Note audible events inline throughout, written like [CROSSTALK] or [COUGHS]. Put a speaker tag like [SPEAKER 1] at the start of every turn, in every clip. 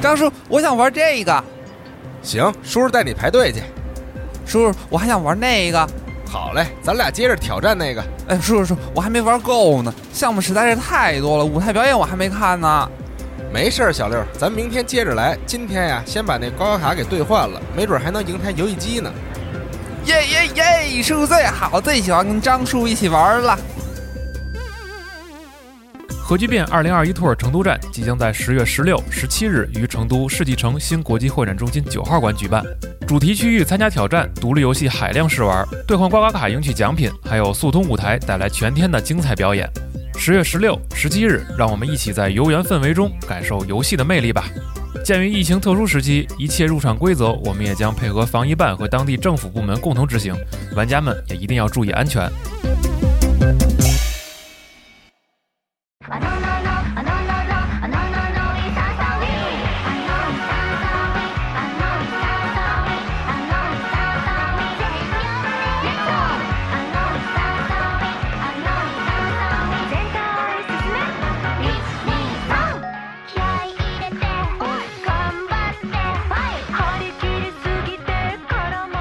[SPEAKER 1] 张叔，我想玩这个。
[SPEAKER 2] 行，叔叔带你排队去。
[SPEAKER 1] 叔叔，我还想玩那个。
[SPEAKER 2] 好嘞，咱俩接着挑战那个。
[SPEAKER 1] 哎，叔叔，叔，我还没玩够呢，项目实在是太多了，舞台表演我还没看呢。
[SPEAKER 2] 没事儿，小六，咱明天接着来。今天呀，先把那高考卡给兑换了，没准还能赢台游戏机呢。
[SPEAKER 1] 耶耶耶！叔叔最好，最喜欢跟张叔一起玩了。
[SPEAKER 3] 核聚变二零二一兔儿成都站即将在十月十六、十七日于成都世纪城新国际会展中心九号馆举办。主题区域参加挑战，独立游戏海量试玩，兑换刮刮卡赢取奖品，还有速通舞台带来全天的精彩表演。十月十六、十七日，让我们一起在游园氛围中感受游戏的魅力吧。鉴于疫情特殊时期，一切入场规则我们也将配合防疫办和当地政府部门共同执行，玩家们也一定要注意安全。
[SPEAKER 4] あのののあのののあのののいささみあのいささみあのいささみあのいささみ全力でレッツゴーあのいささみあのいささみ全体進め123気合い入れて頑張って張り切りすぎてからも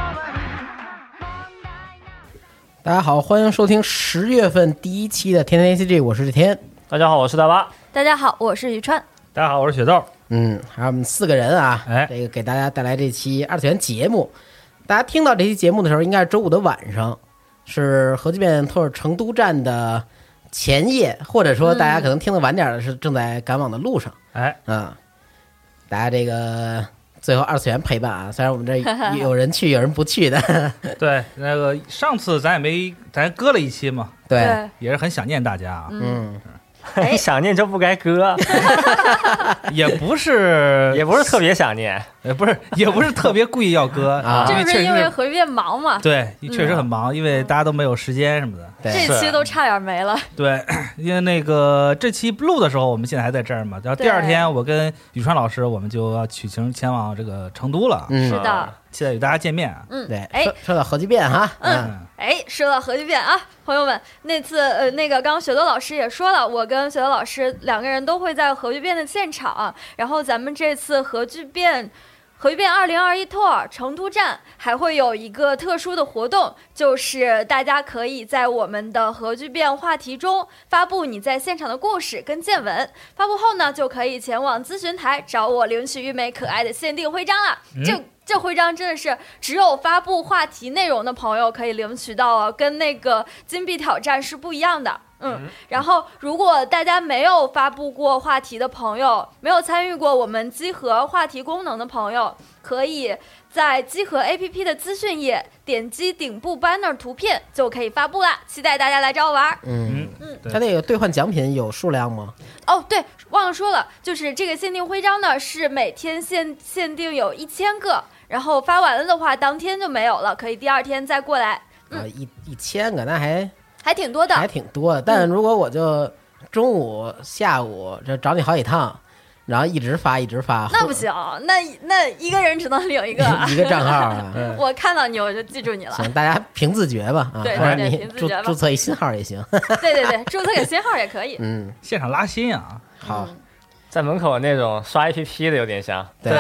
[SPEAKER 5] 大家好，欢迎收听十月份第一期的天天 ACG，我是志天。
[SPEAKER 6] 大家好，我是大巴。
[SPEAKER 7] 大家好，我是宇川。
[SPEAKER 6] 大家好，我是雪豆。
[SPEAKER 5] 嗯，还有我们四个人啊，
[SPEAKER 6] 哎
[SPEAKER 5] 这个给大家带来这期二次元节目。大家听到这期节目的时候，应该是周五的晚上，是核聚变特成都站的前夜，或者说大家可能听的晚点儿的是正在赶往的路上
[SPEAKER 6] 哎，
[SPEAKER 5] 啊、大家这个最后二次元陪伴啊，虽然我们这有人去，有人不去的，
[SPEAKER 6] 对，那个上次咱也没，咱搁了一期嘛，
[SPEAKER 5] 对，
[SPEAKER 6] 也是很想念大家啊，
[SPEAKER 5] 嗯，
[SPEAKER 7] 哎，
[SPEAKER 8] 想念就不该
[SPEAKER 6] [LAUGHS]
[SPEAKER 8] 割，
[SPEAKER 6] 也不是， [LAUGHS]
[SPEAKER 8] 也不是特别想念。
[SPEAKER 6] 呃，不是，也不是特别故意要搁
[SPEAKER 5] 啊
[SPEAKER 6] 因为
[SPEAKER 7] 这不
[SPEAKER 6] 确
[SPEAKER 7] 是
[SPEAKER 6] 实
[SPEAKER 7] 因为
[SPEAKER 6] 是，
[SPEAKER 7] 核聚变忙嘛？
[SPEAKER 6] 对，确实很忙，因为大家都没有时间什么的。
[SPEAKER 5] 对
[SPEAKER 7] 这期都差点没了。
[SPEAKER 6] 对， [COUGHS] 因为那个这期录的时候，我们现在还在这儿嘛，然后第
[SPEAKER 7] 对
[SPEAKER 6] 二天我跟宇川老师，我们就要取经前往这个成都了，
[SPEAKER 5] 嗯
[SPEAKER 7] 是的
[SPEAKER 8] 啊，
[SPEAKER 6] 期待与大家见面啊。
[SPEAKER 7] 嗯，
[SPEAKER 5] 对，
[SPEAKER 7] 哎
[SPEAKER 5] 说说到核聚变哈，
[SPEAKER 7] 嗯
[SPEAKER 6] 嗯，
[SPEAKER 7] 哎，说到核聚变啊，朋友们，那次呃，那个刚刚雪豆老师也说了，我跟雪豆老师两个人都会在核聚变的现场。然后咱们这次核聚变，核聚变二零二一 tour 成都站还会有一个特殊的活动，就是大家可以在我们的核聚变话题中发布你在现场的故事跟见闻。发布后呢，就可以前往咨询台找我领取玉美可爱的限定徽章啦。这这徽章真的是只有发布话题内容的朋友可以领取到啊，跟那个金币挑战是不一样的。嗯，然后如果大家没有发布过话题的朋友，没有参与过我们集合话题功能的朋友，可以在集合 APP 的资讯页点击顶部 banner 图片就可以发布啦。期待大家来找我玩儿。
[SPEAKER 5] 嗯，
[SPEAKER 6] 嗯，
[SPEAKER 5] 它
[SPEAKER 6] 对，
[SPEAKER 5] 那个兑换奖品有数量吗？
[SPEAKER 7] 哦，对，忘了说了，就是这个限定徽章呢，是每天限限定有一千个，然后发完了的话，当天就没有了，可以第二天再过来，
[SPEAKER 5] 啊，一一千个，那还
[SPEAKER 7] 还挺多嗯的。
[SPEAKER 5] 还挺多的。但如果我就中午、下午这找你好几趟，然后一直发一直发，
[SPEAKER 7] 那不行，那那一个人只能领
[SPEAKER 5] [LAUGHS]
[SPEAKER 7] 一个。
[SPEAKER 5] 一一个账号
[SPEAKER 7] [LAUGHS]
[SPEAKER 5] 啊。
[SPEAKER 7] 我看到你，我就记住你了。
[SPEAKER 5] 行，大家凭自觉吧啊，
[SPEAKER 7] 对
[SPEAKER 5] 或者
[SPEAKER 7] 对
[SPEAKER 5] 你
[SPEAKER 7] 凭自
[SPEAKER 5] 注
[SPEAKER 7] 觉吧
[SPEAKER 5] 注册一新号也行。
[SPEAKER 7] 对对 [LAUGHS] 对，注册给新号也可以。
[SPEAKER 5] 嗯，
[SPEAKER 6] 现场拉新啊，
[SPEAKER 5] [LAUGHS] 好，
[SPEAKER 7] 嗯
[SPEAKER 8] 在门口那种刷 APP 的有点像，
[SPEAKER 5] 对，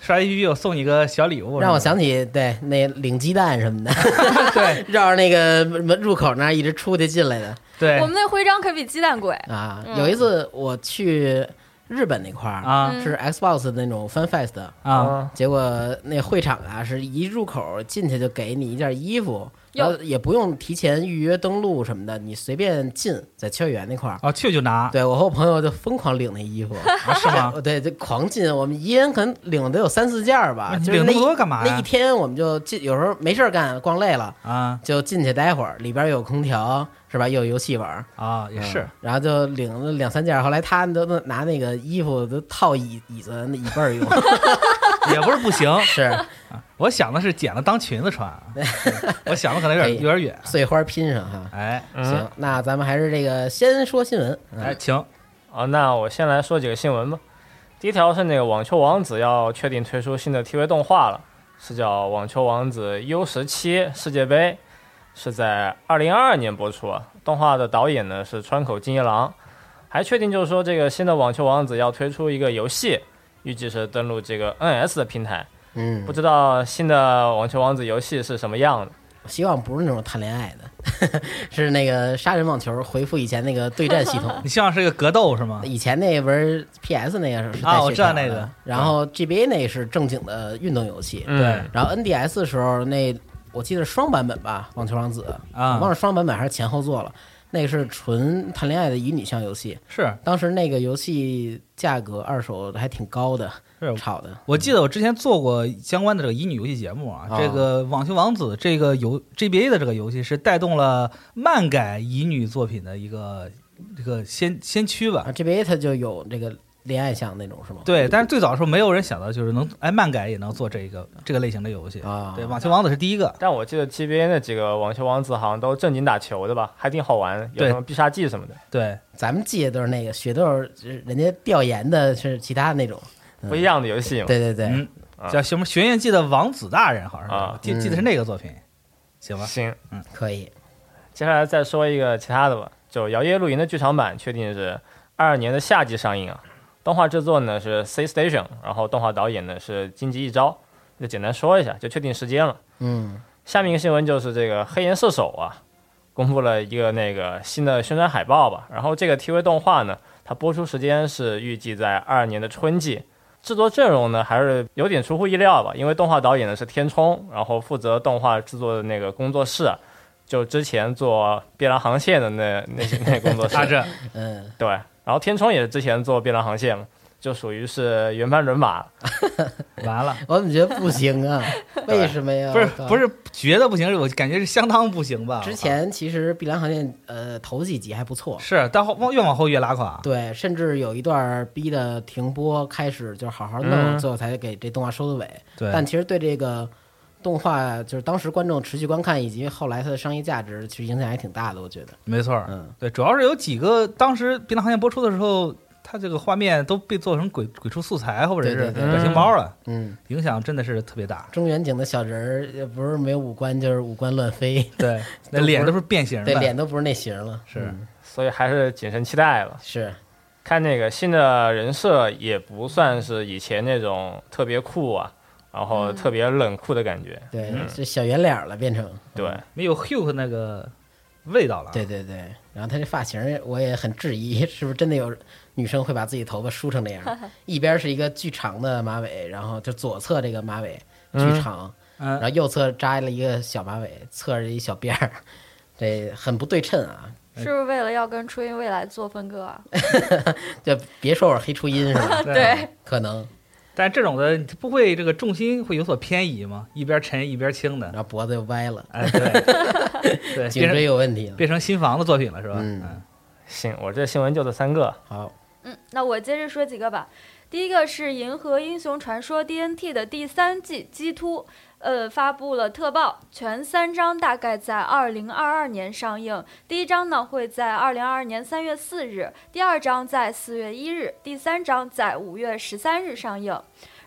[SPEAKER 6] 刷 APP 又送你个小礼物，
[SPEAKER 5] 让我
[SPEAKER 6] 是吧
[SPEAKER 5] 想起对那领鸡蛋什么的， [LAUGHS]
[SPEAKER 6] 对
[SPEAKER 5] 绕着那个门入口那儿一直出去进来的
[SPEAKER 6] 对
[SPEAKER 7] 我们那徽章可比鸡蛋贵。
[SPEAKER 5] 啊。有一次我去日本那块儿，
[SPEAKER 6] 啊
[SPEAKER 7] 嗯
[SPEAKER 5] 是 Xbox 的那种 Fan Fest，
[SPEAKER 6] 啊，
[SPEAKER 5] 结果那会场啊，是一入口进去就给你一件衣服，
[SPEAKER 7] 哟
[SPEAKER 5] 然后也不用提前预约登录什么的，你随便进，在秋叶原那块儿。
[SPEAKER 6] 哦，去就拿，
[SPEAKER 5] 对我和我朋友就疯狂领那衣服，
[SPEAKER 6] [LAUGHS] 啊是吗？
[SPEAKER 5] [LAUGHS] 对，就狂进，我们一人可能领了得有三四件儿吧。
[SPEAKER 6] 那你
[SPEAKER 5] 就是
[SPEAKER 6] 领
[SPEAKER 5] 那
[SPEAKER 6] 那么
[SPEAKER 5] 一
[SPEAKER 6] 多干嘛呀
[SPEAKER 5] 那一天我们就进，有时候没事儿干，逛累了
[SPEAKER 6] 啊
[SPEAKER 5] 就进去待会儿，里边儿有空调是吧？又有游戏玩儿，
[SPEAKER 6] 啊，也是
[SPEAKER 5] 嗯，然后就领了两三件儿，后来他都拿那个衣服都套椅椅子那椅背儿用，
[SPEAKER 6] [LAUGHS] 也不是不行。
[SPEAKER 5] 是
[SPEAKER 6] 我想的是剪了当裙子
[SPEAKER 5] [LAUGHS]
[SPEAKER 6] 穿啊，我想的可能有
[SPEAKER 5] 可
[SPEAKER 6] 点
[SPEAKER 5] 以
[SPEAKER 6] 有点远。
[SPEAKER 5] 碎花拼上哈。
[SPEAKER 6] 哎
[SPEAKER 8] 嗯
[SPEAKER 5] 行，那咱们还是这个先说新闻。嗯
[SPEAKER 6] 哎，请
[SPEAKER 8] 哦，那我先来说几个新闻吧。第一条是那个《网球王子》要确定推出新的 TV 动画了，是叫《网球王子 U 十七世界杯》，是在二零二二年播出啊。动画的导演呢是川口金一郎，还确定就是说这个新的《网球王子》要推出一个游戏，预计是登陆这个 NS 的平台。
[SPEAKER 5] 嗯
[SPEAKER 8] 不，知道新的网球王子游戏是什么样的？
[SPEAKER 5] 希望不是那种谈恋爱的， [LAUGHS] 是那个杀人网球回复以前那个对战
[SPEAKER 6] [LAUGHS]。
[SPEAKER 5] 系统
[SPEAKER 6] 你希望是个格斗是吗？
[SPEAKER 5] 以前那不是 PS 那个是带
[SPEAKER 6] 啊我
[SPEAKER 5] 血
[SPEAKER 6] 知道
[SPEAKER 5] 条
[SPEAKER 6] 那
[SPEAKER 5] 的
[SPEAKER 6] 个
[SPEAKER 5] 然后 GBA 那是正经的运动游戏，
[SPEAKER 8] 嗯，
[SPEAKER 5] 然后 NDS 的时候那我记得是双版本吧，《网球王子》
[SPEAKER 6] 啊
[SPEAKER 5] 我忘了双版本还是前后作了，那个是纯谈恋爱的乙女向游戏，
[SPEAKER 6] 是
[SPEAKER 5] 当时那个游戏价格二手还挺高的，
[SPEAKER 6] 是，
[SPEAKER 5] 炒的。
[SPEAKER 6] 我记得我之前做过相关的这个乙女游戏节目啊，
[SPEAKER 5] 啊
[SPEAKER 6] 这个《网球王子》这个游 GBA 的这个游戏是带动了漫改乙女作品的一个这个先先驱吧
[SPEAKER 5] 啊。，GBA 它就有这个恋爱向那种是吗？
[SPEAKER 6] 对，但是最早的时候没有人想到，就是能哎漫改也能做这个这个类型的游戏。
[SPEAKER 5] 啊，
[SPEAKER 6] 对，《网球王子》是第一个，
[SPEAKER 8] 但我记得 GBA 的几个网球王子好像都正经打球的吧，还挺好玩，有
[SPEAKER 6] 对
[SPEAKER 8] 什么必杀技什么的。
[SPEAKER 6] 对，
[SPEAKER 5] 咱们记的都是那个雪豆儿，就是人家调研的是其他那种。
[SPEAKER 8] 不一样的游戏嘛。
[SPEAKER 5] 对对对，
[SPEAKER 6] 嗯叫什么《学院记的王子大人》，好像是
[SPEAKER 8] 啊
[SPEAKER 6] 我记
[SPEAKER 5] 嗯
[SPEAKER 6] 记得是那个作品，行吧？
[SPEAKER 8] 行，
[SPEAKER 5] 可以。
[SPEAKER 8] 接下来再说一个其他的吧，就《摇曳露营》的剧场版确定是二二年的夏季上映啊。动画制作呢是 C Station，然后动画导演呢是金吉一昭。就简单说一下，就确定时间了。
[SPEAKER 5] 嗯，
[SPEAKER 8] 下面一个新闻就是这个《黑岩射手》啊，公布了一个那个新的宣传海报吧。然后这个 TV 动画呢，它播出时间是预计在二二年的春季。制作阵容呢还是有点出乎意料吧，因为动画导演呢是天冲，然后负责动画制作的那个工作室啊，就之前做《碧蓝航线》的那那些那工作室，
[SPEAKER 6] 阿正，
[SPEAKER 5] 嗯，
[SPEAKER 8] 对，然后天冲也是之前做《碧蓝航线》嘛，就属于是原班人马。
[SPEAKER 6] 完了，
[SPEAKER 5] 我怎么觉得不行
[SPEAKER 6] [LAUGHS]
[SPEAKER 5] 啊？为什么呀？
[SPEAKER 6] 不是
[SPEAKER 5] 我靠
[SPEAKER 6] 不，是觉得不行，我感觉是相当不行吧？
[SPEAKER 5] 之前其实《碧蓝航线》呃头几集还不错，
[SPEAKER 6] 是，但后往越往后越拉垮。
[SPEAKER 5] 对，甚至有一段逼的停播，开始就是好好弄，
[SPEAKER 8] 嗯
[SPEAKER 5] 最后才给这动画收的尾。
[SPEAKER 6] 对，
[SPEAKER 5] 但其实对这个动画，就是当时观众持续观看以及后来它的商业价值，其实影响还挺大的，我觉得。
[SPEAKER 6] 没错，
[SPEAKER 5] 嗯，
[SPEAKER 6] 对，主要是有几个当时《槟榔行业》播出的时候，它这个画面都被做成鬼鬼畜素材或者
[SPEAKER 5] 对
[SPEAKER 6] 是
[SPEAKER 5] 对对
[SPEAKER 6] 表情包了，
[SPEAKER 5] 嗯，
[SPEAKER 6] 影响真的是特
[SPEAKER 5] [LAUGHS]
[SPEAKER 6] 别大。
[SPEAKER 5] 中远景的小人儿也不是没有五官，就是五官乱飞，
[SPEAKER 6] 对，那
[SPEAKER 5] 都不
[SPEAKER 6] 脸
[SPEAKER 5] 是
[SPEAKER 6] 都是变形
[SPEAKER 5] 对，
[SPEAKER 6] 的，
[SPEAKER 5] 脸都不是那型了。
[SPEAKER 6] 是
[SPEAKER 5] 嗯
[SPEAKER 8] 所以还是谨慎期待吧。
[SPEAKER 5] 是，
[SPEAKER 8] 看那个新的人设也不算是以前那种特别酷啊，然
[SPEAKER 6] 嗯
[SPEAKER 8] 后特别冷酷的感觉。
[SPEAKER 5] 对，这小圆脸儿了变成。
[SPEAKER 8] 对，
[SPEAKER 6] 没有 Hugh 那个味道了。
[SPEAKER 5] 对对对，然后他这发型儿我也很质疑， [LAUGHS] 是不是真的有女生会把自己头发梳成这样？一边是一个巨长的马尾，然后就左侧这个马尾巨长，然
[SPEAKER 6] 嗯，
[SPEAKER 5] 后右侧扎了一个小马尾，侧着一小辫儿， [LAUGHS] 这很不对称啊！
[SPEAKER 7] 是不是为了要跟初音未来做分割啊？
[SPEAKER 5] 就别说我是黑初音是吧？
[SPEAKER 7] 对，
[SPEAKER 5] 可能，
[SPEAKER 6] 但这种的你不会这个重心会有所偏移吗？一边沉一边轻
[SPEAKER 5] 然 [LAUGHS]
[SPEAKER 6] 的，
[SPEAKER 5] 后脖子又歪了，
[SPEAKER 6] 哎，对，对，
[SPEAKER 5] 颈
[SPEAKER 6] 变
[SPEAKER 5] 椎
[SPEAKER 6] 成
[SPEAKER 5] 有问题了。
[SPEAKER 6] 变成新房的作品了是吧？
[SPEAKER 5] 嗯
[SPEAKER 6] 嗯，
[SPEAKER 8] 行，我这新闻就这三个。
[SPEAKER 5] 好，
[SPEAKER 7] 嗯，那我接着说几个吧。第一个是《银河英雄传说 DNT》的第三季《基突》，呃，发布了特报，全三章大概在二零二二年上映。第一章呢会在二零二二年三月四日，第二章在四月一日，第三章在五月十三日上映。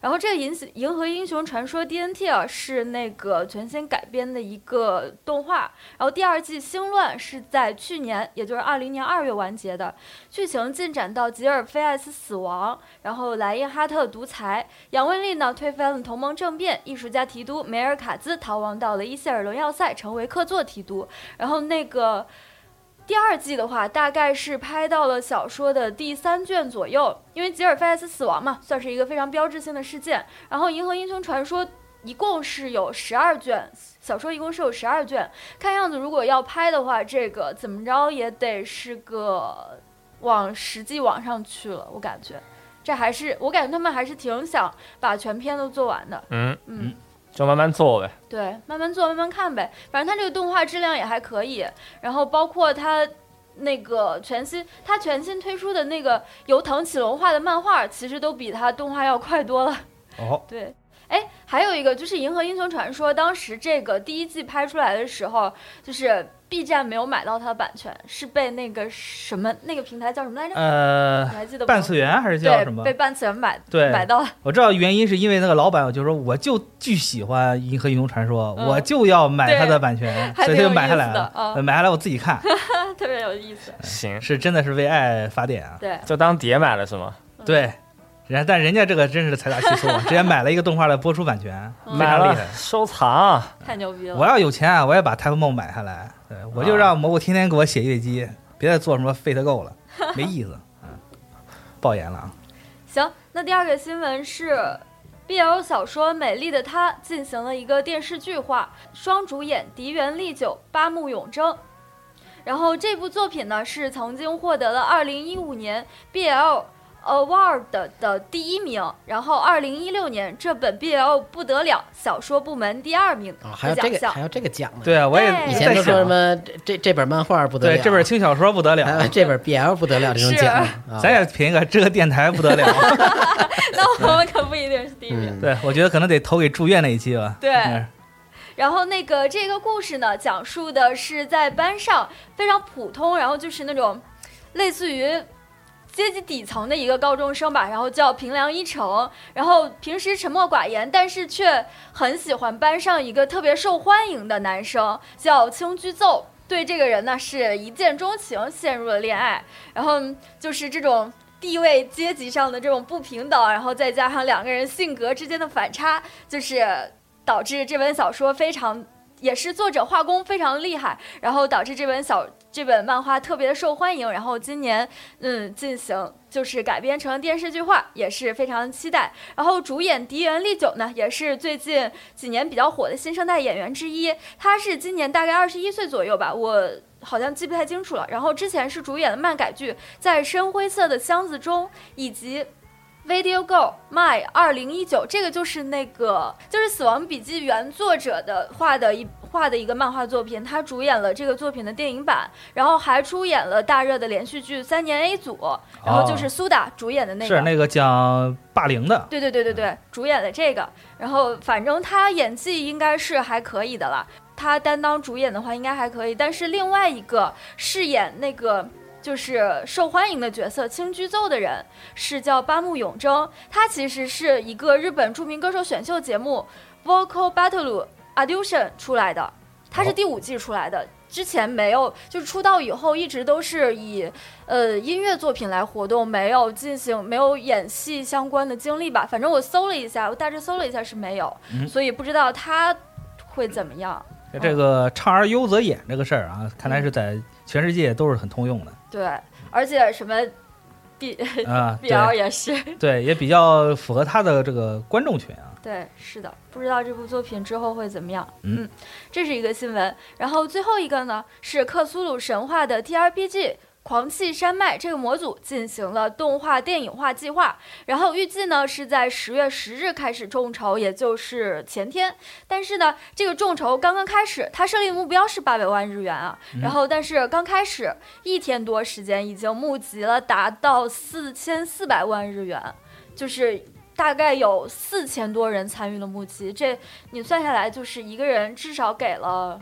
[SPEAKER 7] 然后这个银《银河英雄传说 DNT》啊，是那个全新改编的一个动画。然后第二季《星乱》是在去年，也就是二零年二月完结的。剧情进展到吉尔菲艾斯死亡，然后莱因哈特独裁，杨文丽呢推翻了同盟政变，艺术家提督梅尔卡兹逃亡到了伊谢尔伦要塞，成为客座提督。然后那个第二季的话，大概是拍到了小说的第三卷左右，因为吉尔菲艾斯死亡嘛，算是一个非常标志性的事件。然后《银河英雄传说》一共是有十二卷，小说一共是有十二卷。看样子，如果要拍的话，这个怎么着也得是个往实际往上去了，我感觉。这还是我感觉他们还是挺想把全篇都做完的，
[SPEAKER 8] 嗯
[SPEAKER 7] 嗯，
[SPEAKER 8] 就慢慢做呗。
[SPEAKER 7] 对，慢慢做，慢慢看呗。反正它这个动画质量也还可以，然后包括它那个全新，它全新推出的那个油藤启龙画的漫画，其实都比它动画要快多了。
[SPEAKER 6] 哦，
[SPEAKER 7] [LAUGHS] 对，哎，还有一个就是《银河英雄传说》，当时这个第一季拍出来的时候，就是 B 站没有买到它的版权，是被那个什么那个平台叫什么来着？
[SPEAKER 6] 呃
[SPEAKER 7] 你，还记得吗？
[SPEAKER 6] 半次元还是叫什么
[SPEAKER 7] 对，？被半次元买
[SPEAKER 6] 对
[SPEAKER 7] 买到了。 [LAUGHS]
[SPEAKER 6] 我知道原因是因为那个老板，我就说我就巨喜欢《银河英雄传说》
[SPEAKER 7] 嗯
[SPEAKER 6] 我就要买它的版权，
[SPEAKER 7] 对
[SPEAKER 6] 所以他就买下
[SPEAKER 7] 还
[SPEAKER 6] 来了
[SPEAKER 7] 挺有意思。的嗯
[SPEAKER 6] 买下来我自己
[SPEAKER 7] [LAUGHS]
[SPEAKER 6] 看，
[SPEAKER 7] 特
[SPEAKER 6] 嗯
[SPEAKER 7] 别有意思。
[SPEAKER 8] 行，
[SPEAKER 6] 是真的是为爱发电啊！
[SPEAKER 7] 对，
[SPEAKER 8] 就当碟买了是吗？
[SPEAKER 7] 嗯
[SPEAKER 6] 对，人但人家这个真是财大气粗啊，直接买了一个动画的播出版权，嗯非
[SPEAKER 8] 买
[SPEAKER 6] 常
[SPEAKER 8] 了
[SPEAKER 6] 厉害。
[SPEAKER 8] 收藏啊，
[SPEAKER 7] 太牛逼了！
[SPEAKER 6] 我要有钱啊，我也把《台风梦》买下来，对我就让蘑菇天天给我写月姬，别再做什么 Fate Go [LAUGHS] 了，没意思。嗯，爆言了啊！
[SPEAKER 7] 行，那第二个新闻是。BL 小说《美丽的她》进行了一个电视剧化，双主演迪原利久、八木永正。然后这部作品呢是曾经获得了2015年 BL Award 的第一名，然后2016年这本 BL 不得了小说部门第二名
[SPEAKER 5] 啊，还有
[SPEAKER 7] 的
[SPEAKER 5] 这
[SPEAKER 7] 奖
[SPEAKER 5] 个
[SPEAKER 7] 项
[SPEAKER 5] 还。有这个奖呢。
[SPEAKER 6] 对啊，我也
[SPEAKER 7] 对
[SPEAKER 5] 以
[SPEAKER 6] 在
[SPEAKER 5] 前都
[SPEAKER 6] 想
[SPEAKER 5] 说什么这这这本漫画不得
[SPEAKER 6] 对
[SPEAKER 5] 了，哎
[SPEAKER 6] 这本轻小说不得了，
[SPEAKER 5] 还有这本 BL 不得了这种
[SPEAKER 7] 是
[SPEAKER 5] 奖啊，
[SPEAKER 6] [LAUGHS] 咱也评一个这个电台不得 [LAUGHS] 了。
[SPEAKER 7] [LAUGHS] 那我们可不一定是第一名。
[SPEAKER 5] 嗯，
[SPEAKER 6] 对，我觉得可能得投给住院那一期 [LAUGHS] 吧。
[SPEAKER 7] 对
[SPEAKER 6] 嗯
[SPEAKER 7] 然后那个这个故事呢，讲述的是在班上非常普通，然后就是那种类似于阶级底层的一个高中生吧，然后叫平良一成，然后平时沉默寡言，但是却很喜欢班上一个特别受欢迎的男生，叫青居奏。对这个人呢是一见钟情，陷入了恋爱，然后就是这种地位阶级上的这种不平等，然后再加上两个人性格之间的反差，就是导致这本小说非常，也是作者画工非常厉害，然后导致这本小这本漫画特别的受欢迎，然后今年嗯进行就是改编成电视剧化，也是非常期待。然后主演迪原利久呢，也是最近几年比较火的新生代演员之一，他是今年大概二十一岁左右吧，我。好像记不太清楚了。然后之前是主演的漫改剧《在深灰色的箱子中》，以及 Video Go My 二零一九，这个就是那个就是《死亡笔记》原作者的画的一画的一个漫画作品，他主演了这个作品的电影版，然后还出演了大热的连续剧《三年 A 组》，然后就是苏打主演的那个。
[SPEAKER 6] 是那个讲霸凌的，
[SPEAKER 7] 对对对对对，主演的这个，然后反正他演技应该是还可以的了，他担当主演的话应该还可以，但是另外一个饰演那个就是受欢迎的角色青居奏的人是叫八木永征，他其实是一个日本著名歌手选秀节目 Vocal Battle Audition 出来的，他是第五季出来的。之前没有，就是出道以后一直都是以呃音乐作品来活动，没有进行没有演戏相关的经历吧。反正我搜了一下，我大致搜了一下是没有，
[SPEAKER 6] 嗯
[SPEAKER 7] 所以不知道他会怎么样。
[SPEAKER 5] 嗯
[SPEAKER 6] 这个唱而优则演这个事儿啊，看来是在全世界都是很通
[SPEAKER 5] [LAUGHS]
[SPEAKER 6] 用的
[SPEAKER 7] 对，而且什么 B
[SPEAKER 6] 啊。
[SPEAKER 7] B L
[SPEAKER 6] 嗯对
[SPEAKER 7] 也是，
[SPEAKER 6] 对，也比较符合他的这个观众群啊。
[SPEAKER 7] 对，是的，不知道这部作品之后会怎么样。
[SPEAKER 6] 嗯，
[SPEAKER 7] 这是一个新闻。然后最后一个呢是克苏鲁神话的 T R P G。狂气山脉这个模组进行了动画电影化计划，然后预计呢是在十月十日开始众筹，也就是前天。但是呢，这个众筹刚刚开始，它设立目标是八百万日元啊。然后，但是刚开始一天多时间，已经募集了达到四千四百万日元，就是大概有四千多人参与了募集，这你算下来就是一个人至少给了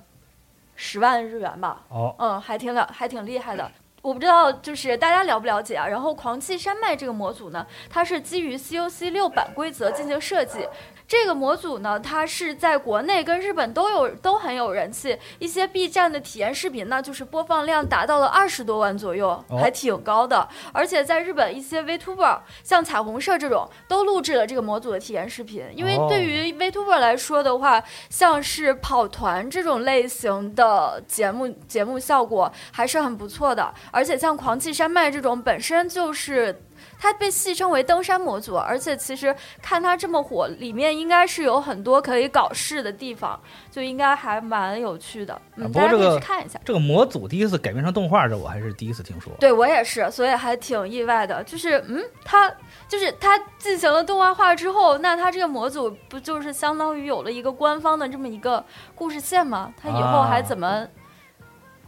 [SPEAKER 7] 十万日元吧，
[SPEAKER 6] 哦，
[SPEAKER 7] 嗯，还挺了，还挺厉害的。我不知道，就是大家了不了解啊？然后狂气山脉这个模组呢，它是基于 COC 六版规则进行设计。这个模组呢，它是在国内跟日本都有都很有人气，一些 B 站的体验视频呢，就是播放量达到了二十多万左右，
[SPEAKER 6] 哦
[SPEAKER 7] 还挺高的。而且在日本一些 VTuber，像彩虹社这种，都录制了这个模组的体验视频。因为
[SPEAKER 6] 哦
[SPEAKER 7] 对于 VTuber 来说的话，像是跑团这种类型的节目，节目效果还是很不错的。而且像狂气山脉这种，本身就是它被戏称为登山模组，而且其实看它这么火，里面应该是有很多可以搞事的地方，就应该还蛮有趣的。嗯，
[SPEAKER 6] 啊不过
[SPEAKER 7] 大家
[SPEAKER 6] 这
[SPEAKER 7] 可以
[SPEAKER 6] 个
[SPEAKER 7] 去看一下。
[SPEAKER 6] 这个模组第一次改编成动画，这我还是第一次听说。
[SPEAKER 7] 对我也是，所以还挺意外的。就是，嗯，他就是他进行了动画化之后，那他这个模组不就是相当于有了一个官方的这么一个故事线吗？他以后还怎么？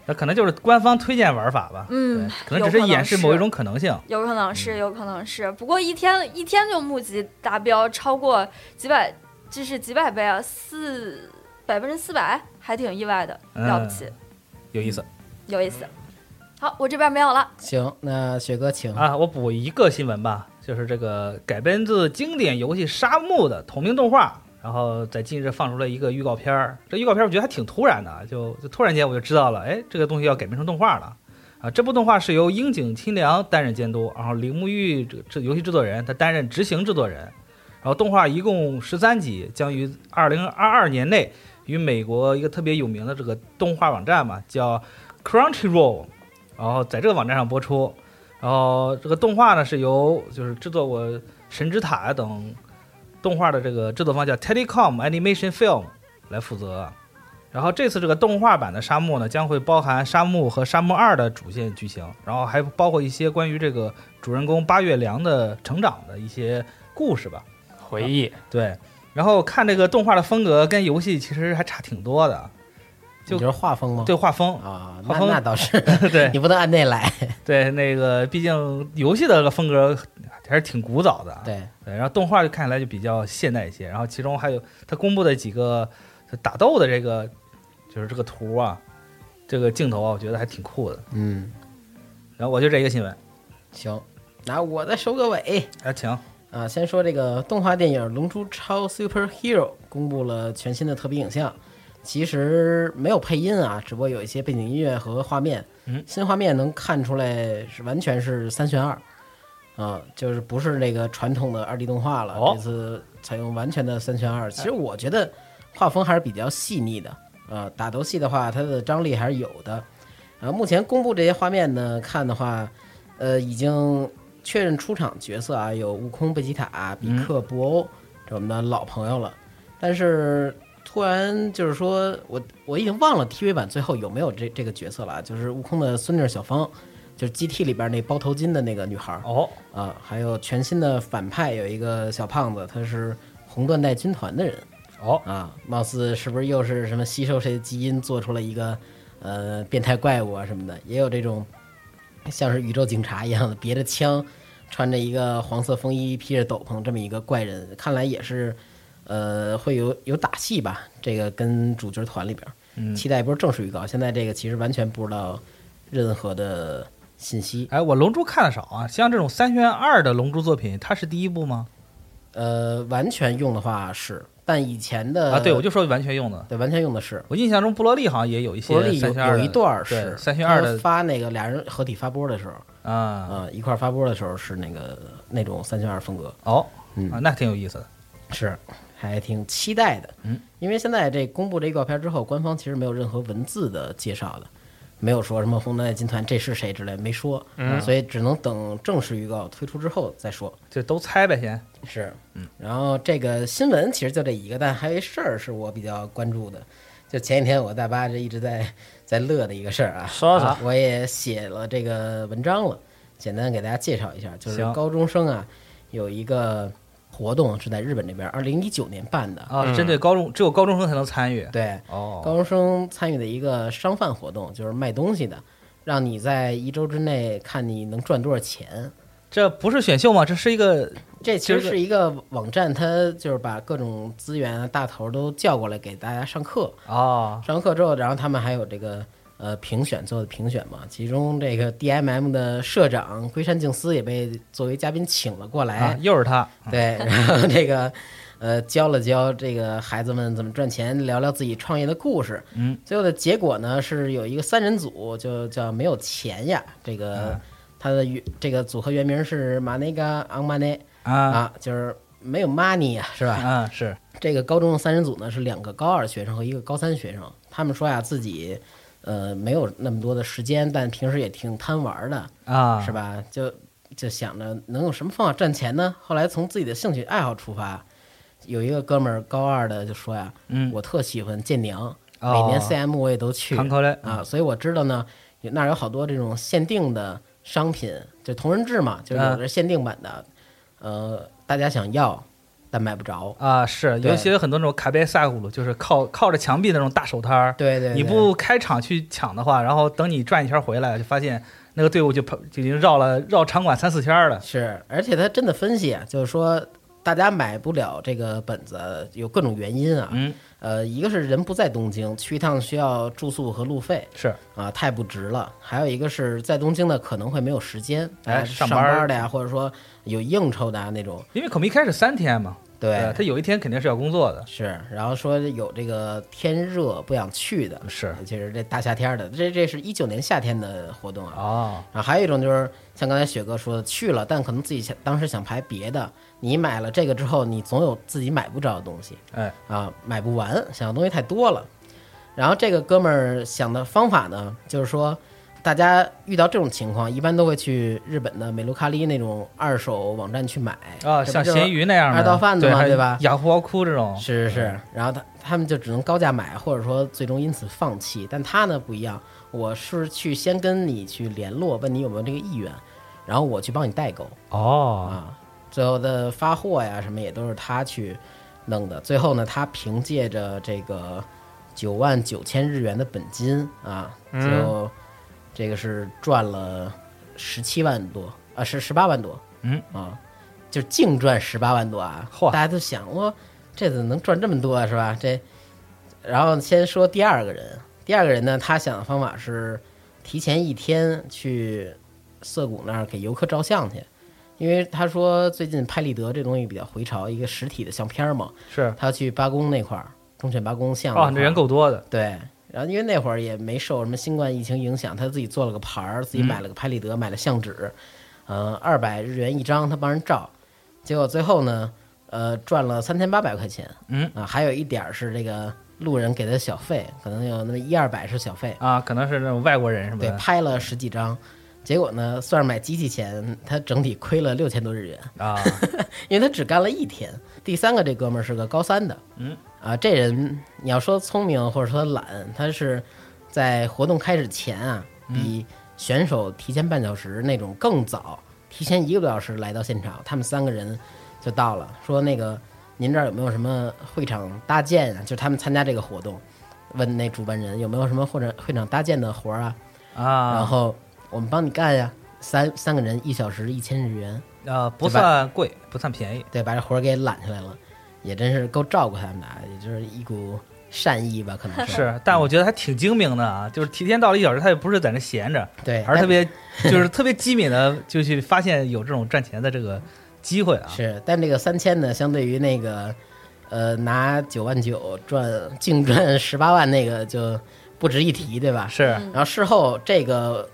[SPEAKER 6] 那可能就是官方推荐玩法吧。
[SPEAKER 7] 嗯
[SPEAKER 6] 对，可能只是演示某一种可能性。
[SPEAKER 7] 有可能
[SPEAKER 6] 嗯
[SPEAKER 7] 是，有可能是。不过一天一天就募集达标超过几百，这是几百倍啊，四百分之四百，还挺意外的，
[SPEAKER 6] 嗯
[SPEAKER 7] 了不起，
[SPEAKER 6] 有意思
[SPEAKER 7] 有意思。好，我这边没有了。
[SPEAKER 5] 行，那雪哥请
[SPEAKER 6] 啊！我补一个新闻吧，就是这个改编自经典游戏《沙漠》的同名动画，然后在近日放出了一个预告片儿。这预告片儿我觉得还挺突然的，就就突然间我就知道了，哎，这个东西要改编成动画了。啊，这部动画是由樱井清良担任监督，然后铃木玉这这游戏制作人，他担任执行制作人。然后动画一共十三集，将于二零二二年内与美国一个特别有名的这个动画网站嘛，叫 Crunchyroll，然后在这个网站上播出。然后这个动画呢是由就是制作过《神之塔》等动画的这个制作方叫 Telecom Animation Film 来负责。然后这次这个动画版的《沙漠》呢，将会包含《沙漠》和《沙漠二》的主线剧情，然后还包括一些关于这个主人公八月凉的成长的一些故事吧。
[SPEAKER 8] 回忆，
[SPEAKER 6] 对，然后看这个动画的风格跟游戏其实还差挺多的，就
[SPEAKER 5] 你就是画风吗？
[SPEAKER 6] 对画风，
[SPEAKER 5] 啊，
[SPEAKER 6] 画
[SPEAKER 5] 那
[SPEAKER 6] 风
[SPEAKER 5] 那倒是，
[SPEAKER 6] [LAUGHS] 对
[SPEAKER 5] 你不能按那
[SPEAKER 6] [LAUGHS]
[SPEAKER 5] 来。
[SPEAKER 6] 对，那个毕竟游戏的这个风格还是挺古早的啊，
[SPEAKER 5] 对，
[SPEAKER 6] 对，然后动画就看起来就比较现代一些，然后其中还有他公布的几个打斗的这个就是这个图啊，这个镜头啊，我觉得还挺酷的。
[SPEAKER 5] 嗯，
[SPEAKER 6] 然后我就这一个新闻，
[SPEAKER 5] 行，那我再收个尾。
[SPEAKER 6] 啊，请
[SPEAKER 5] 啊，先说这个动画电影《龙珠超 Super Hero》公布了全新的特别影像，其实没有配音啊，只不过有一些背景音乐和画面。
[SPEAKER 6] 嗯，
[SPEAKER 5] 新画面能看出来是完全是三选二，啊，就是不是那个传统的二 D 动画了，
[SPEAKER 6] 哦哎
[SPEAKER 5] 这次采用完全的三选二。其实我觉得画风还是比较细腻的，呃，打斗戏的话，它的张力还是有的。啊，目前公布这些画面呢，看的话，呃，已经确认出场角色啊，有悟空、贝吉塔、比克、
[SPEAKER 6] 嗯
[SPEAKER 5] 布欧，这我们的老朋友了。但是突然就是说我我已经忘了 TV 版最后有没有这这个角色了啊，就是悟空的孙女小芳，就是 GT 里边那包头巾的那个女孩儿
[SPEAKER 6] 哦，
[SPEAKER 5] 啊，还有全新的反派有一个小胖子，他是红缎带军团的人
[SPEAKER 6] 哦，
[SPEAKER 5] 啊，貌似是不是又是什么吸收谁的基因做出了一个呃变态怪物啊什么的，也有这种像是宇宙警察一样的别着枪，穿着一个黄色风衣，披着斗篷这么一个怪人，看来也是呃会有有打戏吧，这个跟主角团里边儿，
[SPEAKER 6] 嗯
[SPEAKER 5] 期待不是正数预告，现在这个其实完全不知道任何的信息，
[SPEAKER 6] 哎，我龙珠看的少啊，像这种三选二的龙珠作品，它是第一部吗？
[SPEAKER 5] 呃，完全用的话是，但以前的
[SPEAKER 6] 啊，对，我就说完全用的。
[SPEAKER 5] 对完全用的是。
[SPEAKER 6] 我印象中布罗利好像也有一些
[SPEAKER 5] 伯利有
[SPEAKER 6] 三选二
[SPEAKER 5] 有
[SPEAKER 6] 的
[SPEAKER 5] 一段儿
[SPEAKER 6] 对
[SPEAKER 5] 是
[SPEAKER 6] 三选
[SPEAKER 5] 他
[SPEAKER 6] 二的
[SPEAKER 5] 发那个俩人合体发波的时候，
[SPEAKER 6] 啊，
[SPEAKER 5] 啊，一块儿发波的时候是那个那种三选二风格，
[SPEAKER 6] 哦，
[SPEAKER 5] 嗯
[SPEAKER 6] 啊，那挺有意思的。
[SPEAKER 5] 是还挺期待的。
[SPEAKER 6] 嗯，
[SPEAKER 5] 因为现在这公布这预告片之后，官方其实没有任何文字的介绍的，没有说什么红灯金团这是谁之类没说，
[SPEAKER 6] 嗯
[SPEAKER 5] 所以只能等正式预告推出之后再说。
[SPEAKER 6] 就都猜呗，先。
[SPEAKER 5] 是，嗯，然后这个新闻其实就这一个，但还有一事儿是我比较关注的，就前几天我大巴这一直在在乐的一个事儿啊，
[SPEAKER 8] 说说
[SPEAKER 5] 啊我也写了这个文章了，简单给大家介绍一下，就是
[SPEAKER 6] 行
[SPEAKER 5] 高中生啊有一个活动是在日本这边，二零一九年办的，
[SPEAKER 6] 啊，针对高中，只有高中生才能参与。
[SPEAKER 5] 对，
[SPEAKER 6] 哦，
[SPEAKER 5] 高中生参与的一个商贩活动，就是卖东西的，让你在一周之内看你能赚多少钱，
[SPEAKER 6] 这不是选秀吗？这是一个
[SPEAKER 5] 这其实
[SPEAKER 6] 就是
[SPEAKER 5] 是一个网站，它就是把各种资源啊、大头都叫过来给大家上课。
[SPEAKER 6] 啊，
[SPEAKER 5] 上课之后，然后他们还有这个呃评选，做的评选嘛。其中这个 DMM 的社长龟山静司也被作为嘉宾请了过
[SPEAKER 6] 啊
[SPEAKER 5] 来，
[SPEAKER 6] 又是他。
[SPEAKER 5] 对， [LAUGHS] 然后这个呃教了教这个孩子们怎么赚钱，聊聊自己创业的故事。
[SPEAKER 6] 嗯，
[SPEAKER 5] 最后的结果呢是有一个三人组，就叫没有钱呀，这个。
[SPEAKER 6] 啊
[SPEAKER 5] 他的原这个组合原名是马内嘎昂马内，
[SPEAKER 6] 啊
[SPEAKER 5] 啊，就是没有 money 啊，是吧？
[SPEAKER 6] 啊，是
[SPEAKER 5] 这个高中的三人组呢是两个高二学生和一个高三学生，他们说呀自己呃没有那么多的时间，但平时也挺贪玩的，
[SPEAKER 6] 啊，
[SPEAKER 5] 是吧？就就想着能用什么方法赚钱呢？后来从自己的兴趣爱好出发。有一个哥们儿高二的就说呀，
[SPEAKER 6] 嗯
[SPEAKER 5] 我特喜欢建娘，
[SPEAKER 6] 哦
[SPEAKER 5] 每年 CM 我也都去，
[SPEAKER 6] 看口嘞
[SPEAKER 5] 啊，所以我知道呢，有那儿有好多这种限定的商品，就同人志嘛，就是
[SPEAKER 6] 啊
[SPEAKER 5] 有的是限定版的，呃，大家想要但买不着。
[SPEAKER 6] 啊，是，
[SPEAKER 5] 对
[SPEAKER 6] 尤其有很多那种卡贝塞葫芦，就是靠靠着墙壁那种大手摊儿。
[SPEAKER 5] 对对对
[SPEAKER 6] 你不开场去抢的话，然后等你转一圈回来，就发现那个队伍就跑就已经绕了绕场馆三四圈了。
[SPEAKER 5] 是，而且他真的分析啊，就是说大家买不了这个本子，有各种原因啊。
[SPEAKER 6] 嗯，
[SPEAKER 5] 呃，一个是人不在东京，去一趟需要住宿和路费
[SPEAKER 6] 是
[SPEAKER 5] 啊，太不值了；还有一个是在东京的可能会没有时间，
[SPEAKER 6] 哎
[SPEAKER 5] 啊
[SPEAKER 6] 上
[SPEAKER 5] 上
[SPEAKER 6] 班儿
[SPEAKER 5] 的呀，或者说有应酬的啊那种。
[SPEAKER 6] 因为可能一开始三天嘛，
[SPEAKER 5] 对，
[SPEAKER 6] 他有一天肯定是要工作的，
[SPEAKER 5] 是，然后说有这个天热不想去的，
[SPEAKER 6] 是
[SPEAKER 5] 其实这大夏天的，这这是一九年夏天的活动啊。
[SPEAKER 6] 啊，
[SPEAKER 5] 然后还有一种就是像刚才雪哥说的，去了，但可能自己想当时想排别的，你买了这个之后，你总有自己买不着的东西
[SPEAKER 6] 哎，
[SPEAKER 5] 啊，买不完，想要东西太多了。然后这个哥们儿想的方法呢，就是说，大家遇到这种情况，一般都会去日本的美卢卡利那种二手网站去买
[SPEAKER 6] 啊，像咸
[SPEAKER 5] 鱼。
[SPEAKER 6] 鱼那样的
[SPEAKER 5] 二道贩子嘛
[SPEAKER 6] 还有
[SPEAKER 5] 对吧
[SPEAKER 6] 雅虎奥酷这种，
[SPEAKER 5] 是是是，
[SPEAKER 6] 嗯
[SPEAKER 5] 然后他他们就只能高价买，或者说最终因此放弃。但他呢不一样，我是去先跟你去联络，问你有没有这个意愿，然后我去帮你代购
[SPEAKER 6] 哦，
[SPEAKER 5] 啊。最后的发货呀什么也都是他去弄的。最后呢，他凭借着这个九万九千日元的本金啊，
[SPEAKER 6] 嗯
[SPEAKER 5] 就这个是赚了十七万多啊，是十八万多，
[SPEAKER 6] 嗯
[SPEAKER 5] 啊，就净赚十八万多啊！
[SPEAKER 6] 嚯
[SPEAKER 5] 大家都想哇，这怎么能赚这么多啊，是吧？这，然后先说第二个人，第二个人呢，他想的方法是提前一天去涩谷那儿给游客照相去，因为他说最近拍立得这东西比较回潮，一个实体的相片儿嘛，
[SPEAKER 6] 是
[SPEAKER 5] 他要去八公那块儿，忠犬八公像那
[SPEAKER 6] 哦，
[SPEAKER 5] 块
[SPEAKER 6] 这
[SPEAKER 5] 儿
[SPEAKER 6] 人够多的，
[SPEAKER 5] 对，然后因为那会儿也没受什么新冠疫情影响，他自己做了个牌儿，
[SPEAKER 6] 嗯
[SPEAKER 5] 自己买了个拍立得，买了相纸，呃，二百日元一张，他帮人照，结果最后呢，呃，赚了三千八百块钱，
[SPEAKER 6] 嗯
[SPEAKER 5] 啊、还有一点儿是这个路人给的小费，可能有那么一二百是小费，
[SPEAKER 6] 啊，可能是那种外国人什么
[SPEAKER 5] 对，
[SPEAKER 6] 的
[SPEAKER 5] 拍了十几张。结果呢，算是买机器钱，他整体亏了六千多日元，
[SPEAKER 6] 啊，
[SPEAKER 5] 因为他只干了一天。第三个这哥们儿是个高三的，
[SPEAKER 6] 嗯，
[SPEAKER 5] 啊，这人你要说聪明或者说懒，他是在活动开始前啊，
[SPEAKER 6] 嗯
[SPEAKER 5] 比选手提前半小时那种更早，提前一个多小时来到现场。他们三个人就到了，说那个您这儿有没有什么会场搭建啊？就他们参加这个活动，问那主办人有没有什么或者会场搭建的活儿啊？[LAUGHS]
[SPEAKER 6] 啊，
[SPEAKER 5] 然后我们帮你干呀、三三个人一小时一千日元，
[SPEAKER 6] 啊，不
[SPEAKER 5] 对吧
[SPEAKER 6] 算贵，不算便宜，
[SPEAKER 5] 对，把这活儿给揽下来了，也真是够照顾他们的，啊，也就是一股善意吧，可能是
[SPEAKER 6] 是，但我觉得还挺精明的啊，就是提前到了一小时，他也不是在那闲着，
[SPEAKER 5] 对，
[SPEAKER 6] 而
[SPEAKER 5] 但
[SPEAKER 6] 特别就是特别机敏的就去发现有这种赚钱的这个机会啊，
[SPEAKER 5] 是，但这个三千呢，相对于那个呃拿九万九赚净赚十八万那个就不值一提，对吧？
[SPEAKER 6] 是
[SPEAKER 5] 然后事后这个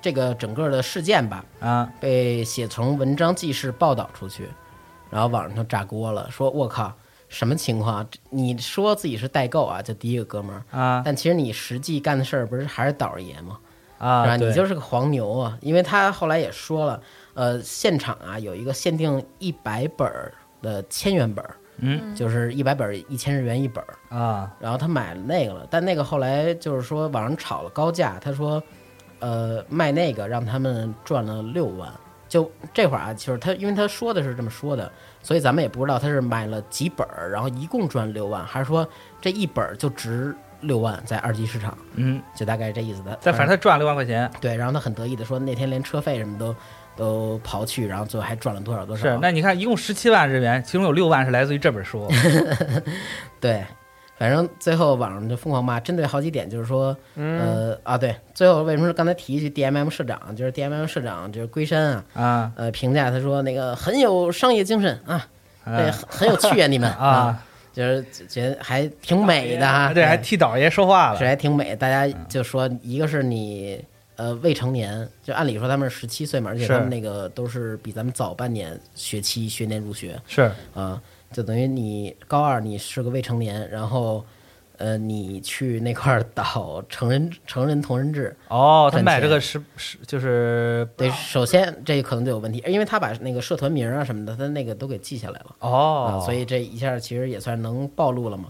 [SPEAKER 5] 这个整个的事件吧，
[SPEAKER 6] 啊，
[SPEAKER 5] 被写成文章记事报道出去，然后网上就炸锅了，说我靠，什么情况啊？这你说自己是代购啊，就第一个哥们儿
[SPEAKER 6] 啊
[SPEAKER 5] 但其实你实际干的事儿不是还是倒着爷吗？是吧？
[SPEAKER 6] 啊，
[SPEAKER 5] 你
[SPEAKER 6] 对
[SPEAKER 5] 就是个黄牛啊！因为他后来也说了，呃，现场啊有一个限定一百本儿的千元本，
[SPEAKER 6] 嗯，
[SPEAKER 5] 就是一百本一千日元一本儿，
[SPEAKER 6] 啊
[SPEAKER 5] 然后他买了那个了，但那个后来就是说网上炒了高价，他说，呃，卖那个让他们赚了六万。就这会儿啊，就是他，因为他说的是这么说的，所以咱们也不知道他是买了几本儿，然后一共赚六万，还是说这一本儿就值六万，在二级市场，
[SPEAKER 6] 嗯，
[SPEAKER 5] 就大概这意思的。
[SPEAKER 6] 但反正他赚了六万块钱，
[SPEAKER 5] 对，然后他很得意的说，那天连车费什么都都刨去，然后最后还赚了多少多少。
[SPEAKER 6] 是，那你看一共十七万日元，其中有六万是来自于这
[SPEAKER 5] [LAUGHS]
[SPEAKER 6] 本书，
[SPEAKER 5] 对，反正最后网上就疯狂骂，针对好几点，就是说，
[SPEAKER 6] 嗯
[SPEAKER 5] 呃啊，对，最后为什么刚才提一句 DMM 社长，就是 DMM 社长就是龟山啊，
[SPEAKER 6] 啊
[SPEAKER 5] 呃，评价他说那个很有商业精神啊，对，
[SPEAKER 6] 啊
[SPEAKER 5] 很很有趣啊，你
[SPEAKER 6] [LAUGHS]
[SPEAKER 5] 们
[SPEAKER 6] 啊，，
[SPEAKER 5] 就是觉得还挺美的啊，
[SPEAKER 6] 对，还替导爷说话
[SPEAKER 5] 是
[SPEAKER 6] 了，
[SPEAKER 5] 还挺美。大家就说，一个是你呃未成年，就按理说他们是十七岁嘛，而且
[SPEAKER 6] 是
[SPEAKER 5] 他们那个都是比咱们早半年学期学年入学
[SPEAKER 6] 是
[SPEAKER 5] 啊、就等于你高二你是个未成年，然后呃你去那块儿导成人成人同人志，
[SPEAKER 6] 哦，他
[SPEAKER 5] 赚
[SPEAKER 6] 买这
[SPEAKER 5] 钱
[SPEAKER 6] 个是是就是
[SPEAKER 5] 对，首先这可能就有问题，因为他把那个社团名啊什么的，他那个都给记下来了。啊，
[SPEAKER 6] 哦，
[SPEAKER 5] 所以这一下其实也算能暴露了嘛。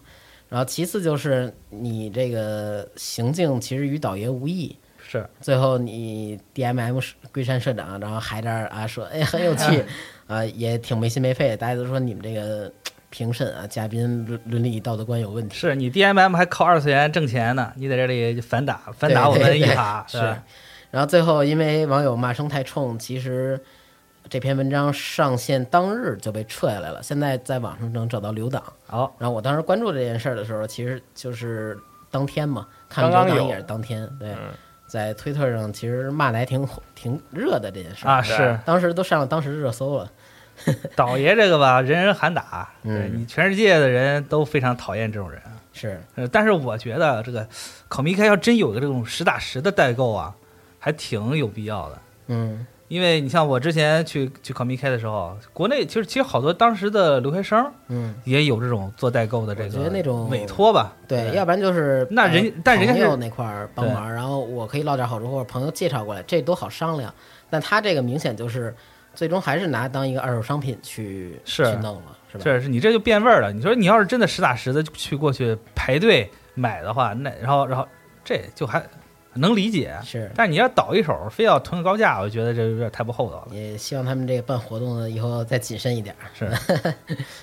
[SPEAKER 5] 然后其次就是你这个行径其实与导爷无异，
[SPEAKER 6] 是
[SPEAKER 5] 最后你 DMM 社龟山社长，然后还这儿啊说，哎，很有趣，
[SPEAKER 8] 嗯
[SPEAKER 5] 啊，也挺没心没肺的。大家都说你们这个评审啊，嘉宾伦伦理道德观有问题。
[SPEAKER 6] 是你 DMM 还靠二次元挣钱呢，你在这里反打反
[SPEAKER 5] 对
[SPEAKER 6] 打我
[SPEAKER 5] 对
[SPEAKER 6] 们一
[SPEAKER 5] 对 [LAUGHS]
[SPEAKER 6] 耙，
[SPEAKER 5] 是
[SPEAKER 6] 吧。
[SPEAKER 5] 然后最后因为网友骂声太冲，其实这篇文章上线当日就被撤下来了，现在在网上能找到留档。
[SPEAKER 6] 好，
[SPEAKER 5] 然后我当时关注这件事儿的时候，其实就是当天嘛，看
[SPEAKER 8] 刚刚
[SPEAKER 5] 留档
[SPEAKER 8] 有嗯
[SPEAKER 5] 也是当天。对，在推特上其实骂的还挺火挺热的这件事儿
[SPEAKER 6] 啊，是
[SPEAKER 5] 当时都上了当时热搜了。
[SPEAKER 6] 倒爷这个吧，人人喊打，对
[SPEAKER 5] 嗯
[SPEAKER 6] 你全世界的人都非常讨厌这种人。
[SPEAKER 5] 是
[SPEAKER 6] 呃，但是我觉得这个考米开要真有个这种实打实的代购啊，还挺有必要的。
[SPEAKER 5] 嗯
[SPEAKER 6] 因为你像我之前去去考米开的时候，国内其实其实好多当时的留学生
[SPEAKER 5] 嗯，
[SPEAKER 6] 也有这种做代购的这
[SPEAKER 5] 我觉得
[SPEAKER 6] 个
[SPEAKER 5] 那种
[SPEAKER 6] 委托吧，
[SPEAKER 5] 对，要不然就是
[SPEAKER 6] 那人
[SPEAKER 5] 呃
[SPEAKER 6] 但人家
[SPEAKER 5] 朋
[SPEAKER 6] 是
[SPEAKER 5] 友那块儿帮忙，然后我可以捞点好处，或者朋友介绍过来，这都好商量。但他这个明显就是最终还是拿当一个二手商品去
[SPEAKER 6] 是
[SPEAKER 5] 去弄了，是吧？
[SPEAKER 6] 这是你这就变味儿了。你说你要是真的实打实的去过去排队买的话，那然后然后这就还能理解，
[SPEAKER 5] 是
[SPEAKER 6] 但你要倒一手，非要囤个高价，我觉得这有点太不厚道了。
[SPEAKER 5] 也希望他们这个办活动的以后再谨慎一点儿。
[SPEAKER 6] 是，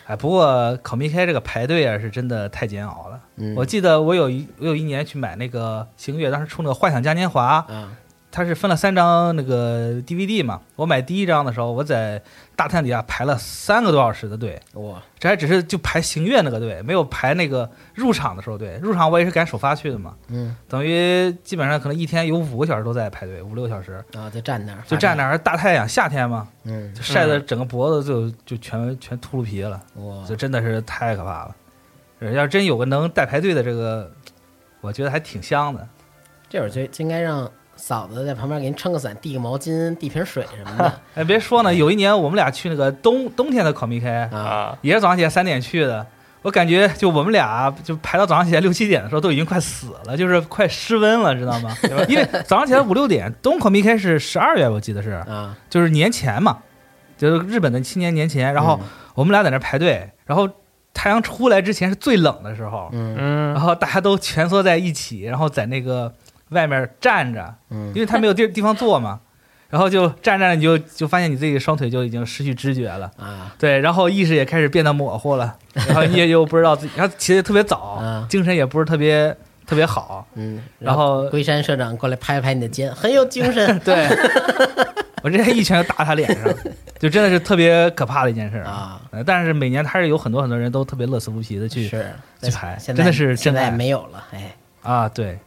[SPEAKER 6] 哎，不过烤蜜开这个排队啊，是真的太煎熬了。
[SPEAKER 5] 嗯，
[SPEAKER 6] 我记得我有一我有一年去买那个星月，当时出那个《幻想嘉年华》，
[SPEAKER 5] 啊，
[SPEAKER 6] 它是分了三张那个 DVD 嘛。我买第一张的时候，我在大太阳底下排了三个多小时的队，
[SPEAKER 5] 我
[SPEAKER 6] 这还只是就排行月那个队，没有排那个入场的时候队。入场我也是赶首发去的嘛，
[SPEAKER 5] 嗯
[SPEAKER 6] 等于基本上可能一天有五个小时都在排队，五六个小时
[SPEAKER 5] 啊就站那儿，
[SPEAKER 6] 就站那儿，大太阳，夏天嘛，
[SPEAKER 5] 嗯
[SPEAKER 6] 就晒得整个脖子就就全全秃噜皮了，
[SPEAKER 5] 我
[SPEAKER 6] 就真的是太可怕了。呃要真有个能带排队的这个，我觉得还挺香的。
[SPEAKER 5] 这会儿就就应该让嫂子在旁边给您撑个伞，递个毛巾，递瓶水什么的
[SPEAKER 6] 哎，别说呢，有一年我们俩去那个冬冬天的烤蜜开，
[SPEAKER 5] 啊。
[SPEAKER 8] 啊，
[SPEAKER 6] 也是早上起来三点去的。我感觉就我们俩就排到早上起来六七点的时候，都已经快死了，就是快失温了，知道
[SPEAKER 5] [LAUGHS]
[SPEAKER 6] 吗？因为早上起来五六点，冬烤蜜开是十二月，我记得是，
[SPEAKER 5] 啊，
[SPEAKER 6] 就是年前嘛，就是日本的新年年前。
[SPEAKER 5] 嗯
[SPEAKER 6] 然后我们俩在那排队，然后太阳出来之前是最冷的时候，
[SPEAKER 5] 嗯
[SPEAKER 6] 然
[SPEAKER 8] 嗯，
[SPEAKER 6] 后大家都蜷缩在一起，然后在那个外面站着，
[SPEAKER 5] 嗯
[SPEAKER 6] 因为他没有地地方坐嘛，然后就站站着你就就发现你自己的双腿就已经失去知觉了，
[SPEAKER 5] 啊，
[SPEAKER 6] 对，然后意识也开始变得模糊
[SPEAKER 5] [LAUGHS]
[SPEAKER 6] 了，然后你也就不知道自己，然后起得特别早
[SPEAKER 5] 嗯，
[SPEAKER 6] 精神也不是特别特别好，
[SPEAKER 5] 嗯，
[SPEAKER 6] 然后
[SPEAKER 5] 龟山社长过来拍了拍你的肩，很有精
[SPEAKER 6] [LAUGHS]
[SPEAKER 5] 神
[SPEAKER 6] 对我这一拳就打他脸上，
[SPEAKER 5] [LAUGHS]
[SPEAKER 6] 就真的是特别可怕的一件事儿。
[SPEAKER 5] 啊，
[SPEAKER 6] 呃但是每年还是有很多很多人都特别乐此不疲的去
[SPEAKER 5] 是
[SPEAKER 6] 去排
[SPEAKER 5] 现在
[SPEAKER 6] 真的是
[SPEAKER 5] 现
[SPEAKER 6] 真
[SPEAKER 5] 在
[SPEAKER 6] 爱
[SPEAKER 5] 没有了，哎，
[SPEAKER 6] 啊，对。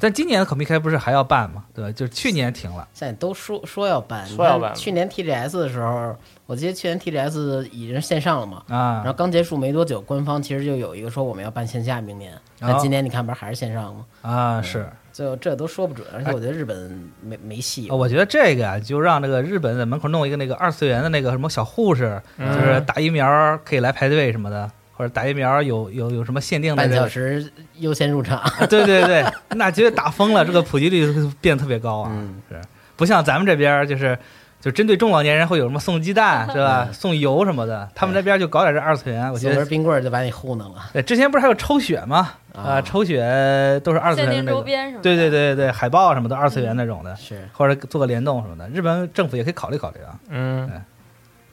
[SPEAKER 6] 但今年的考密开不是还要办吗？对吧？就是去年停了，
[SPEAKER 5] 现在都说说要办，
[SPEAKER 8] 说要
[SPEAKER 5] 你看
[SPEAKER 8] 办
[SPEAKER 5] 去年 TGS 的时候，我记得去年 TGS 已经线上了嘛，
[SPEAKER 6] 啊
[SPEAKER 5] 然后刚结束没多久，官方其实就有一个说我们要办线下，明年，那今年你看不是还是线上吗？
[SPEAKER 6] 啊是、
[SPEAKER 5] 最后这都说不准，而且我觉得日本没没戏
[SPEAKER 6] 呃，哎我觉得这个啊，就让那个日本在门口弄一个那个二次元的那个什么小护士，
[SPEAKER 8] 嗯
[SPEAKER 5] 嗯
[SPEAKER 6] 就是打疫苗可以来排队什么的，或者打疫苗有有有什么限定的
[SPEAKER 5] 半
[SPEAKER 6] 这个
[SPEAKER 5] 小时优先入场，
[SPEAKER 6] 啊 [LAUGHS] 对对对，那绝对打疯了，这个普及率会变得特别高啊，
[SPEAKER 5] 嗯
[SPEAKER 6] 是不像咱们这边儿就是就针对中老年人会有什么送鸡蛋是吧，送油什么的，他们这边儿就搞点这二次元，我觉
[SPEAKER 5] 送根
[SPEAKER 6] 得哎
[SPEAKER 5] 冰棍儿就把你糊弄了
[SPEAKER 6] 对之前不是还有抽血吗？啊，抽血都是二次
[SPEAKER 7] 限
[SPEAKER 6] 元
[SPEAKER 7] 定
[SPEAKER 6] 的那嗯
[SPEAKER 7] 周
[SPEAKER 6] 种，对
[SPEAKER 7] 边什么的。
[SPEAKER 6] 对对对对，海报什么的二次元那种的，
[SPEAKER 5] 是，
[SPEAKER 6] 或者做个联动什么的，日本政府也可以考虑考虑啊，
[SPEAKER 8] 嗯，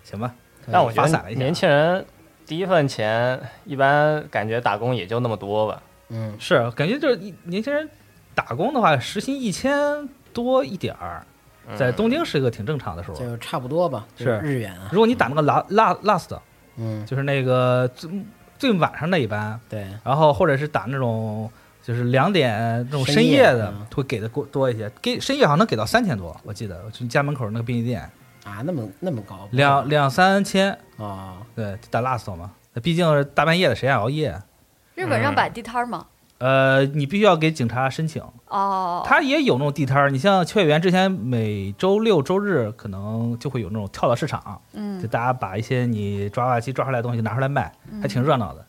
[SPEAKER 6] 行吧？
[SPEAKER 8] 但我觉
[SPEAKER 6] 发散了
[SPEAKER 8] 得
[SPEAKER 6] 一下
[SPEAKER 8] 年轻人第一份钱一般感觉打工也就那么多吧，
[SPEAKER 5] 嗯
[SPEAKER 6] 是，感觉就是一年轻人打工的话，时薪一千多一点儿，
[SPEAKER 8] 嗯
[SPEAKER 6] 在东京是一个挺正常的数。
[SPEAKER 5] 就差不多吧，就是日元啊，
[SPEAKER 6] 如果你打那个拉拉 last，
[SPEAKER 5] 嗯，
[SPEAKER 6] 就是那个最最晚上那一班，
[SPEAKER 5] 对，
[SPEAKER 6] 然后或者是打那种就是两点那种
[SPEAKER 5] 深
[SPEAKER 6] 深
[SPEAKER 5] 夜
[SPEAKER 6] 夜的
[SPEAKER 5] 嗯，
[SPEAKER 6] 会给的过多一些，给深夜好像能给到三千多，我记得我去家门口那个便利店
[SPEAKER 5] 啊，那么那么高，
[SPEAKER 6] 两两三千，
[SPEAKER 5] 啊，
[SPEAKER 6] 对，打 last 嘛，那毕竟是大半夜的，谁爱熬夜？
[SPEAKER 7] 日本让
[SPEAKER 6] 嗯
[SPEAKER 7] 摆地摊儿吗？
[SPEAKER 6] 呃，你必须要给警察申请，
[SPEAKER 7] 哦，
[SPEAKER 6] 它也有那种地摊儿。你像秋叶原之前每周六周日可能就会有那种跳蚤市场，就
[SPEAKER 7] 嗯，
[SPEAKER 6] 大家把一些你抓娃娃机抓出来的东西拿出来卖，还挺热闹的。
[SPEAKER 7] 嗯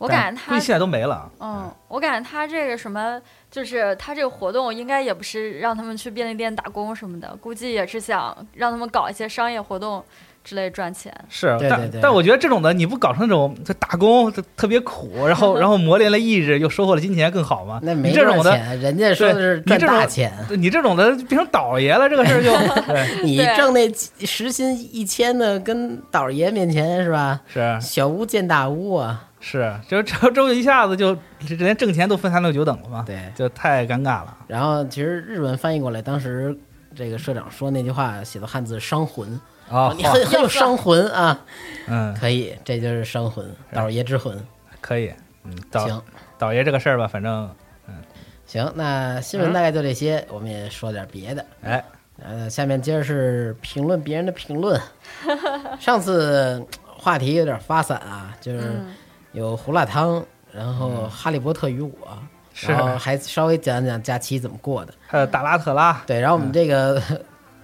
[SPEAKER 7] 我
[SPEAKER 6] 但
[SPEAKER 7] 感觉
[SPEAKER 6] 估
[SPEAKER 7] 他
[SPEAKER 6] 计现在都没了。
[SPEAKER 7] 嗯，我感觉他这个什么，就是他这个活动应该也不是让他们去便利店打工什么的，估计也是想让他们搞一些商业活动之类赚钱。
[SPEAKER 6] 是，
[SPEAKER 5] 对
[SPEAKER 6] 但
[SPEAKER 5] 对对
[SPEAKER 6] 但我觉得这种的，你不搞成那种这打工这特别苦，
[SPEAKER 5] [LAUGHS]
[SPEAKER 6] 然后然后磨练了意志，又收获了金钱，更好吗？
[SPEAKER 5] 那
[SPEAKER 6] 你
[SPEAKER 5] 没
[SPEAKER 6] 这
[SPEAKER 5] 多少
[SPEAKER 6] 种的，
[SPEAKER 5] 钱，啊人家说的是赚大
[SPEAKER 6] [LAUGHS]
[SPEAKER 5] 钱，
[SPEAKER 6] 你这种的变成倒爷了，这个事儿就
[SPEAKER 5] [LAUGHS]
[SPEAKER 6] 对
[SPEAKER 5] 你
[SPEAKER 7] 对
[SPEAKER 5] 挣那几时薪一千的，跟倒爷面前是吧？
[SPEAKER 6] 是
[SPEAKER 5] 小巫见大巫啊，
[SPEAKER 6] 是，就这这一下子就连挣钱都分三六九等了嘛，
[SPEAKER 5] 对。
[SPEAKER 6] 就太尴尬了。
[SPEAKER 5] 然后其实日文翻译过来，当时这个社长说那句话写的汉字“伤魂”，
[SPEAKER 6] 哦
[SPEAKER 5] 你很很有伤魂啊，
[SPEAKER 6] 嗯，
[SPEAKER 5] 可以，这就是伤魂，倒爷之魂。
[SPEAKER 6] 可以，嗯，倒
[SPEAKER 5] 行
[SPEAKER 6] 倒爷这个事儿吧，反正嗯
[SPEAKER 5] 行，那新闻大概就这些，我们也说点别的。
[SPEAKER 6] 哎，
[SPEAKER 5] 呃，下面接着是评论别人的评论。 [LAUGHS] 上次话题有点发散啊，就是
[SPEAKER 7] 嗯
[SPEAKER 5] 有胡辣汤，然后《哈利波特与我》
[SPEAKER 6] 嗯是
[SPEAKER 5] 然后还稍微讲讲假期怎么过的。
[SPEAKER 6] 还有大拉特拉，
[SPEAKER 5] 对，然后我们这个、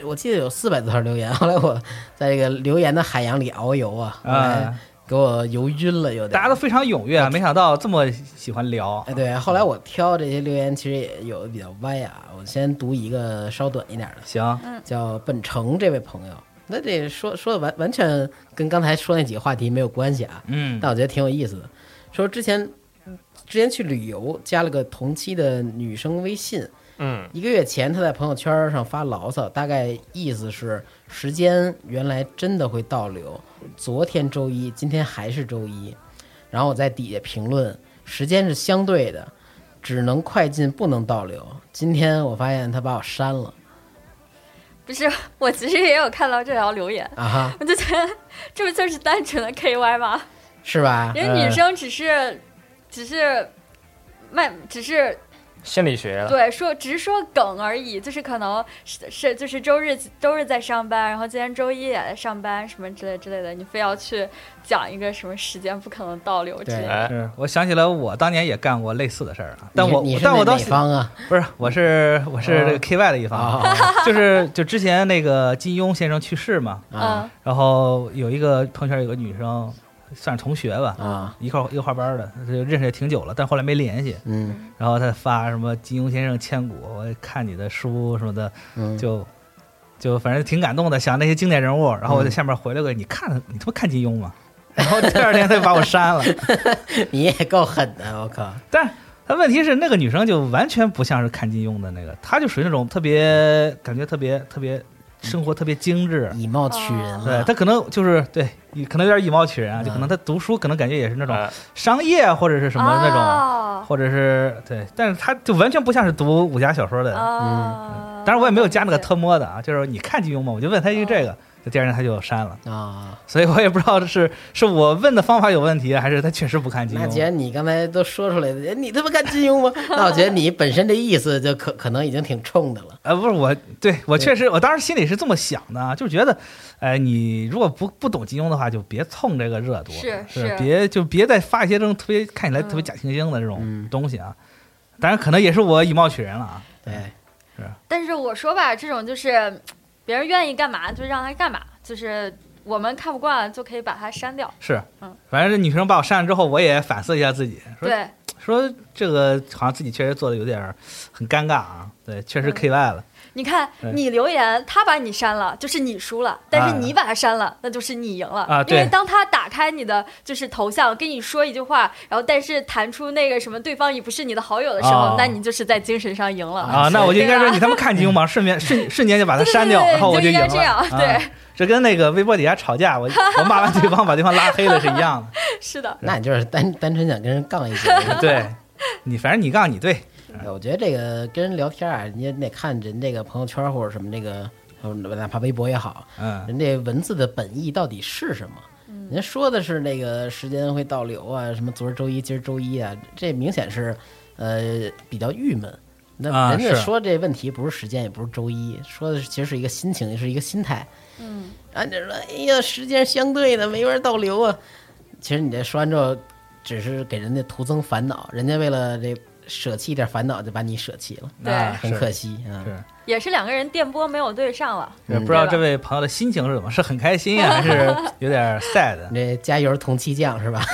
[SPEAKER 5] 我记得有四百多条留言，后来我在这个留言的海洋里遨游啊，后来
[SPEAKER 6] 嗯，
[SPEAKER 5] 给我游晕了，有点。
[SPEAKER 6] 大家都非常踊跃啊，没想到这么喜欢聊。
[SPEAKER 5] 哎，对，后来我挑这些留言，其实也有的比较歪啊。我先读一个稍短一点的，
[SPEAKER 6] 行，
[SPEAKER 5] 叫本城这位朋友。那这说说的完完全跟刚才说那几个话题没有关系啊，
[SPEAKER 6] 嗯，
[SPEAKER 5] 但我觉得挺有意思的。说之前之前去旅游，加了个同期的女生微信，
[SPEAKER 8] 嗯，
[SPEAKER 5] 一个月前她在朋友圈上发牢骚，大概意思是时间原来真的会倒流，昨天周一，今天还是周一。然后我在底下评论，时间是相对的，只能快进不能倒流。今天我发现她把我删了
[SPEAKER 7] 不是，我其实也有看到这条留言，
[SPEAKER 5] 啊哈。
[SPEAKER 7] 我就觉得这不就是单纯的 KY 吗？
[SPEAKER 5] 是吧？
[SPEAKER 7] 人
[SPEAKER 6] 嗯
[SPEAKER 7] 家女生只是，只是卖，只是
[SPEAKER 8] 心理学了，
[SPEAKER 7] 对说，只是说梗而已，就是可能是是就是周日周日在上班，然后今天周一也在上班，什么之类之类的，你非要去讲一个什么时间不可能倒流之类的。嗯
[SPEAKER 8] 哎，
[SPEAKER 6] 是我想起来，我当年也干过类似的事儿啊，但我
[SPEAKER 5] 你是
[SPEAKER 6] 但我
[SPEAKER 5] 哪
[SPEAKER 6] 倒
[SPEAKER 5] 哪
[SPEAKER 6] 是
[SPEAKER 5] 方啊？
[SPEAKER 6] 不是，我是我是这个 KY 的一方，
[SPEAKER 5] 啊
[SPEAKER 6] [LAUGHS] 就是就之前那个金庸先生去世嘛，
[SPEAKER 7] [LAUGHS]
[SPEAKER 5] 啊
[SPEAKER 6] 然后有一个朋友圈有个女生，算是同学吧，
[SPEAKER 5] 啊！
[SPEAKER 6] 一块一个画班的，就认识也挺久了，但后来没联系。
[SPEAKER 5] 嗯
[SPEAKER 6] 然后她发什么金庸先生千古，我看你的书什么的，
[SPEAKER 5] 嗯，
[SPEAKER 6] 就就反正挺感动的，想那些经典人物。然后我
[SPEAKER 5] 嗯
[SPEAKER 6] 在下面回了个，你看你他妈看金庸吗？ [LAUGHS] 然后第二天她就把我删了。
[SPEAKER 5] 你也够狠的，我靠！
[SPEAKER 6] 但是但问题是，那个女生就完全不像是看金庸的那个，她就属于那种特别感觉特别特别生活特别精致，
[SPEAKER 5] 以貌取人
[SPEAKER 6] 对
[SPEAKER 5] 了，
[SPEAKER 6] 她可能就是对，可能有点以貌取人啊，就可能她读书可能感觉也是那种
[SPEAKER 8] 呃
[SPEAKER 6] 商业或者是什么那种，
[SPEAKER 7] 哦
[SPEAKER 6] 或者是对，但是她就完全不像是读武侠小说的人。
[SPEAKER 7] 哦
[SPEAKER 6] 啊嗯当然我也没有加那个特么的啊，就是你看金庸吗？我就问她一个这
[SPEAKER 7] 哦
[SPEAKER 6] 个，就第二天她就删了，
[SPEAKER 5] 啊。
[SPEAKER 6] 所以我也不知道是是我问的方法有问题，还是她确实不看金
[SPEAKER 5] 那既
[SPEAKER 6] 庸。
[SPEAKER 5] 然你刚才都说出来了，你他妈看金庸吗？那我觉得你本身这意思就可可能已经挺冲的了。
[SPEAKER 6] 呃，不是我，对我
[SPEAKER 5] 对
[SPEAKER 6] 确实，我当时心里是这么想的啊，就是觉得，哎，你如果不不懂金庸的话，就别蹭这个热度，
[SPEAKER 7] 是
[SPEAKER 6] 是
[SPEAKER 7] 是
[SPEAKER 6] 别就别再发一些这种特别看起来特别
[SPEAKER 7] 嗯
[SPEAKER 6] 假惺惺的这种
[SPEAKER 5] 嗯
[SPEAKER 6] 东西啊。当然，可能也是我以貌取人了啊。
[SPEAKER 5] 对，
[SPEAKER 7] 但是我说吧，这种就是别人愿意干嘛就让他干嘛，就是我们看不惯就可以把它删掉。
[SPEAKER 6] 是
[SPEAKER 7] 嗯，
[SPEAKER 6] 反正这女生把我删了之后，我也反思一下自己，说
[SPEAKER 7] 对，
[SPEAKER 6] 说这个好像自己确实做的有点儿很尴尬啊，对，确实
[SPEAKER 7] 嗯
[SPEAKER 6] K Y 了，
[SPEAKER 7] 你看
[SPEAKER 6] 对
[SPEAKER 7] 你留言，他把你删了，就是你输了；但是你把他删了，那就是你赢了。
[SPEAKER 6] 啊
[SPEAKER 7] 因
[SPEAKER 6] 对
[SPEAKER 7] 为当他打开你的就是头像，跟你说一句话，然后但是弹出那个什么对方已不是你的好友的时候，
[SPEAKER 6] 哦
[SPEAKER 7] 那你就是在精神上赢了
[SPEAKER 6] 啊，那我就应该说你他妈看金庸
[SPEAKER 7] [LAUGHS]
[SPEAKER 6] 吧，顺便瞬瞬间就把他删掉，
[SPEAKER 7] 对对对
[SPEAKER 6] 然后我
[SPEAKER 7] 你就
[SPEAKER 6] 赢
[SPEAKER 7] 应
[SPEAKER 6] 了。
[SPEAKER 7] 该这样对
[SPEAKER 6] 啊，这跟那个微博底下吵
[SPEAKER 7] [LAUGHS]
[SPEAKER 6] 架，我我骂完对方把对方拉黑了是一样的。
[SPEAKER 7] 是
[SPEAKER 6] 啊
[SPEAKER 7] 的，
[SPEAKER 5] 那你就是单单纯想跟人杠一
[SPEAKER 6] [LAUGHS]
[SPEAKER 5] 架。
[SPEAKER 6] 对，你反正你杠你对，
[SPEAKER 5] 哎我觉得这个跟人聊天啊，你也得看人这个朋友圈或者什么这个，呃哪怕微博也好，
[SPEAKER 6] 嗯，
[SPEAKER 5] 人这文字的本意到底是什么？人家说的是那个时间会倒流啊，什么昨儿周一，今儿周一啊，这明显是，呃，比较郁闷。
[SPEAKER 6] 啊
[SPEAKER 5] 那人家
[SPEAKER 6] 是
[SPEAKER 5] 说这问题不是时间，也不是周一，说的是其实是一个心情，是一个心态。
[SPEAKER 7] 嗯，
[SPEAKER 5] 啊，你说，哎呀，时间是相对的，没法倒流啊。其实你这说完之后，只是给人家徒增烦恼，人家为了这舍弃一点烦恼，就把你舍弃了，
[SPEAKER 7] 对
[SPEAKER 6] 啊
[SPEAKER 5] 很
[SPEAKER 6] 是
[SPEAKER 5] 可惜啊。
[SPEAKER 6] 是
[SPEAKER 7] 也是两个人电波没有对上了。
[SPEAKER 6] 也不知道这位朋友的心情是怎么，是很开心啊呀，还是有点 sad？
[SPEAKER 5] 你这加油同期酱
[SPEAKER 6] [LAUGHS]
[SPEAKER 5] 是吧？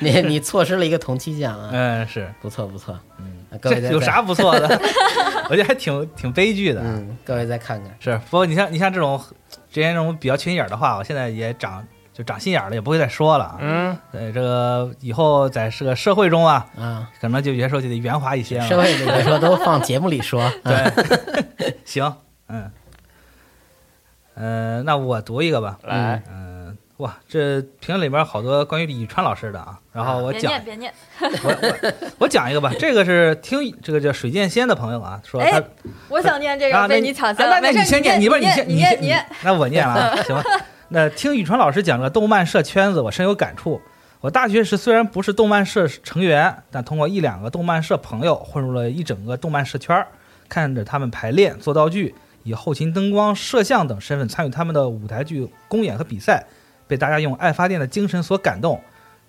[SPEAKER 5] 你你错失了一个同期酱啊，
[SPEAKER 6] 嗯，是，
[SPEAKER 5] 不错不错，
[SPEAKER 6] 嗯，
[SPEAKER 5] 那各
[SPEAKER 6] 这
[SPEAKER 5] 位再
[SPEAKER 6] 有啥？不错的？我觉得还挺挺悲剧的。
[SPEAKER 5] 嗯，各位再看看，
[SPEAKER 6] 是，不过你像你像这种之前这种比较缺心眼儿的话，我现在也长就长心眼儿了，也不会再说了啊。
[SPEAKER 8] 嗯，
[SPEAKER 6] 对，这个以后在这个社会中啊，
[SPEAKER 5] 啊，
[SPEAKER 6] 可能就有些时候就得圆滑一些
[SPEAKER 5] 社
[SPEAKER 6] 了。
[SPEAKER 5] 会里的说都放节目里说，
[SPEAKER 6] 啊 [LAUGHS]
[SPEAKER 5] 啊
[SPEAKER 6] 对， [LAUGHS] 行，嗯，呃，那我读一个吧。
[SPEAKER 8] 来，
[SPEAKER 6] 嗯、哇，这评论里边好多关于李宇川老师的啊，然后我
[SPEAKER 7] 别
[SPEAKER 6] 讲
[SPEAKER 7] 念别念，
[SPEAKER 6] 我讲一个吧，这个是听这个叫水剑仙的朋友啊说他
[SPEAKER 7] 哎我想念这
[SPEAKER 6] 啊，
[SPEAKER 7] 个
[SPEAKER 6] 那
[SPEAKER 7] 被你抢先
[SPEAKER 6] 啊
[SPEAKER 7] 了。
[SPEAKER 6] 那那
[SPEAKER 7] 没事
[SPEAKER 6] 你先
[SPEAKER 7] 念，
[SPEAKER 6] 你不是
[SPEAKER 7] 你
[SPEAKER 6] 先
[SPEAKER 7] 你
[SPEAKER 6] 先
[SPEAKER 7] 你念，
[SPEAKER 6] [LAUGHS] 那我念了啊，
[SPEAKER 7] [LAUGHS]
[SPEAKER 6] 行吧。那听宇川老师讲这个动漫社圈子，我深有感触。我大学时虽然不是动漫社成员，但通过一两个动漫社朋友，混入了一整个动漫社圈儿，看着他们排练、做道具，以后勤灯光、摄像等身份参与他们的舞台剧公演和比赛，被大家用爱发电的精神所感动。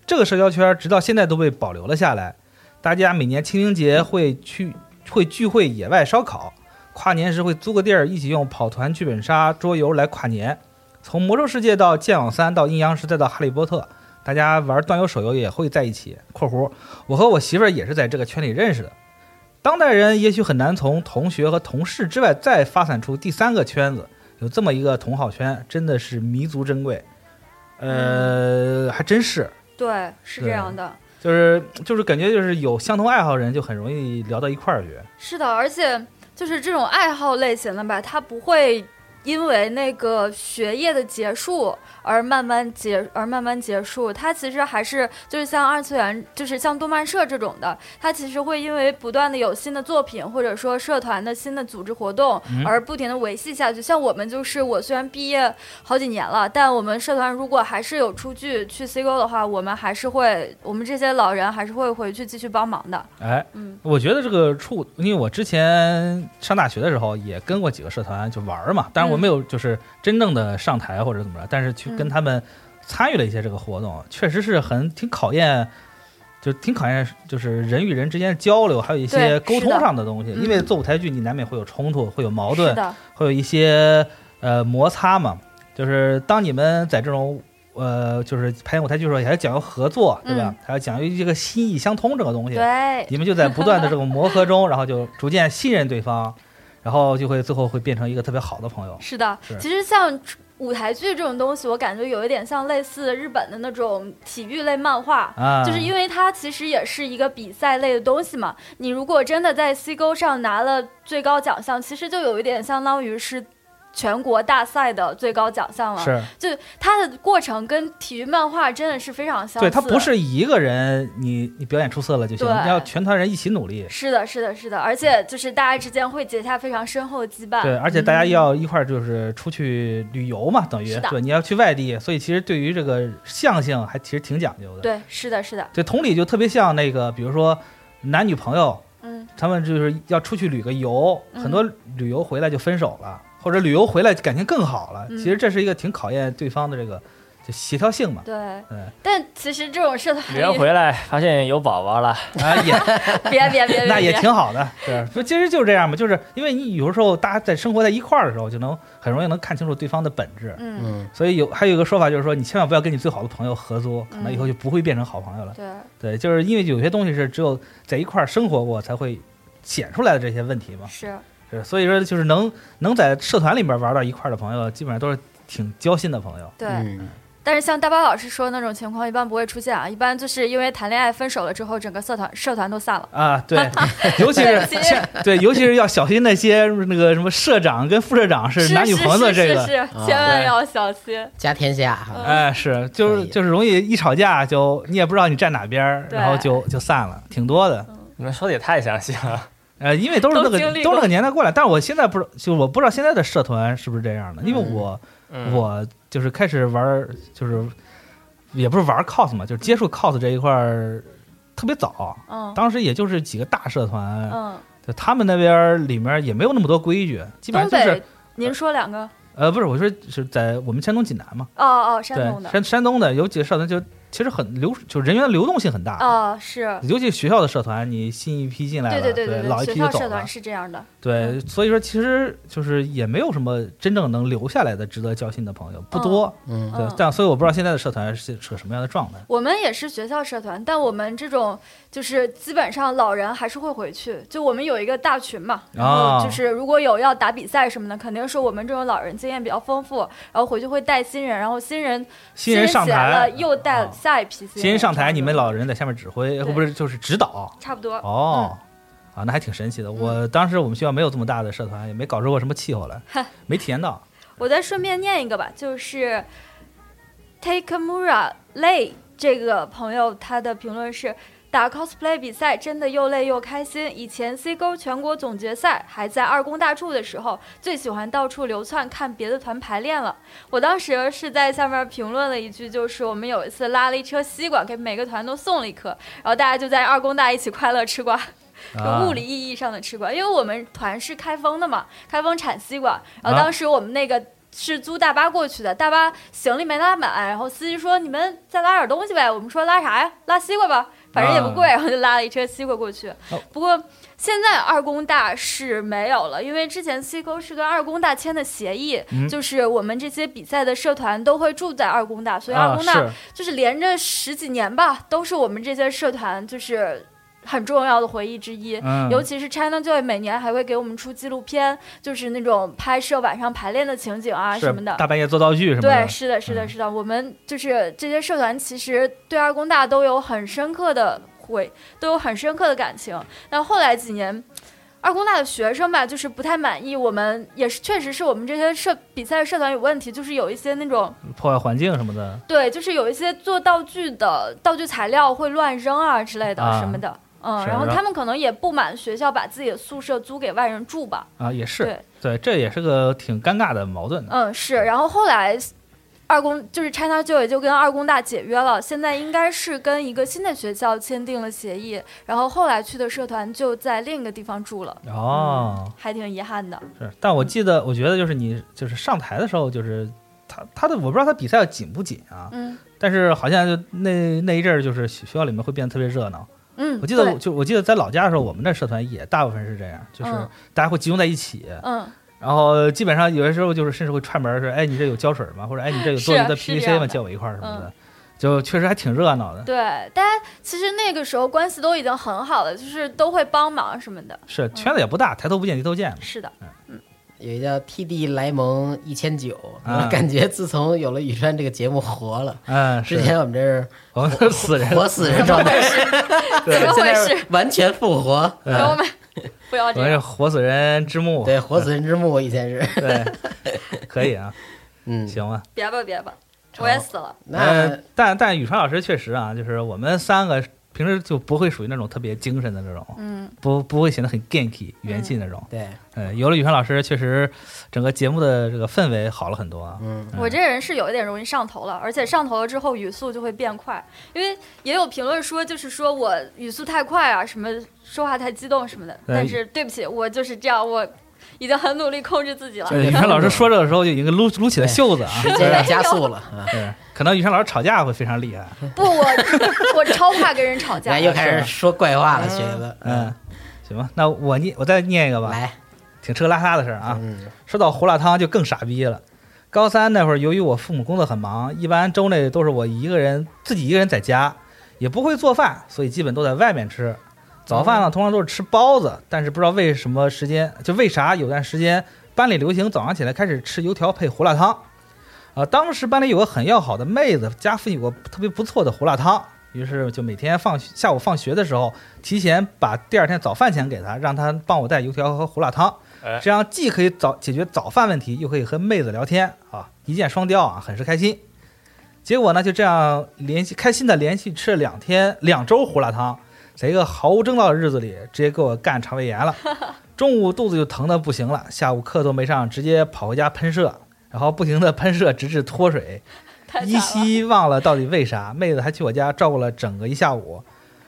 [SPEAKER 6] 这个社交圈直到现在都被保留了下来。大家每年清明节会去会聚会野外烧烤，跨年时会租个地儿一起用跑团、剧本杀、桌游来跨年。从魔兽世界到剑网三到阴阳师再到哈利波特，大家玩端游手游也会在一起。（括弧我和我媳妇儿也是在这个圈里认识的。）当代人也许很难从同学和同事之外再发散出第三个圈子，有这么一个同好圈，真的是弥足珍贵。呃，还真是，
[SPEAKER 7] 对，是这
[SPEAKER 6] 对
[SPEAKER 7] 样的。
[SPEAKER 6] 就是就是感觉就是有相同爱好的人就很容易聊到一块儿去。
[SPEAKER 7] 是的，而且就是这种爱好类型的吧，它不会因为那个学业的结束而慢慢结而慢慢结束，它其实还是就是像二次元，就是像动漫社这种的，它其实会因为不断的有新的作品或者说社团的新的组织活动
[SPEAKER 6] 嗯
[SPEAKER 7] 而不停的维系下去。像我们就是我虽然毕业好几年了，但我们社团如果还是有出去去 C 沟的话，我们还是会我们这些老人还是会回去继续帮忙的。
[SPEAKER 6] 哎，
[SPEAKER 7] 嗯
[SPEAKER 6] 我觉得这个处，因为我之前上大学的时候也跟过几个社团就玩儿嘛，当然我没有就是真正的上台或者怎么着，但是去
[SPEAKER 7] 嗯
[SPEAKER 6] 跟他们参与了一些这个活动，确实是很挺考验，就挺考验就是人与人之间的交流，还有一些
[SPEAKER 7] 对
[SPEAKER 6] 沟
[SPEAKER 7] 是
[SPEAKER 6] 通
[SPEAKER 7] 的
[SPEAKER 6] 上的东西，
[SPEAKER 7] 嗯
[SPEAKER 6] 因为做舞台剧你难免会有冲突，会有矛
[SPEAKER 7] 是
[SPEAKER 6] 盾，
[SPEAKER 7] 的，
[SPEAKER 6] 会有一些呃摩擦嘛。就是当你们在这种呃，就是排演舞台剧的时候，也要讲究合作，对
[SPEAKER 7] 嗯
[SPEAKER 6] 吧？还要讲究这个心意相通这个东西。
[SPEAKER 7] 对。
[SPEAKER 6] 你们就在不断的这种磨合中，然后就逐渐信任对方，然后就会最后会变成一个特别好的朋友。
[SPEAKER 7] 是的
[SPEAKER 6] 是，
[SPEAKER 7] 其实像舞台剧这种东西，我感觉有一点像类似日本的那种体育类漫画。
[SPEAKER 6] 啊，
[SPEAKER 7] 就是因为它其实也是一个比赛类的东西嘛，你如果真的在 C 勾上拿了最高奖项，其实就有一点相当于是全国大赛的最高奖项了。
[SPEAKER 6] 是
[SPEAKER 7] 就它的过程跟体育漫画真的是非常相似。
[SPEAKER 6] 对他不是一个人你你表演出色了就行，
[SPEAKER 7] 对
[SPEAKER 6] 你要全团人一起努力。
[SPEAKER 7] 是的，是的，是的，而且就是大家之间会结下非常深厚的羁绊。
[SPEAKER 6] 对，而且大家要一块儿就是出去旅游嘛，等于
[SPEAKER 7] 是的
[SPEAKER 6] 对你要去外地，所以其实对于这个象性还其实挺讲究的。
[SPEAKER 7] 对，是的，是的，
[SPEAKER 6] 对，同理就特别像那个，比如说男女朋友，
[SPEAKER 7] 嗯，
[SPEAKER 6] 他们就是要出去旅个游，
[SPEAKER 7] 嗯
[SPEAKER 6] 很多旅游回来就分手了，或者旅游回来感情更好了。
[SPEAKER 7] 嗯
[SPEAKER 6] 其实这是一个挺考验对方的这个就协调性
[SPEAKER 7] [LAUGHS]
[SPEAKER 6] 嘛。
[SPEAKER 7] 对
[SPEAKER 6] 嗯。
[SPEAKER 7] 但其实这种社团
[SPEAKER 8] 旅游
[SPEAKER 7] 里
[SPEAKER 8] 回来发现有宝宝了，
[SPEAKER 6] 啊，也 [LAUGHS]
[SPEAKER 7] 别别别，别
[SPEAKER 6] 那也
[SPEAKER 7] 别
[SPEAKER 6] 挺
[SPEAKER 7] [LAUGHS]
[SPEAKER 6] 好的，对，不，其实就是这样嘛，就是因为你有时候大家在生活在一块儿的时候，就能很容易能看清楚对方的本质。
[SPEAKER 7] 嗯，
[SPEAKER 5] 嗯，
[SPEAKER 6] 所以有还有一个说法就是说，你千万不要跟你最好的朋友合租，可能
[SPEAKER 7] 嗯
[SPEAKER 6] 以后就不会变成好朋友了。
[SPEAKER 7] 对，
[SPEAKER 6] 对，就是因为有些东西是只有在一块儿生活过才会显出来的这些问题嘛。
[SPEAKER 7] 是
[SPEAKER 6] 是，所以说就是能能在社团里面玩到一块儿的朋友，基本上都是挺交心的朋友。
[SPEAKER 7] 对。
[SPEAKER 5] 嗯
[SPEAKER 7] 但是像大巴老师说的那种情况，一般不会出现啊，一般就是因为谈恋爱分手了之后，整个社团社团都散了。
[SPEAKER 6] 啊，
[SPEAKER 7] [LAUGHS]
[SPEAKER 6] 对，尤其是
[SPEAKER 7] 对其实
[SPEAKER 6] 欠对，尤其是要小心那些那个什么社长跟副社长是男女朋友的这
[SPEAKER 7] 是
[SPEAKER 6] 个，啊
[SPEAKER 7] 是是千万要小心。
[SPEAKER 5] 家天下哈，
[SPEAKER 6] 哎，是就
[SPEAKER 5] 可
[SPEAKER 6] 是
[SPEAKER 5] 以
[SPEAKER 6] 就是容易一吵架就你也不知道你站哪边儿，
[SPEAKER 7] 对
[SPEAKER 6] 然后就就散了，挺多的。
[SPEAKER 8] 你们说的也太详细了。
[SPEAKER 6] 呃，因为都是那
[SPEAKER 7] 都
[SPEAKER 6] 个
[SPEAKER 7] 经历过
[SPEAKER 6] 都是那个年代过来，但是我现在不知道，就我不知道现在的社团是不是这样的，因为
[SPEAKER 5] 嗯
[SPEAKER 6] 我
[SPEAKER 8] 嗯，
[SPEAKER 6] 我就是开始玩儿，就是也不是玩儿 cos 嘛，就是接触 cos 这一块儿特别早，
[SPEAKER 7] 嗯
[SPEAKER 6] 当时也就是几个大社团，
[SPEAKER 7] 嗯，
[SPEAKER 6] 就他们那边儿里面儿也没有那么多规矩，基本
[SPEAKER 7] 东
[SPEAKER 6] 上就是
[SPEAKER 7] 北，您说两个？
[SPEAKER 6] 呃，不是，我说是在我们山东济南嘛，
[SPEAKER 7] 哦哦，山东
[SPEAKER 6] 对，
[SPEAKER 7] 的。
[SPEAKER 6] 山山东的有几个社团就其实很流，就人员的流动性很大。
[SPEAKER 7] 哦，是。
[SPEAKER 6] 尤其学校的社团，你新一批进来
[SPEAKER 7] 对
[SPEAKER 6] 了，
[SPEAKER 7] 对对对
[SPEAKER 6] 老一
[SPEAKER 7] 学
[SPEAKER 6] 批就
[SPEAKER 7] 校
[SPEAKER 6] 走
[SPEAKER 7] 社
[SPEAKER 6] 了
[SPEAKER 7] 团，是嗯这样的，
[SPEAKER 6] 对，所以说其实就是也没有什么真正能留下来的、值得交心的朋友不多，
[SPEAKER 5] 嗯，
[SPEAKER 6] 对
[SPEAKER 7] 嗯，
[SPEAKER 6] 但所以我不知道现在的社团是是个什么样的状态。
[SPEAKER 7] 我们也是学校社团，但我们这种就是基本上老人还是会回去，就我们有一个大群嘛，然
[SPEAKER 6] 啊
[SPEAKER 7] 后就是如果有要打比赛什么的，肯定是我们这种老人经验比较丰富，然后回去会带新人，然后新人
[SPEAKER 6] 新人上
[SPEAKER 7] 起来了
[SPEAKER 6] 台，
[SPEAKER 7] 又带
[SPEAKER 6] 啊
[SPEAKER 7] 下一批新人，
[SPEAKER 6] 新人上台，你们
[SPEAKER 7] 差不多
[SPEAKER 6] 老人在下面指挥，
[SPEAKER 7] 对
[SPEAKER 6] 不是就是指导
[SPEAKER 7] 差不多，嗯
[SPEAKER 6] 哦。啊，那还挺神奇的。我当时我们学校没有这么大的社团，也没搞出过什么气候来，没体
[SPEAKER 7] [LAUGHS]
[SPEAKER 6] 验到。
[SPEAKER 7] 我再顺便念一个吧，就是 Takemura Lay 这个朋友他的评论是。打 cosplay 比赛真的又累又开心。以前 C 勾全国总决赛还在二工大处的时候，最喜欢到处流窜看别的团排练了。我当时是在下面评论了一句，就是我们有一次拉了一车西瓜，给每个团都送了一颗，然后大家就在二工大一起快乐吃瓜。
[SPEAKER 6] 啊
[SPEAKER 7] 就物理意义上的吃瓜，因为我们团是开封的嘛，开封产西瓜，然后
[SPEAKER 6] 啊
[SPEAKER 7] 当时我们那个。是租大巴过去的，大巴行李没拉满，然后司机说：“你们再拉点东西呗。”我们说：“拉啥呀？拉西瓜吧，反正也不
[SPEAKER 6] 啊
[SPEAKER 7] 贵。然后就拉了一车西瓜过去。
[SPEAKER 6] 哦
[SPEAKER 7] 不过现在二工大是没有了，因为之前西沟是跟二工大签的协议，
[SPEAKER 6] 嗯
[SPEAKER 7] 就是我们这些比赛的社团都会住在二工大，所以二
[SPEAKER 6] 啊
[SPEAKER 7] 工大
[SPEAKER 6] 是
[SPEAKER 7] 就是连着十几年吧，都是我们这些社团就是很重要的回忆之一。
[SPEAKER 6] 嗯，
[SPEAKER 7] 尤其是 ChinaJoy 每年还会给我们出纪录片，就是那种拍摄晚上排练的情景啊
[SPEAKER 6] 是
[SPEAKER 7] 什么的。
[SPEAKER 6] 大半夜做道具什么
[SPEAKER 7] 对，
[SPEAKER 6] 的，
[SPEAKER 7] 是的，是的，
[SPEAKER 6] 嗯
[SPEAKER 7] 是的。我们就是这些社团，其实对二工大都有很深刻的回，都有很深刻的感情。但后来几年，二工大的学生吧，就是不太满意我们，也是确实是我们这些社比赛社团有问题，就是有一些那种
[SPEAKER 6] 破坏环境什么的，
[SPEAKER 7] 对，就是有一些做道具的道具材料会乱扔啊之类的、
[SPEAKER 6] 啊
[SPEAKER 7] 什么的。嗯，
[SPEAKER 6] 是
[SPEAKER 7] 然后
[SPEAKER 6] 然后
[SPEAKER 7] 他们可能也不满学校把自己的宿舍租给外人住吧，
[SPEAKER 6] 啊，也是
[SPEAKER 7] 对，
[SPEAKER 6] 对，这也是个挺尴尬的矛盾的。
[SPEAKER 7] 嗯，是。然后后来，二工就是 China Joy 就跟二工大解约了，现在应该是跟一个新的学校签订了协议。然后后来去的社团就在另一个地方住了，
[SPEAKER 6] 哦，
[SPEAKER 7] 还挺遗憾的。
[SPEAKER 6] 是，但我记得，我觉得就是你就是上台的时候，就是他他的，我不知道他比赛紧不紧啊，
[SPEAKER 7] 嗯
[SPEAKER 6] 但是好像就那那一阵儿，就是学校里面会变得特别热闹。
[SPEAKER 7] 嗯，
[SPEAKER 6] 我记得
[SPEAKER 7] 对
[SPEAKER 6] 我就我记得在老家的时候，我们那社团也大部分是这样，就是
[SPEAKER 7] 嗯
[SPEAKER 6] 大家会集中在一起，
[SPEAKER 7] 嗯
[SPEAKER 6] 然后基本上有些时候就是甚至会串门儿说，哎，你这有胶水吗？或者哎，
[SPEAKER 7] [LAUGHS]
[SPEAKER 6] 你这有做一个
[SPEAKER 7] 是啊是这
[SPEAKER 6] PVC
[SPEAKER 7] 样
[SPEAKER 6] 吗？
[SPEAKER 7] 的嗯
[SPEAKER 6] 借我一块儿什么的，就确实还挺热闹的。
[SPEAKER 7] 对，大家其实那个时候关系都已经很好了，就是都会帮忙什么的。
[SPEAKER 6] 是圈子也不大，抬头不见低
[SPEAKER 7] [LAUGHS]
[SPEAKER 6] 头见嘛。
[SPEAKER 7] 是的，
[SPEAKER 5] 有一个叫 TD 莱蒙一千九，
[SPEAKER 6] 啊
[SPEAKER 5] 我感觉自从有了宇川这个节目活了。
[SPEAKER 6] 嗯，
[SPEAKER 5] 之
[SPEAKER 6] 是
[SPEAKER 5] 前我们这
[SPEAKER 6] [LAUGHS]
[SPEAKER 5] 是
[SPEAKER 6] 我们都是死人了，
[SPEAKER 5] 活死人状态，
[SPEAKER 7] 怎 [LAUGHS]
[SPEAKER 5] 现
[SPEAKER 7] 么回
[SPEAKER 5] 在
[SPEAKER 7] 事
[SPEAKER 5] 是？完全复活，
[SPEAKER 6] 嗯
[SPEAKER 7] 朋友们，不要
[SPEAKER 6] 我
[SPEAKER 7] 这
[SPEAKER 6] 们是
[SPEAKER 7] 样。
[SPEAKER 6] 活死人之墓。
[SPEAKER 5] 对，活死人之墓以前是，
[SPEAKER 6] [LAUGHS] 对，可以啊，
[SPEAKER 5] 嗯，
[SPEAKER 6] 行吧。
[SPEAKER 7] 别吧，别吧，我也死了。
[SPEAKER 5] 那
[SPEAKER 6] 呃但但宇川老师确实啊，就是我们三个平时就不会属于那种特别精神的那种，
[SPEAKER 7] 嗯，
[SPEAKER 6] 不不会显得很 ganky 元气那种。
[SPEAKER 5] 对，
[SPEAKER 6] 嗯，有了宇川老师，确实整个节目的这个氛围好了很多啊。
[SPEAKER 5] 嗯，
[SPEAKER 7] 我这人是有一点容易上头了，而且上头了之后语速就会变快，因为也有评论说，就是说我语速太快啊，什么说话太激动什么
[SPEAKER 6] 哎
[SPEAKER 7] 的。但是对不起，我就是这样，我已经很努力控制自己了。
[SPEAKER 6] 对，宇川呃老师说这个时候就已经撸撸起了袖子啊。
[SPEAKER 5] 时间要加速了啊，
[SPEAKER 6] [LAUGHS] 对，可能宇川老师吵架会非常厉害。
[SPEAKER 7] 不，我我超怕跟人吵
[SPEAKER 5] 然
[SPEAKER 7] 架
[SPEAKER 6] [LAUGHS] 哎
[SPEAKER 5] 啊后。又开始说怪话了，雪子，
[SPEAKER 6] 嗯，行吧，那我念我再念一个吧。
[SPEAKER 5] 来，
[SPEAKER 6] 挺吃喝拉撒的事儿啊。
[SPEAKER 5] 嗯
[SPEAKER 6] 说到胡辣汤就更傻逼了。高三那会儿，由于我父母工作很忙，一般周内都是我一个人自己一个人在家，也不会做饭，所以基本都在外面吃。早饭呢，通常都是吃包子，但是不知道为什么时间，就为啥有段时间班里流行早上起来开始吃油条配胡辣汤。啊，当时班里有个很要好的妹子，家附近有个特别不错的胡辣汤，于是就每天放学下午放学的时候，提前把第二天早饭钱给她，让她帮我带油条和胡辣汤
[SPEAKER 8] 哎，
[SPEAKER 6] 这样既可以早解决早饭问题，又可以和妹子聊天啊，一箭双雕啊，很是开心。结果呢，就这样连续开心的连续吃了两天两周胡辣汤，在一个毫无征兆的日子里，直接给我干肠胃炎
[SPEAKER 7] [LAUGHS]
[SPEAKER 6] 了。中午肚子就疼的不行了，下午课都没上，直接跑回家喷射，然后不停的喷射，直至脱水。
[SPEAKER 7] [LAUGHS] 太
[SPEAKER 6] 依
[SPEAKER 7] 惨了。
[SPEAKER 6] 稀忘了到底为啥，妹子还去我家照顾了整个一下午，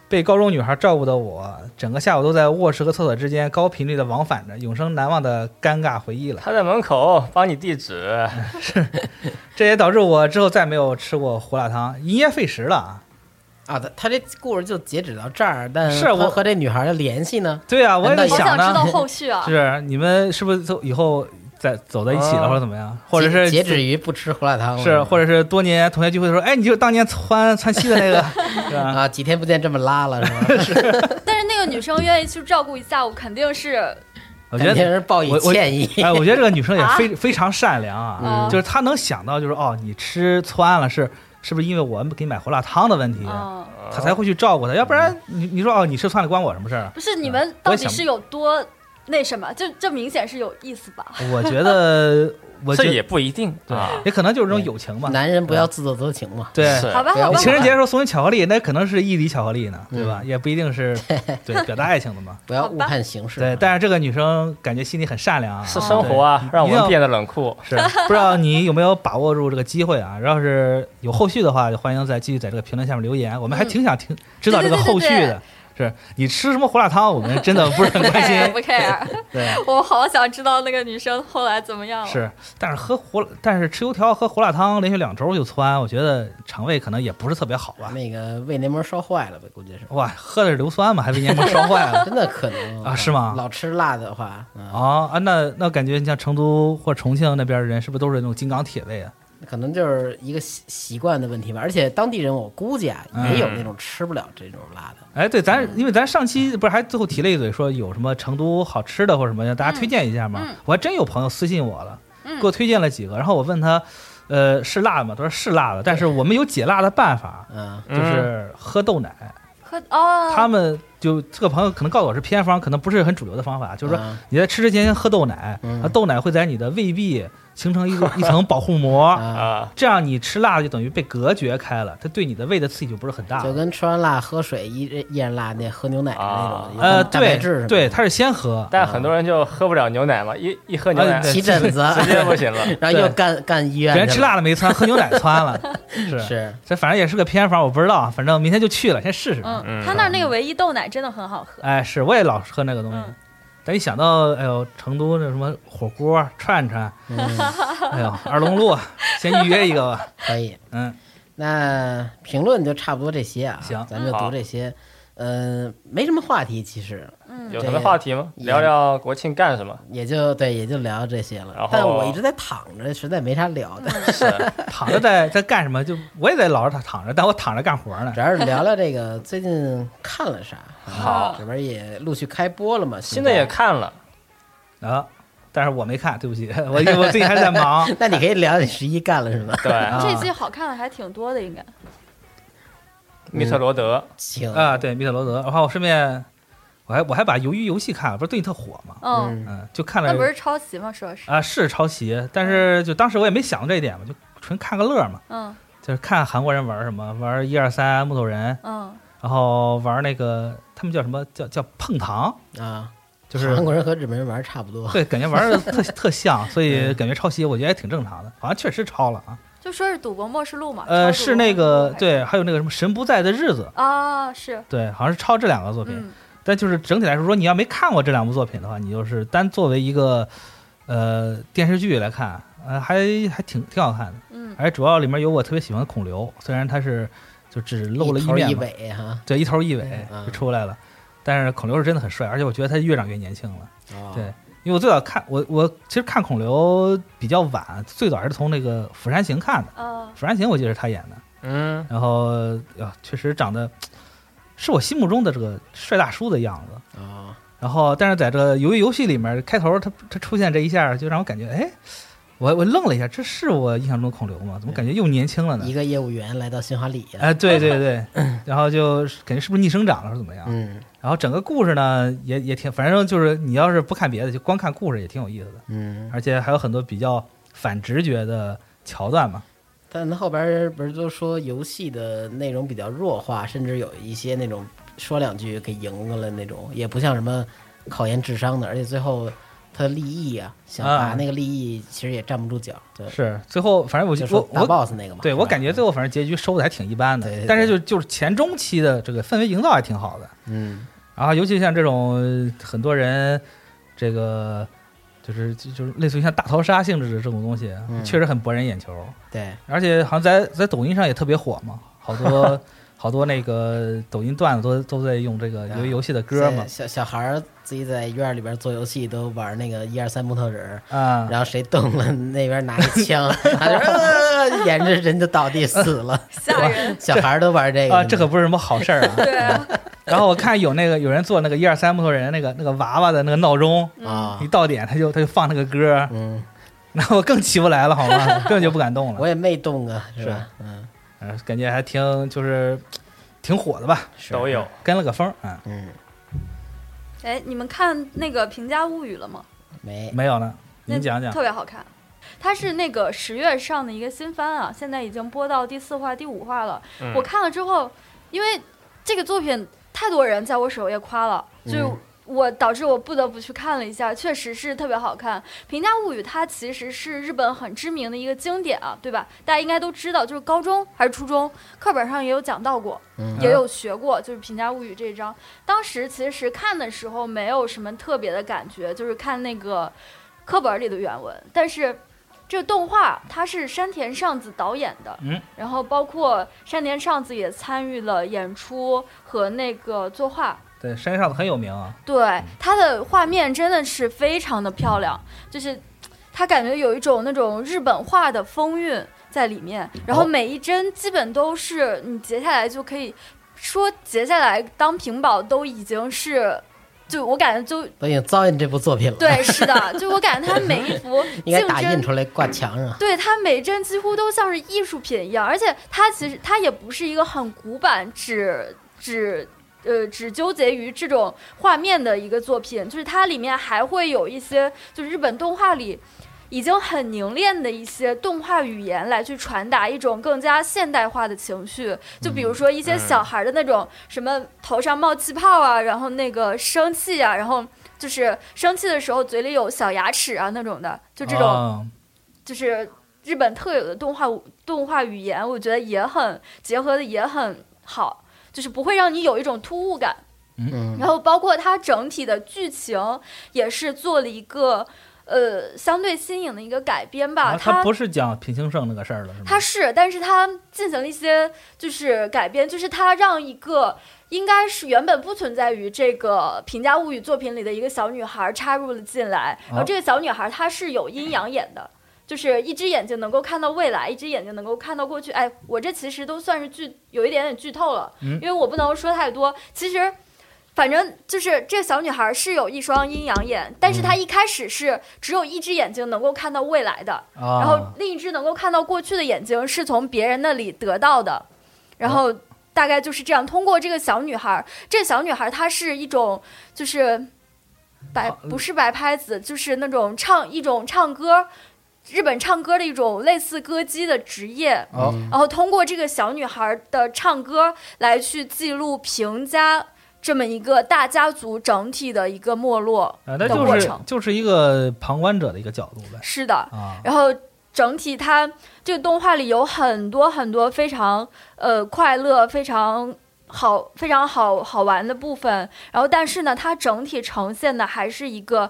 [SPEAKER 6] 被高中女孩照顾的我，整个下午都在卧室和厕所之间高频率的往返着，永生难忘的尴尬回忆了。
[SPEAKER 8] 他在门口帮你递纸，
[SPEAKER 6] 这也导致我之后再没有吃过胡辣汤，一夜废食了啊。
[SPEAKER 5] 啊，他他这故事就截止到这儿，但
[SPEAKER 6] 是我
[SPEAKER 5] 他和这女孩的联系呢，
[SPEAKER 6] 对啊，我也在
[SPEAKER 5] 难道
[SPEAKER 7] 好
[SPEAKER 6] 想
[SPEAKER 7] 想知道
[SPEAKER 6] [LAUGHS] 呢，
[SPEAKER 7] 后续啊！
[SPEAKER 6] 是你们是不是走以后再走在一起了，
[SPEAKER 8] 啊
[SPEAKER 6] 或者怎么样，或者是
[SPEAKER 5] 截截止于不吃胡辣汤了，
[SPEAKER 6] 是，或者是多年同学聚会的时候，哎，你就当年窜窜西的那个，是吧？
[SPEAKER 5] 啊，几天不见这么拉了是吧？
[SPEAKER 7] 但是那个女生愿意去照顾一下我，肯定
[SPEAKER 6] [LAUGHS]
[SPEAKER 7] 是
[SPEAKER 6] [LAUGHS]
[SPEAKER 7] 嗯
[SPEAKER 6] 我觉
[SPEAKER 5] 肯定
[SPEAKER 6] 得。
[SPEAKER 5] 是报以
[SPEAKER 6] 我我 [LAUGHS]
[SPEAKER 5] 歉意，
[SPEAKER 6] 哎，我觉得这个女生也非、非常善
[SPEAKER 5] [LAUGHS]
[SPEAKER 6] 良啊，
[SPEAKER 7] 嗯
[SPEAKER 6] 就是她能想到，就是哦，你吃窜了是是不是因为我给你啊买胡辣汤的问题，
[SPEAKER 7] 嗯，
[SPEAKER 6] 她才会去照顾她，要不然你你说哦，你吃窜了关我什么事儿啊？
[SPEAKER 7] 不是你们到底是有多那什么？就这明显是有意思吧？
[SPEAKER 6] 我觉得， [LAUGHS] 我觉
[SPEAKER 8] 这
[SPEAKER 6] 得
[SPEAKER 8] 也不一定
[SPEAKER 6] 对
[SPEAKER 8] 啊。
[SPEAKER 6] 也可能就是这种友情嘛，
[SPEAKER 5] 男人不要自作多情嘛，
[SPEAKER 6] 对。
[SPEAKER 8] 是
[SPEAKER 7] 好吧，
[SPEAKER 5] 不要
[SPEAKER 7] 好吧，
[SPEAKER 6] 哎情人节的时候送你巧克力，那可能是一礼巧克力呢，对吧？
[SPEAKER 5] 嗯
[SPEAKER 6] 也不一定 [LAUGHS] 是对表达爱情的嘛。
[SPEAKER 5] 不要
[SPEAKER 7] 好吧
[SPEAKER 5] 误判形势，啊
[SPEAKER 6] 对，但是这个女生感觉心里很善良啊，
[SPEAKER 8] 是生活啊，让我们变得冷酷。
[SPEAKER 6] 是，不知道你有没有把握住这个机会啊？要是有后续的话，就欢迎再继续在这个评论下面留言，我们还挺想听、知道这个后续的。是你吃什么胡辣汤，我们真的不是很
[SPEAKER 7] 不
[SPEAKER 6] 关
[SPEAKER 7] care 不
[SPEAKER 6] 心。
[SPEAKER 7] care，
[SPEAKER 6] [LAUGHS] 对，
[SPEAKER 7] 我好想知道那个女生后来怎么样了。
[SPEAKER 6] 是，但是喝胡，但是吃油条喝胡辣汤连续两周就窜，我觉得肠胃可能也不是特别好吧。
[SPEAKER 5] 那个胃黏膜烧坏了吧，估
[SPEAKER 6] [LAUGHS]
[SPEAKER 5] 计是，
[SPEAKER 6] 哇，喝的是硫酸嘛，还被黏膜烧坏了。
[SPEAKER 5] 真的可能
[SPEAKER 6] 啊是吗
[SPEAKER 5] 老吃辣的话，嗯，
[SPEAKER 6] 啊啊，那那感觉你像成都或重庆那边的人，是不是都是那种金刚铁胃啊？
[SPEAKER 5] 可能就是一个习习惯的问题吧。而且当地人，我估计啊，
[SPEAKER 6] 嗯
[SPEAKER 5] 也有那种吃不了这种辣的。
[SPEAKER 6] 哎，对，咱因为咱上期不是还最后提了一嘴，说有什么成都好吃的或者什么，让大家推荐一下吗？
[SPEAKER 7] 嗯
[SPEAKER 6] 我还真有朋友私信我了，
[SPEAKER 7] 嗯
[SPEAKER 6] 给我推荐了几个，然后我问他，呃，是辣吗？他说是辣的，但是我们有解辣的办法，
[SPEAKER 5] 嗯，
[SPEAKER 6] 就是喝豆奶。
[SPEAKER 7] 喝哦，
[SPEAKER 6] 他们就这个朋友可能告诉我是偏方，可能不是很主流的方法，就是说
[SPEAKER 5] 啊
[SPEAKER 6] 你在吃之前先喝豆奶，
[SPEAKER 5] 嗯
[SPEAKER 6] 啊，豆奶会在你的胃壁形成一个一层保护膜，
[SPEAKER 5] 啊，
[SPEAKER 8] 啊，
[SPEAKER 6] 这样你吃辣的就等于被隔绝开了，它对你的胃的刺激就不是很大
[SPEAKER 5] 就
[SPEAKER 6] 了。
[SPEAKER 5] 跟吃完辣喝水依依然辣，那喝牛奶的
[SPEAKER 8] 啊
[SPEAKER 5] 那种，
[SPEAKER 6] 呃，
[SPEAKER 5] 蛋白
[SPEAKER 6] 对
[SPEAKER 5] 质什么的
[SPEAKER 6] 对，它是先喝，
[SPEAKER 8] 但很多人就喝不了牛奶嘛，一一喝牛奶
[SPEAKER 6] 啊 [LAUGHS] 对
[SPEAKER 5] 起疹子，
[SPEAKER 8] 直接不行了。
[SPEAKER 5] 然后又干干医院去了，
[SPEAKER 6] 人吃辣的没窜，喝牛奶窜了，
[SPEAKER 5] [LAUGHS]
[SPEAKER 6] 是
[SPEAKER 5] 是
[SPEAKER 6] 这反正也是个偏方，我不知道，反正明天就去了，先试试。
[SPEAKER 7] 嗯，
[SPEAKER 8] 嗯
[SPEAKER 7] 他那儿那个唯一豆奶真的很好喝。
[SPEAKER 6] 哎，是我也老喝那个东西
[SPEAKER 7] 嗯，
[SPEAKER 6] 但一想到哎呦成都那什么火锅串串，
[SPEAKER 5] 嗯
[SPEAKER 6] 哎呦二龙路，先预约一个
[SPEAKER 5] [LAUGHS]
[SPEAKER 6] 吧。
[SPEAKER 5] 可以。
[SPEAKER 6] 嗯，
[SPEAKER 5] 那评论就差不多这些啊，
[SPEAKER 6] 行
[SPEAKER 5] 咱们就
[SPEAKER 8] 好
[SPEAKER 5] 读这些。嗯，没什么话题，其实
[SPEAKER 6] 嗯
[SPEAKER 8] 有什么话题吗？
[SPEAKER 5] 这个
[SPEAKER 8] 聊聊国庆干
[SPEAKER 6] [LAUGHS]
[SPEAKER 8] 什么？
[SPEAKER 5] 也就对，也就聊这些了
[SPEAKER 8] 然后。嗯
[SPEAKER 5] 但我一直在躺着，实在没啥聊的，
[SPEAKER 6] 嗯
[SPEAKER 8] 是
[SPEAKER 6] 躺着在在干什么？就我也在老是躺着，但我躺着干活呢
[SPEAKER 5] 主。要是聊聊这个最近看了啥。
[SPEAKER 8] 好，
[SPEAKER 5] 这边也陆续开播了嘛，
[SPEAKER 8] [LAUGHS] 新的也。看了，
[SPEAKER 6] 啊，但是我没看，对不起，我我最近还在
[SPEAKER 5] [LAUGHS]
[SPEAKER 6] 忙。
[SPEAKER 5] 那你可以聊你十一干了是吗？
[SPEAKER 8] 对，
[SPEAKER 6] 啊
[SPEAKER 7] 这季好看的还挺多的，应该。
[SPEAKER 8] 密特罗德
[SPEAKER 5] 行，
[SPEAKER 6] 啊，对，密特罗德。然后我顺便，我还我还把鱿鱼游戏看了，不是最近特火嘛？
[SPEAKER 7] 嗯，
[SPEAKER 5] 嗯，
[SPEAKER 6] 嗯，就看了
[SPEAKER 7] 那不是抄袭吗？说是，
[SPEAKER 6] 啊，是抄袭，但是就当时我也没想过这一点嘛，就纯看个乐儿嘛，
[SPEAKER 7] 嗯
[SPEAKER 6] 就是看韩国人玩什么，玩一二三木头人，
[SPEAKER 7] 嗯，
[SPEAKER 6] 然后玩那个他们叫什么叫叫碰糖，
[SPEAKER 5] 啊，
[SPEAKER 6] 就是
[SPEAKER 5] 韩国人和日本人玩儿差不多。
[SPEAKER 6] 对，感觉玩的特特像，所以感觉抄袭，我觉得也挺正常的，好像确实抄了啊。
[SPEAKER 7] 就说是赌博默示录嘛。
[SPEAKER 6] 呃，
[SPEAKER 7] 抄赌博
[SPEAKER 6] 是那
[SPEAKER 7] 默示
[SPEAKER 6] 个
[SPEAKER 7] 录还是
[SPEAKER 6] 对，还有那个什么《神不在的日子
[SPEAKER 7] 啊，是》，，
[SPEAKER 6] 对，好像是抄这两个作品。
[SPEAKER 7] 嗯
[SPEAKER 6] 但就是整体来说，如果你要没看过这两部作品的话，你就是单作为一个呃电视剧来看，呃，还还挺挺好看的。
[SPEAKER 7] 嗯，
[SPEAKER 6] 而主要里面有我特别喜欢的孔刘，虽然他是就只露了
[SPEAKER 5] 一头
[SPEAKER 6] 面
[SPEAKER 5] 一
[SPEAKER 6] 嘛，
[SPEAKER 5] 尾哈。
[SPEAKER 6] 对，一头一尾
[SPEAKER 5] 嗯
[SPEAKER 6] 就出来了。但是孔刘是真的很帅，而且我觉得他越长越年轻了。
[SPEAKER 5] 哦
[SPEAKER 6] 对因为我最早看我我其实看孔刘比较晚，最早是从那个《釜山行》看的，
[SPEAKER 7] 啊
[SPEAKER 6] 《釜山行》我记得是他演的。
[SPEAKER 8] 嗯，
[SPEAKER 6] 然后呀，确实长得是我心目中的这个帅大叔的样子。
[SPEAKER 5] 啊，
[SPEAKER 6] 然后，但是在这个鱿鱼游戏里面，开头他他出现这一下，就让我感觉，哎，我我愣了一下，这是我印象中的孔刘吗？怎么感觉又年轻了呢
[SPEAKER 5] 嗯一？个业务员来到新华里了。
[SPEAKER 6] 哎，对对
[SPEAKER 5] [LAUGHS]
[SPEAKER 6] 对，然后就是感觉是不是逆生长了，或者怎么样？
[SPEAKER 5] 嗯
[SPEAKER 6] 然后整个故事呢，也也挺，反正就是你要是不看别的，就光看故事也挺有意思的，
[SPEAKER 5] 嗯，
[SPEAKER 6] 而且还有很多比较反直觉的桥段嘛。
[SPEAKER 5] 但后边儿不是都说游戏的内容比较弱化，甚至有一些那种说两句给赢了那种，也不像什么考验智商的，而且最后他的利益啊，想
[SPEAKER 6] 啊
[SPEAKER 5] 把那个利益其实也站不住脚。对，
[SPEAKER 6] 是，最后反正我
[SPEAKER 5] 就
[SPEAKER 6] 就
[SPEAKER 5] 说
[SPEAKER 6] 我
[SPEAKER 5] 大
[SPEAKER 6] 我
[SPEAKER 5] boss 那个嘛。
[SPEAKER 6] 对
[SPEAKER 5] 是
[SPEAKER 6] 我
[SPEAKER 5] 吧嗯
[SPEAKER 6] 感觉最后反正结局收的还挺一般的，
[SPEAKER 5] 对对
[SPEAKER 6] 但是就就是前中期的这个氛围营造还挺好的。
[SPEAKER 5] 嗯
[SPEAKER 6] 然后尤其像这种呃很多人，这个就是就就是类似于像大逃杀性质的这种东西，啊
[SPEAKER 5] 嗯
[SPEAKER 6] 确实很博人眼球。
[SPEAKER 5] 对，
[SPEAKER 6] 而且好像在在抖音上也特别火嘛，好
[SPEAKER 5] [LAUGHS]
[SPEAKER 6] 多好多那个抖音段子都都在用这个
[SPEAKER 5] 啊
[SPEAKER 6] 游游戏的歌嘛
[SPEAKER 5] 在，小小孩儿自己在院儿里边做游戏，都玩那个一二三木头人儿，
[SPEAKER 6] 啊、
[SPEAKER 5] 然后谁动了，那边拿一枪，他就呃沿着人就倒地死
[SPEAKER 7] [LAUGHS]
[SPEAKER 5] 了。
[SPEAKER 7] 吓人，
[SPEAKER 5] 小孩儿都玩这个
[SPEAKER 6] 啊，这可不是什么好事儿
[SPEAKER 5] [LAUGHS]
[SPEAKER 6] 啊。
[SPEAKER 7] 对 [LAUGHS] 啊，
[SPEAKER 6] 然后我看有那个有人做那个一二三木头人那个那个娃娃的那个闹钟，
[SPEAKER 5] 啊
[SPEAKER 6] 一，到点他就他就放那个歌，
[SPEAKER 5] 嗯，
[SPEAKER 6] 那我更起不来了，好吗？
[SPEAKER 5] [LAUGHS]
[SPEAKER 6] 根本就不敢动了
[SPEAKER 5] 我。也没动啊，是吧？嗯
[SPEAKER 6] 呃，感觉还挺就是挺火的吧，
[SPEAKER 5] 是
[SPEAKER 8] 都有。
[SPEAKER 6] 跟了个风啊、
[SPEAKER 5] 嗯，
[SPEAKER 7] 哎，你们看那个《平家物语》了吗？
[SPEAKER 5] 没
[SPEAKER 6] 没有呢，您
[SPEAKER 7] 那
[SPEAKER 6] 讲讲
[SPEAKER 7] 特别好看。它是那个十月上的一个新番啊，现在已经播到第四话、第五话了。
[SPEAKER 8] 嗯
[SPEAKER 7] 我看了之后，因为这个作品太多人在我首页夸了，就
[SPEAKER 5] 嗯
[SPEAKER 7] 我导致我不得不去看了一下，确实是特别好看。《平家物语》它其实是日本很知名的一个经典啊，对吧？大家应该都知道，就是高中还是初中课本上也有讲到过，
[SPEAKER 5] 嗯
[SPEAKER 7] 也有学过，就是《平家物语》这一章。当时其实看的时候没有什么特别的感觉，就是看那个课本里的原文，但是。这动画它是山田尚子导演的，
[SPEAKER 6] 嗯，
[SPEAKER 7] 然后包括山田尚子也参与了演出和那个作画，
[SPEAKER 6] 对，山上的很有名啊。
[SPEAKER 7] 对，它的画面真的是非常的漂亮，就是它感觉有一种那种日本画的风韵在里面，然后每一帧基本都是你截下来就可以说截下来当屏保都已经是。就我感觉就
[SPEAKER 5] 都已经糟践这部作品了。，
[SPEAKER 7] 对，是的，就我感觉它每一幅
[SPEAKER 5] [LAUGHS] 应该
[SPEAKER 7] 竞
[SPEAKER 5] 打印
[SPEAKER 7] 争
[SPEAKER 5] 出来挂墙啊上。
[SPEAKER 7] 对它每帧几乎都像是艺术品一样，而且它其实它也不是一个很古板，只只呃只纠结于这种画面的一个作品，就是它里面还会有一些就是日本动画里。已经很凝练的一些动画语言来去传达一种更加现代化的情绪，就比如说一些小孩的那种什么头上冒气泡啊，然后那个生气啊，然后就是生气的时候嘴里有小牙齿啊那种的，就这种
[SPEAKER 6] 啊
[SPEAKER 7] 就是日本特有的动画动画语言，我觉得也很结合的也很好，就是不会让你有一种突兀感。
[SPEAKER 5] 嗯，
[SPEAKER 7] 然后包括它整体的剧情也是做了一个呃相对新颖的一个改编吧。
[SPEAKER 6] 啊
[SPEAKER 7] 它
[SPEAKER 6] 他不是讲平行胜那个事儿了，是吗？
[SPEAKER 7] 它是，但是它进行了一些就是改编，就是它让一个应该是原本不存在于这个《平家物语》作品里的一个小女孩插入了进来，然后
[SPEAKER 6] 哦
[SPEAKER 7] 这个小女孩她是有阴阳眼
[SPEAKER 6] [LAUGHS]
[SPEAKER 7] 的。就是一只眼睛能够看到未来，一只眼睛能够看到过去。哎，我这其实都算是剧，有一点点剧透了，
[SPEAKER 6] 嗯
[SPEAKER 7] 因为我不能说太多。其实，反正就是这个小女孩是有一双阴阳眼，但是
[SPEAKER 6] 嗯
[SPEAKER 7] 她一开始是只有一只眼睛能够看到未来的，
[SPEAKER 6] 啊，
[SPEAKER 7] 然后另一只能够看到过去的眼睛是从别人那里得到的，然
[SPEAKER 6] 啊
[SPEAKER 7] 后大概就是这样。通过这个小女孩儿，这小女孩儿她是一种就是白
[SPEAKER 6] 啊嗯
[SPEAKER 7] 不是白拍子，就是那种唱一种唱歌，日本唱歌的一种类似歌姬的职业。
[SPEAKER 6] 哦
[SPEAKER 7] 然后通过这个小女孩儿的唱歌来去记录平家这么一个大家族整体的一个没落
[SPEAKER 6] 啊，那
[SPEAKER 7] 的
[SPEAKER 6] 就
[SPEAKER 7] 过
[SPEAKER 6] 是
[SPEAKER 7] 程。
[SPEAKER 6] 就是一个旁观者的一个角度呗。
[SPEAKER 7] 是的，
[SPEAKER 6] 啊，
[SPEAKER 7] 然后整体它这个动画里有很多很多非常呃快乐、非常好、非常好好玩的部分，然后但是呢，它整体呈现的还是一个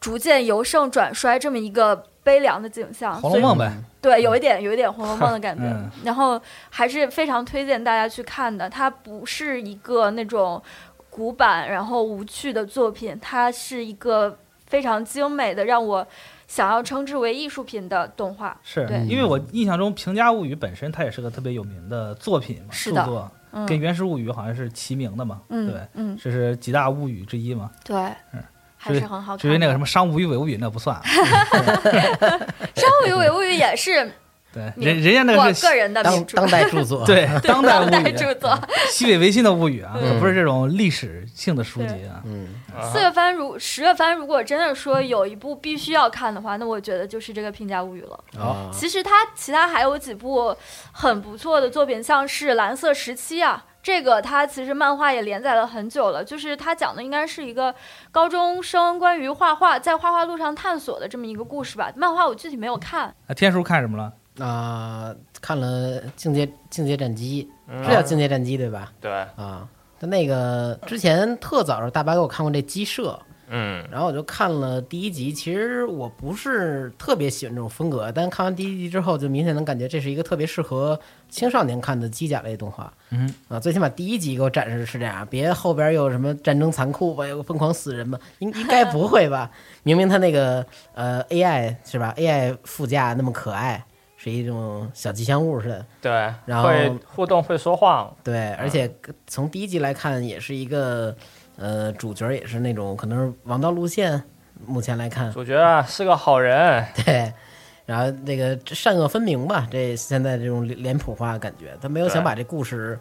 [SPEAKER 7] 逐渐由盛转衰这么一个。悲凉的景象，
[SPEAKER 6] 《红
[SPEAKER 7] 所
[SPEAKER 6] 楼
[SPEAKER 7] 以
[SPEAKER 6] 梦》呗，
[SPEAKER 7] 对，
[SPEAKER 5] 嗯
[SPEAKER 7] 有一点有一点《
[SPEAKER 5] [LAUGHS]
[SPEAKER 7] 红楼梦》的感觉，
[SPEAKER 6] 嗯
[SPEAKER 7] 然后还是非常推荐大家去看的。它不是一个那种古板然后无趣的作品，它是一个非常精美的，让我想要称之为艺术品的动画。
[SPEAKER 6] 是
[SPEAKER 7] 对
[SPEAKER 6] 因为我印象中《平家物语》本身它也是个特别有名的作品嘛，
[SPEAKER 7] 是
[SPEAKER 6] 著
[SPEAKER 7] 的
[SPEAKER 6] 作
[SPEAKER 7] 嗯
[SPEAKER 6] 跟《源氏物语》好像是齐名的嘛，
[SPEAKER 7] 嗯
[SPEAKER 6] 对，
[SPEAKER 7] 嗯，
[SPEAKER 6] 这是几大物语之一嘛。
[SPEAKER 7] 对，
[SPEAKER 6] 嗯
[SPEAKER 7] 还是很好看的。
[SPEAKER 6] 至于那个什么商务与伪物语，那不算
[SPEAKER 7] [LAUGHS]
[SPEAKER 6] 啊。
[SPEAKER 7] 张伟伟物语也是
[SPEAKER 6] 对，
[SPEAKER 7] 你
[SPEAKER 6] 人人家那
[SPEAKER 7] 我
[SPEAKER 6] 个是
[SPEAKER 7] 个人的
[SPEAKER 5] 哎当
[SPEAKER 7] 名著，
[SPEAKER 5] 当代著作，
[SPEAKER 6] [LAUGHS] 对当代
[SPEAKER 7] 当代
[SPEAKER 6] 物
[SPEAKER 7] 著
[SPEAKER 6] 语、
[SPEAKER 7] 作。
[SPEAKER 6] [LAUGHS] 西北维新的物语啊，
[SPEAKER 7] 嗯
[SPEAKER 6] 可不是这种历史性的书籍啊。
[SPEAKER 5] 嗯，
[SPEAKER 7] 四月番如十月番，如果真的说有一部必须要看的话，那我觉得就是这个《平价物语》了。
[SPEAKER 5] 啊，
[SPEAKER 7] 其实他其他还有几部很不错的作品，像是《蓝色时期》啊，这个它其实漫画也连载了很久了。就是它讲的应该是一个高中生关于画画在画画路上探索的这么一个故事吧。漫画我具体没有看，
[SPEAKER 6] 啊，天叔看什么了？
[SPEAKER 5] 啊，看了《境界境界战机》，
[SPEAKER 8] 嗯
[SPEAKER 5] 是叫《境界战机》对吧？
[SPEAKER 8] 对，
[SPEAKER 5] 啊，他那个之前特早的时候，大白给我看过这鸡舍，
[SPEAKER 8] 嗯，
[SPEAKER 5] 然后我就看了第一集。其实我不是特别喜欢这种风格，但看完第一集之后，就明显能感觉这是一个特别适合青少年看的机甲类动画。
[SPEAKER 6] 嗯，
[SPEAKER 5] 啊，最起码第一集给我展示的是这样，别后边又有什么战争残酷吧，又疯狂死人吧，应应该不会吧？明明他那个呃 AI 是吧？AI 副驾那么可爱，是一种小吉祥物似的。
[SPEAKER 8] 对，
[SPEAKER 5] 然后
[SPEAKER 8] 会互动会说话，
[SPEAKER 5] 对，而且从第一集来看，也是一个呃主角也是那种可能是王道路线，目前来看
[SPEAKER 8] 主角啊是个好
[SPEAKER 6] [LAUGHS]
[SPEAKER 8] 人，
[SPEAKER 5] 对。 [LAUGHS] 然后那个善恶分明吧，这现在这种脸脸谱化的感觉，他没有想
[SPEAKER 8] 对
[SPEAKER 5] 把这故事，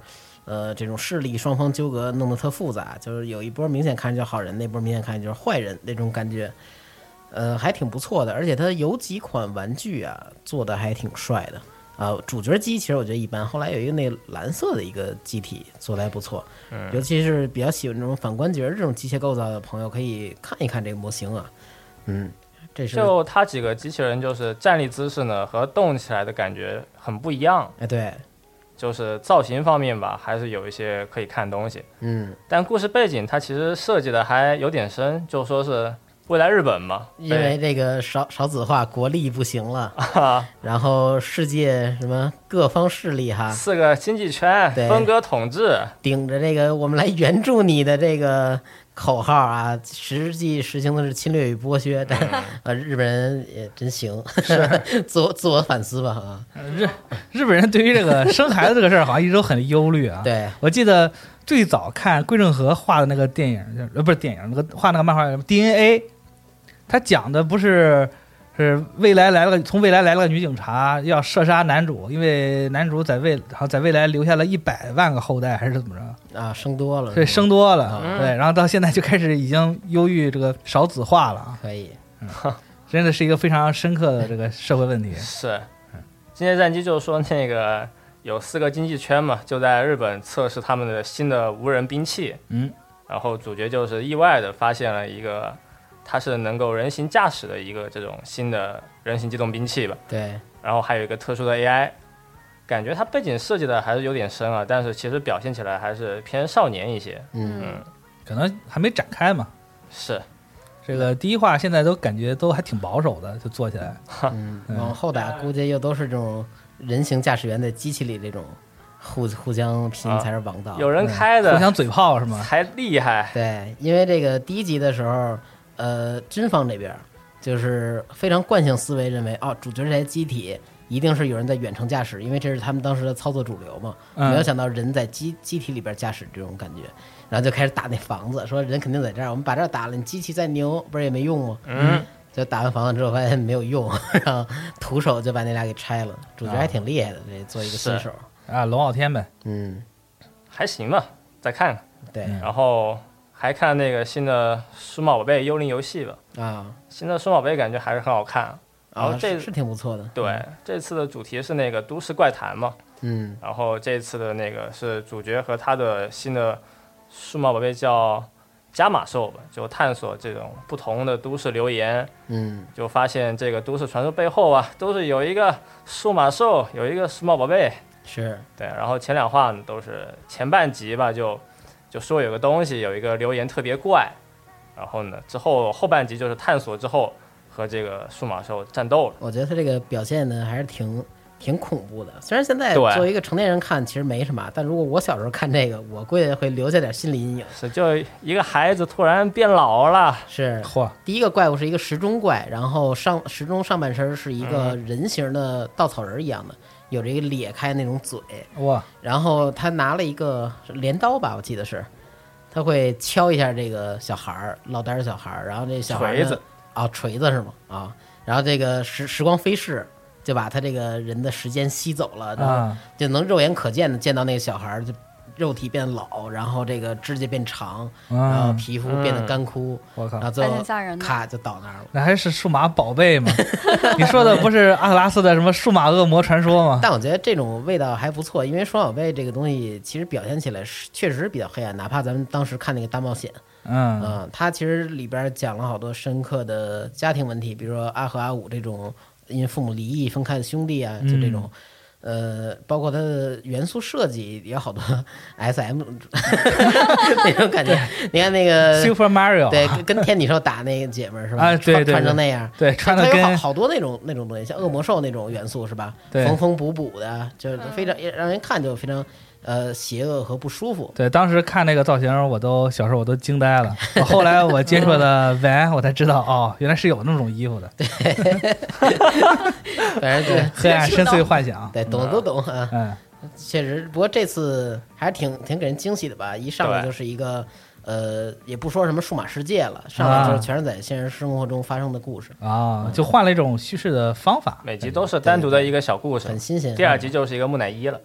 [SPEAKER 5] 呃，这种势力双方纠葛弄得特复杂，就是有一波明显看着就是好人，那波明显看着就是坏人那种感觉，呃，还挺不错的。而且他有几款玩具啊，做的还挺帅的呃，主角机其实我觉得一般，后来有一个那个蓝色的一个机体做的还不错，
[SPEAKER 8] 嗯
[SPEAKER 5] 尤其是比较喜欢这种反关节这种机械构造的朋友，可以看一看这个模型啊，嗯，这是
[SPEAKER 8] 就它几个机器人，就是站立姿势呢和动起来的感觉很不一样，
[SPEAKER 5] 哎对，
[SPEAKER 8] 就是造型方面吧，还是有一些可以看东西。
[SPEAKER 5] 嗯，
[SPEAKER 8] 但故事背景它其实设计的还有点深，就说是未来日本嘛，
[SPEAKER 5] 因为这个少少子化，国力不行了，
[SPEAKER 8] [LAUGHS] 哈，
[SPEAKER 5] 然后世界什么各方势力哈，
[SPEAKER 8] 四个经济圈
[SPEAKER 5] 啊对
[SPEAKER 8] 分割统治，
[SPEAKER 5] 顶着这个我们来援助你的这个口号啊，实际实行的是侵略与剥削，但
[SPEAKER 8] 嗯
[SPEAKER 5] 呃，日本人也真行， [LAUGHS] 自我自我反思吧啊，
[SPEAKER 6] 呃日 [LAUGHS] 日本人对于这个生孩子这个事儿，好像一直都很忧虑啊。，
[SPEAKER 5] 对，
[SPEAKER 6] 我记得最早看桂正和画的那个电影，叫呃，不是电影，那个画那个漫画叫什么 DNA，他讲的不是是未来来了个从未来来了个女警察要射杀男主，因为男主在未好像在未来留下了一百万个后代还是怎么着？
[SPEAKER 5] 啊，生多了，
[SPEAKER 6] 对，生多了，
[SPEAKER 5] 嗯
[SPEAKER 6] 对，然后到现在就开始已经忧郁这个少子化了啊，
[SPEAKER 5] 可以，
[SPEAKER 6] 真的是一个非常深刻的这个社会问题。
[SPEAKER 8] 是，今天战机就是说那个有四个经济圈嘛，就在日本测试他们的新的无人兵器。
[SPEAKER 6] 嗯，
[SPEAKER 8] 然后主角就是意外的发现了一个，它是能够人形驾驶的一个这种新的人形机动兵器吧。
[SPEAKER 5] 对，
[SPEAKER 8] 然后还有一个特殊的 AI，感觉它背景设计的还是有点深啊，但是其实表现起来还是偏少年一些。
[SPEAKER 5] 嗯，
[SPEAKER 8] 嗯，
[SPEAKER 6] 可能还没展开嘛。
[SPEAKER 8] 是
[SPEAKER 6] 这个第一话现在都感觉都还挺保守的，就做起来。
[SPEAKER 5] 嗯，往后打估计又都是这种人形驾驶员在机器里这种互互相拼
[SPEAKER 8] 啊
[SPEAKER 5] 才是王道，
[SPEAKER 8] 有人开
[SPEAKER 6] 互
[SPEAKER 8] 的
[SPEAKER 6] 相嘴炮是吗？
[SPEAKER 8] 还厉害，
[SPEAKER 5] 对，因为这个第一集的时候，呃，军方这边儿就是非常惯性思维，认为哦，主角这台机体一定是有人在远程驾驶，因为这是他们当时的操作主流嘛。没有
[SPEAKER 6] 嗯，
[SPEAKER 5] 想到人在机机体里边驾驶这种感觉，然后就开始打那房子，说人肯定在这儿，我们把这儿打了，你机器再牛不是也没用吗？
[SPEAKER 8] 嗯，
[SPEAKER 5] 就打完房子之后发现没有用，然后徒手就把那俩给拆了。主角还挺厉害的，这做一个新
[SPEAKER 8] 是
[SPEAKER 5] 手，
[SPEAKER 6] 啊，龙傲天呗，
[SPEAKER 5] 嗯，
[SPEAKER 8] 还行吧，再看看。
[SPEAKER 5] 对
[SPEAKER 6] 嗯
[SPEAKER 8] 然后还看那个新的数码宝贝幽灵游戏吧，
[SPEAKER 5] 啊，
[SPEAKER 8] 新的数码宝贝感觉还是很好看。然后
[SPEAKER 5] 啊
[SPEAKER 8] 这
[SPEAKER 5] 是是挺不错的，
[SPEAKER 8] 对，
[SPEAKER 6] 嗯
[SPEAKER 8] 这次的主题是那个都市怪谈嘛，
[SPEAKER 5] 嗯
[SPEAKER 8] 然后这次的那个是主角和他的新的数码宝贝叫伽马兽吧，就探索这种不同的都市留言，
[SPEAKER 5] 嗯，
[SPEAKER 8] 就发现这个都市传说背后啊，都是有一个数码兽，有一个数码宝贝。
[SPEAKER 5] 是
[SPEAKER 8] 对，然后前两话呢都是前半集吧，就就说有个东西，有一个留言特别怪，然后呢之后后半集就是探索之后和这个数码兽战斗了。
[SPEAKER 5] 我觉得他这个表现呢，还是挺挺恐怖的。虽然现在
[SPEAKER 8] 对
[SPEAKER 5] 作为一个成年人看，其实没什么，但如果我小时候看这个，我估计会留下点心理阴影。
[SPEAKER 8] 是，就一个孩子突然变老了，
[SPEAKER 5] 是
[SPEAKER 6] 嚯，
[SPEAKER 5] 第一个怪物是一个时钟怪，然后上时钟上半身是一个人形的稻草人一样的，有着一个裂开那种嘴，
[SPEAKER 6] 哇，
[SPEAKER 5] 然后他拿了一个是镰刀吧，我记得是。他会敲一下这个小孩儿，落单儿小孩儿，然后这小孩儿呢
[SPEAKER 8] 锤子
[SPEAKER 5] 啊，锤子是吗？啊，然后这个时时光飞逝，就把他这个人的时间吸走了，然后
[SPEAKER 6] 啊，
[SPEAKER 5] 就能肉眼可见的见到那个小孩儿就肉体变老，然后这个指甲变长，然后
[SPEAKER 6] 嗯，
[SPEAKER 5] 皮肤变得干枯，
[SPEAKER 6] 我靠
[SPEAKER 5] 然，后最
[SPEAKER 7] 还
[SPEAKER 5] 后
[SPEAKER 7] 挺吓人的。
[SPEAKER 5] 咔就倒那儿了。
[SPEAKER 6] 那还是数码宝贝吗？你说的不是阿特拉斯的什么数码恶魔传
[SPEAKER 5] [LAUGHS]
[SPEAKER 6] 说吗？
[SPEAKER 5] 但我觉得这种味道还不错，因为双小贝这个东西其实表现起来是确实比较黑暗，哪怕咱们当时看那个大冒险，
[SPEAKER 6] 嗯，
[SPEAKER 5] 嗯，它其实里边讲了好多深刻的家庭问题，比如说阿和阿五这种因父母离异分开的兄弟啊，就这种。
[SPEAKER 6] 嗯
[SPEAKER 5] 呃，包括它的元素设计也有好多 [LAUGHS] S
[SPEAKER 6] [LAUGHS]
[SPEAKER 5] M 那种感觉。你看那个
[SPEAKER 6] Super Mario，
[SPEAKER 5] 呃
[SPEAKER 6] [LAUGHS]
[SPEAKER 5] 对，跟跟天体兽打那个姐们儿是吧？
[SPEAKER 6] 啊对
[SPEAKER 5] 穿
[SPEAKER 6] 对
[SPEAKER 5] 穿成
[SPEAKER 6] 对
[SPEAKER 5] 那样，
[SPEAKER 6] 对，穿
[SPEAKER 5] 它
[SPEAKER 6] 的
[SPEAKER 5] 有好
[SPEAKER 6] 跟
[SPEAKER 5] 好多那种那种东西，像恶魔兽那种元素是吧？
[SPEAKER 6] 对
[SPEAKER 5] 缝缝补补的，就是非常也让人看就非常呃邪恶和不舒服。
[SPEAKER 6] 对，当时看那个造型，我都小时候我都惊呆了。我后来我接触的文，我才知道哦，原来是有那种衣服的，
[SPEAKER 5] 反正对
[SPEAKER 6] 黑暗深邃幻想。
[SPEAKER 5] 对，懂的都懂啊，
[SPEAKER 6] 嗯，
[SPEAKER 5] 确实。不过这次还是挺挺给人惊喜的吧？一上来
[SPEAKER 8] 对
[SPEAKER 5] 就是一个呃，也不说什么数码世界了，上来就是全是在现实生活中发生的故事，
[SPEAKER 6] 啊，就换了一种叙事的方法。
[SPEAKER 8] 每集都是单独的一个小故事，
[SPEAKER 5] 很新鲜。
[SPEAKER 8] 第二集就是一个木乃伊了。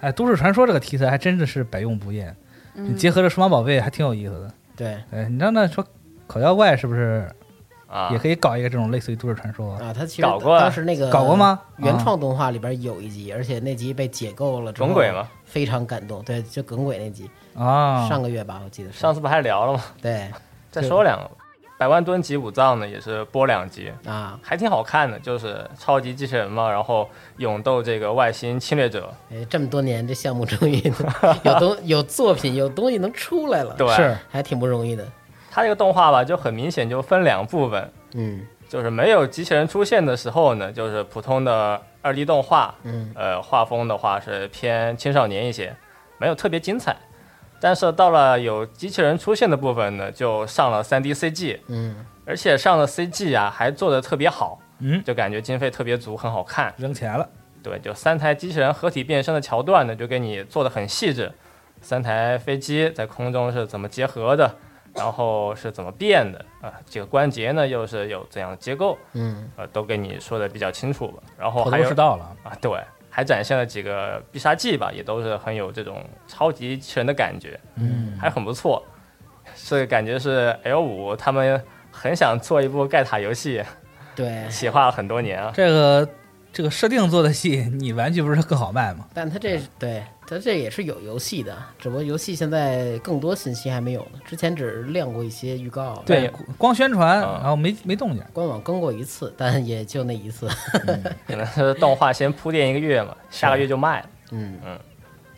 [SPEAKER 6] 哎，都市传说这个题材还真的是百用不厌，你结合着数码宝贝还挺有意思的。
[SPEAKER 5] 嗯对
[SPEAKER 6] 哎，你让那说口妖怪是不是
[SPEAKER 8] 啊
[SPEAKER 6] 也，可以搞一个这种类似于都市传说，
[SPEAKER 5] 啊，他其实
[SPEAKER 8] 搞过啊
[SPEAKER 5] 当时那个
[SPEAKER 6] 搞过吗？啊
[SPEAKER 5] 原创动画里边有一集，而且那集被解构了之后，
[SPEAKER 8] 耿鬼嘛，
[SPEAKER 5] 非常感动。对，就耿鬼那集，
[SPEAKER 6] 啊，
[SPEAKER 5] 上个月吧，我记得是。
[SPEAKER 8] 嗯上次不还聊了吗？
[SPEAKER 5] 对
[SPEAKER 8] 再说两个吧，百万吨级武藏呢也是播两集，
[SPEAKER 5] 啊，
[SPEAKER 8] 还挺好看的，就是超级机器人嘛，然后勇斗这个外星侵略者，
[SPEAKER 5] 哎，这么多年这项目终于 [LAUGHS] 有东有作品有东西能出来了，
[SPEAKER 8] 对，
[SPEAKER 6] 是
[SPEAKER 5] 还挺不容易的。
[SPEAKER 8] 它这个动画吧，就很明显就分两部分，
[SPEAKER 5] 嗯
[SPEAKER 8] 就是没有机器人出现的时候呢，就是普通的二 D 动画，
[SPEAKER 5] 嗯
[SPEAKER 8] 呃，画风的话是偏青少年一些，没有特别精彩。但是到了有机器人出现的部分呢，就上了 3D CG，
[SPEAKER 5] 嗯，
[SPEAKER 8] 而且上了 CG 啊，还做的特别好，
[SPEAKER 6] 嗯，
[SPEAKER 8] 就感觉经费特别足，很好看。
[SPEAKER 6] 扔钱了，
[SPEAKER 8] 对，就三台机器人合体变身的桥段呢，就给你做的很细致。三台飞机在空中是怎么结合的，然后是怎么变的啊？几个关节呢又是有怎样的结构？
[SPEAKER 5] 嗯，
[SPEAKER 8] 呃，都给你说的比较清楚了。然后哦
[SPEAKER 6] 头
[SPEAKER 8] 还
[SPEAKER 6] 头
[SPEAKER 8] 有
[SPEAKER 6] 是道了，
[SPEAKER 8] 啊，对，还展现了几个必杀技吧，也都是很有这种超级机器人的感觉，
[SPEAKER 6] 嗯，
[SPEAKER 8] 还很不错。是感觉是 L 五他们很想做一部盖塔游戏，
[SPEAKER 5] 对。
[SPEAKER 8] 企划了很多年啊。
[SPEAKER 6] 这个这个设定做的细，你玩具不是更好卖吗？
[SPEAKER 5] 但他这对他这也是有游戏的，只不过游戏现在更多信息还没有呢。之前只是亮过一些预告，
[SPEAKER 6] 对，光宣传，
[SPEAKER 8] 啊
[SPEAKER 6] 然后没没动静，
[SPEAKER 5] 官网更过一次，但也就那一次。
[SPEAKER 8] 可能是动画先铺垫一个月嘛，下个月就卖了。
[SPEAKER 6] [LAUGHS]
[SPEAKER 5] 嗯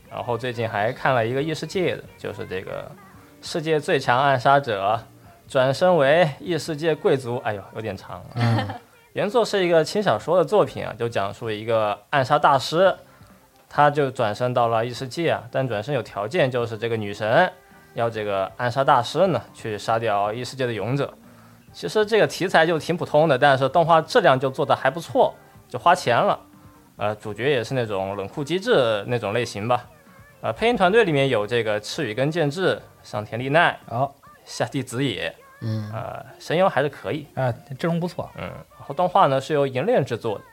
[SPEAKER 8] 然后最近还看了一个异世界的，就是这个世界最强暗杀者转身为异世界贵族，哎呦，有点长了。原作是一个轻小说的作品啊，就讲述一个暗杀大师，他就转身到了异世界啊，但转身有条件，就是这个女神要这个暗杀大师呢去杀掉异世界的勇者。其实这个题材就挺普通的，但是动画质量就做得还不错，就花钱了。呃，主角也是那种冷酷机智那种类型吧。呃，配音团队里面有这个赤羽根健治、上田丽奈、
[SPEAKER 6] 哦，
[SPEAKER 8] 下地子野，
[SPEAKER 5] 嗯
[SPEAKER 8] 呃，声优还是可以。
[SPEAKER 6] 啊，阵容不错，
[SPEAKER 8] 嗯，然后动画呢是由银链制作的，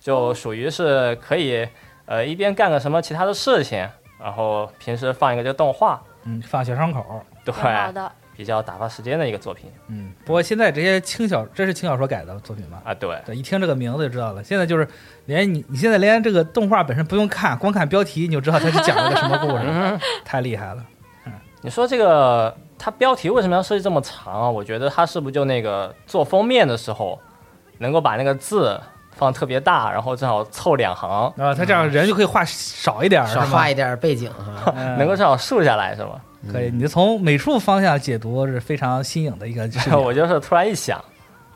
[SPEAKER 8] 就属于是可以呃一边干个什么其他的事情，然后平时放一个这个动画，
[SPEAKER 6] 嗯，放小伤口，
[SPEAKER 8] 对，
[SPEAKER 7] 挺好的。
[SPEAKER 8] 比较打发时间的一个作品
[SPEAKER 6] 嗯，不过现在这些轻小，这是轻小说改的作品吗？
[SPEAKER 8] 啊，对，
[SPEAKER 6] 对，一听这个名字就知道了。现在就是连你，你现在连这个动画本身不用看，光看标题你就知道它是讲了个什么故
[SPEAKER 8] [LAUGHS]
[SPEAKER 6] 事，太厉害了。
[SPEAKER 8] 你说这个它标题为什么要设计这么长啊？我觉得它是不是就那个做封面的时候，能够把那个字放特别大，然后正好凑两行，
[SPEAKER 6] 啊，他这样人就可以画少一点
[SPEAKER 5] 嗯
[SPEAKER 6] 儿，
[SPEAKER 5] 少
[SPEAKER 6] 是吗
[SPEAKER 5] 画一点背景
[SPEAKER 6] [LAUGHS]
[SPEAKER 5] 哈。
[SPEAKER 6] 嗯
[SPEAKER 8] 能够正好竖下来是吗？
[SPEAKER 6] 可以。你从美术方向解读是非常新颖的一个视角。
[SPEAKER 8] [LAUGHS] 我哎就是突然一想，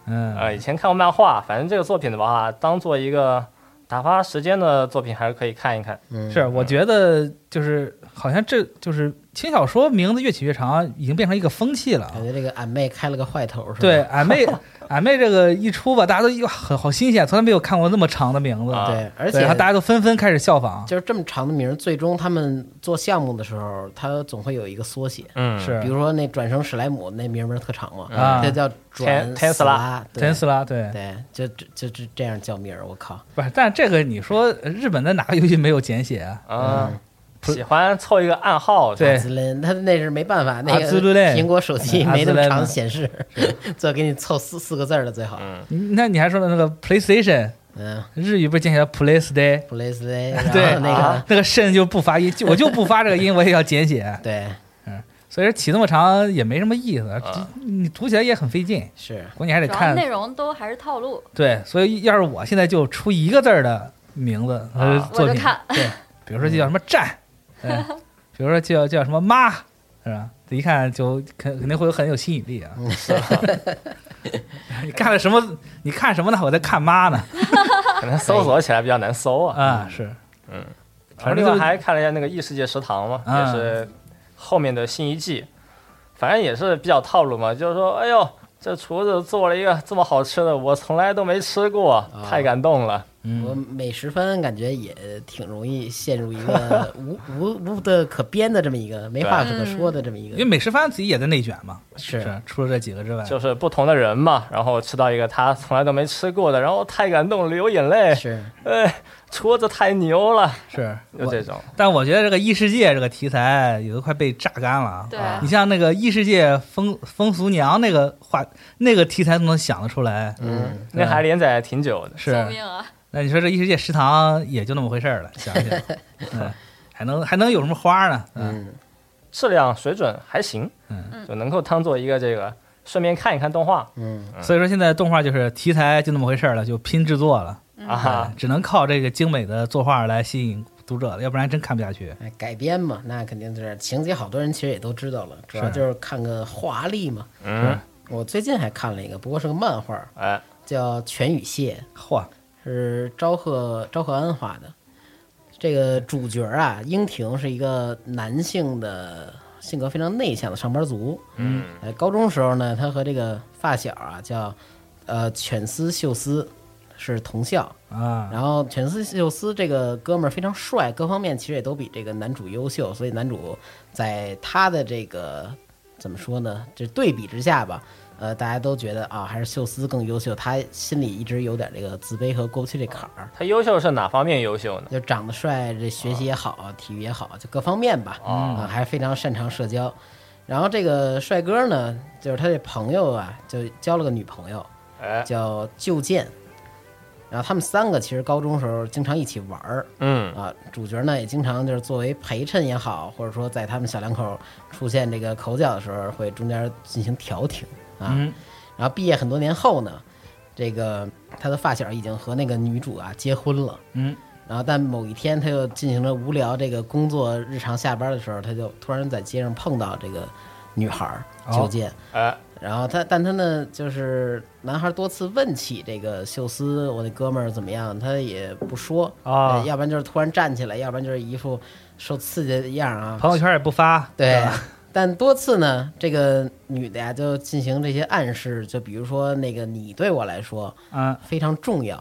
[SPEAKER 6] 嗯，
[SPEAKER 8] 呃，以前看过漫画，反正这个作品的话，当做一个打发时间的作品，还是可以看一看。
[SPEAKER 5] 嗯，
[SPEAKER 6] 是，啊我觉得就是好像这就是轻小说名字越起越长，已经变成一个风气了。啊
[SPEAKER 5] 感觉这个俺妹开了个坏头是吧？
[SPEAKER 6] 对，俺
[SPEAKER 5] [LAUGHS]
[SPEAKER 6] 妹，俺妹这个一出吧，大家都哟，好好新鲜，从来没有看过那么长的名字。
[SPEAKER 8] 啊
[SPEAKER 5] 对，而且
[SPEAKER 6] 对然后大家都纷纷开始效仿。
[SPEAKER 5] 就是这么长的名儿，最终他们做项目的时候，他总会有一个缩写。
[SPEAKER 8] 嗯
[SPEAKER 6] 是
[SPEAKER 5] 比如说那转生史莱姆那名儿不是特长吗？
[SPEAKER 6] 啊
[SPEAKER 5] 这叫转
[SPEAKER 8] Ten- Tesla
[SPEAKER 5] 斯拉，对
[SPEAKER 6] 真斯拉，对，
[SPEAKER 5] 对，就就就就这样叫名儿，我靠！
[SPEAKER 6] 不是，但这个你说呃日本的哪个游戏没有简写啊？
[SPEAKER 8] 啊，喜欢凑一个暗号，
[SPEAKER 6] 对
[SPEAKER 5] 阿兹伦，他那是没办法，那
[SPEAKER 6] 阿
[SPEAKER 5] 个
[SPEAKER 6] 兹伦
[SPEAKER 5] 苹果手机没
[SPEAKER 6] 嗯
[SPEAKER 5] 那
[SPEAKER 6] 阿
[SPEAKER 5] 么
[SPEAKER 6] 兹伦
[SPEAKER 5] 长显示， [LAUGHS] 最后给你凑四四个字儿的最好。
[SPEAKER 6] 你那你还说的那个 PlayStation
[SPEAKER 5] 嗯
[SPEAKER 6] 日语不是简写叫 PlayStation？ [LAUGHS]
[SPEAKER 5] ，PlayStation，
[SPEAKER 6] 对啊
[SPEAKER 5] 然后那
[SPEAKER 8] 啊
[SPEAKER 5] 个
[SPEAKER 6] 那个肾就不发音，就我就不发这个音，我也要简写。
[SPEAKER 5] 对
[SPEAKER 6] 所以说起那么长也没什么意思，
[SPEAKER 8] 啊
[SPEAKER 6] 你读起来也很费劲。
[SPEAKER 5] 是，
[SPEAKER 6] 关键还得
[SPEAKER 7] 主要
[SPEAKER 6] 看
[SPEAKER 7] 内容都还是套路，
[SPEAKER 6] 对，所以要是我现在就出一个字儿的名字呃
[SPEAKER 8] 啊
[SPEAKER 6] 作
[SPEAKER 7] 我
[SPEAKER 6] 品
[SPEAKER 7] 就，看
[SPEAKER 6] 对，比如说就叫什么战，
[SPEAKER 8] [LAUGHS]
[SPEAKER 6] 嗯，比如说就叫叫什么妈，是吧？这一看就肯肯定会有很有吸引力
[SPEAKER 8] [LAUGHS]
[SPEAKER 6] 啊。你干了什么？你看什么呢？我在看妈呢。
[SPEAKER 8] 可能搜索起来比较难搜啊。
[SPEAKER 6] 啊，是，
[SPEAKER 8] 然后另外还看了一下那个异世界食堂嘛，
[SPEAKER 6] 嗯
[SPEAKER 8] 也是后面的新一季，反正也是比较套路嘛，就是说，哎呦，这厨子做了一个这么好吃的，我从来都没吃过，太感动了。
[SPEAKER 5] 我
[SPEAKER 6] 嗯
[SPEAKER 5] 每十分感觉也挺容易陷入一
[SPEAKER 6] [LAUGHS]
[SPEAKER 5] 个无无无的可编的这么一个没话可说的这么一
[SPEAKER 6] 因为
[SPEAKER 5] 个，
[SPEAKER 6] 美食番自己也在内卷嘛，
[SPEAKER 5] 是
[SPEAKER 6] 是除了这几个之外，
[SPEAKER 8] 就是不同的人嘛，然后吃到一个他从来都没吃过的，然后太感动流眼泪，
[SPEAKER 5] 是
[SPEAKER 8] 哎，戳子太牛了，
[SPEAKER 6] 是。
[SPEAKER 8] 就这种。
[SPEAKER 6] 但我觉得这个异世界这个题材也都快被榨干了啊。
[SPEAKER 7] 对
[SPEAKER 6] 你像那个异世界风风俗娘那个话，那个题材都能想得出来，
[SPEAKER 5] 嗯，
[SPEAKER 8] 那还连载挺久的，
[SPEAKER 7] 救
[SPEAKER 6] 是。
[SPEAKER 7] 命啊！
[SPEAKER 6] 那你说这异世界食堂也就那么回
[SPEAKER 5] [LAUGHS]
[SPEAKER 6] 事儿了，想想，嗯，还能还能有什么花呢？嗯，
[SPEAKER 5] 嗯
[SPEAKER 8] 质量水准还行，
[SPEAKER 6] 嗯
[SPEAKER 8] 就能够当做一个这个顺便看一看动画
[SPEAKER 5] 嗯，
[SPEAKER 6] 所以说现在动画就是题材就那么回事儿了，就拼制作了，
[SPEAKER 8] 啊
[SPEAKER 6] 哎。只能靠这个精美的作画来吸引读者了，要不然真看不下去。
[SPEAKER 5] 哎改编嘛，那肯定就是情节，好多人其实也都知道了，主要
[SPEAKER 6] 是
[SPEAKER 5] 就是看个华丽嘛。
[SPEAKER 8] 嗯，
[SPEAKER 5] 我最近还看了一个，不过是个漫画，
[SPEAKER 8] 哎，
[SPEAKER 5] 叫《全宇蟹
[SPEAKER 6] 嚯，》，
[SPEAKER 5] 是昭贺昭贺安画的。这个主角啊，英庭是一个男性的，性格非常内向的上班族。嗯，呃，高中时候呢，他和这个发小啊叫呃犬司秀司是同校。
[SPEAKER 6] 啊，
[SPEAKER 5] 然后犬司秀司这个哥们儿非常帅，各方面其实也都比这个男主优秀，所以男主在他的这个怎么说呢？这对比之下吧，呃，大家都觉得啊，还是秀司更优秀。他心里一直有点这个自卑和过不去这坎儿，
[SPEAKER 8] 他优秀是哪方面优秀呢？
[SPEAKER 5] 就长得帅，这学习也好，体育也好，就各方面吧，
[SPEAKER 8] 哦
[SPEAKER 5] 啊、还是非常擅长社交。然后这个帅哥呢，就是他这朋友啊，就交了个女朋友，
[SPEAKER 8] 哎，
[SPEAKER 5] 叫旧剑。然后他们三个其实高中时候经常一起玩儿，
[SPEAKER 8] 嗯，
[SPEAKER 5] 啊，主角呢也经常就是作为陪衬也好，或者说在他们小两口出现这个口角的时候，会中间进行调停啊。
[SPEAKER 6] 嗯
[SPEAKER 5] 然后毕业很多年后呢，这个他的发小已经和那个女主啊结婚了，
[SPEAKER 6] 嗯，
[SPEAKER 5] 然后但某一天他又进行了无聊这个工作日常下班的时候，他就突然在街上碰到这个女孩儿
[SPEAKER 6] 哦
[SPEAKER 5] 九剑。
[SPEAKER 8] 哎，
[SPEAKER 5] 然后他，但他呢，就是男孩多次问起这个秀斯，我那哥们儿怎么样，他也不说
[SPEAKER 6] 啊
[SPEAKER 5] 呃要不然就是突然站起来，要不然就是一副受刺激的样儿啊。
[SPEAKER 6] 朋友圈也不发，
[SPEAKER 5] 对
[SPEAKER 6] 是吧，
[SPEAKER 5] 但多次呢，这个女的呀就进行这些暗示，就比如说那个你对我来说
[SPEAKER 6] 嗯，
[SPEAKER 5] 非常重要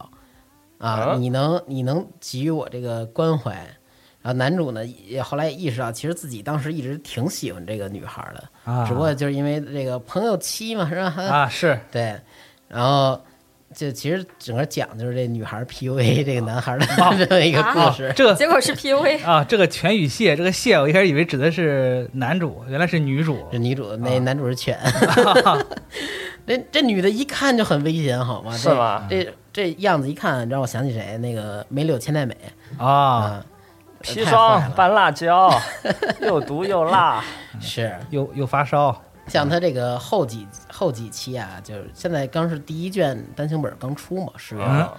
[SPEAKER 5] 啊，
[SPEAKER 8] 啊
[SPEAKER 5] 你能你能给予我这个关怀。然后男主呢也后来也意识到，其实自己当时一直挺喜欢这个女孩儿的，
[SPEAKER 6] 啊
[SPEAKER 5] 只不过就是因为这个朋友妻嘛，是吧？
[SPEAKER 6] 啊是
[SPEAKER 5] 对，然后就其实整个讲就是这女孩
[SPEAKER 8] [LAUGHS]
[SPEAKER 5] PUA 这个男孩的 [LAUGHS]
[SPEAKER 8] 啊
[SPEAKER 5] 这么一个故事，
[SPEAKER 6] 啊这个
[SPEAKER 7] 结果是
[SPEAKER 6] [LAUGHS]
[SPEAKER 7] PUA，
[SPEAKER 6] 啊，这个全宇蟹，这个蟹我一开始以为指的是男主，原来是女主
[SPEAKER 5] 这。女
[SPEAKER 8] 啊
[SPEAKER 5] 主那男主是
[SPEAKER 8] [LAUGHS]
[SPEAKER 5] 犬， [LAUGHS] 这这女的一看就很危险，好吗？
[SPEAKER 8] 是吗？
[SPEAKER 5] 这这这样子一看，让我想起谁？那个梅柳千代美
[SPEAKER 6] 啊，
[SPEAKER 5] 啊，
[SPEAKER 8] 砒
[SPEAKER 5] 太坏
[SPEAKER 8] 霜
[SPEAKER 5] 了
[SPEAKER 8] 拌辣椒，又毒又辣，
[SPEAKER 5] 是
[SPEAKER 6] 又又发烧，
[SPEAKER 5] 像他这个后几后几期啊，就是现在刚是第一卷单行本刚出嘛，十月份
[SPEAKER 8] 嗯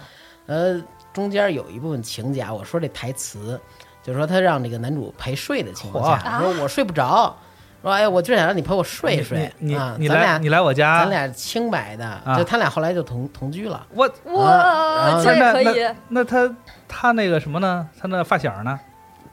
[SPEAKER 5] 呃，中间有一部分情节啊，我说这台词，就是说他让这个男主陪睡的情况下，
[SPEAKER 7] 嚯
[SPEAKER 5] 说我睡不着，说哎呀，我就想让你陪我睡一睡
[SPEAKER 6] 你你
[SPEAKER 5] 啊，
[SPEAKER 6] 你
[SPEAKER 5] 咱
[SPEAKER 6] 来啊
[SPEAKER 5] 俩
[SPEAKER 6] 你来我家，
[SPEAKER 5] 咱俩清白的，就他俩后来就同同居了，
[SPEAKER 6] 我
[SPEAKER 5] 啊然
[SPEAKER 7] 哇，
[SPEAKER 5] 后
[SPEAKER 7] 这也
[SPEAKER 6] 那
[SPEAKER 7] 可
[SPEAKER 6] 那
[SPEAKER 7] 以，
[SPEAKER 6] 那他他那个什么呢？他那发小呢？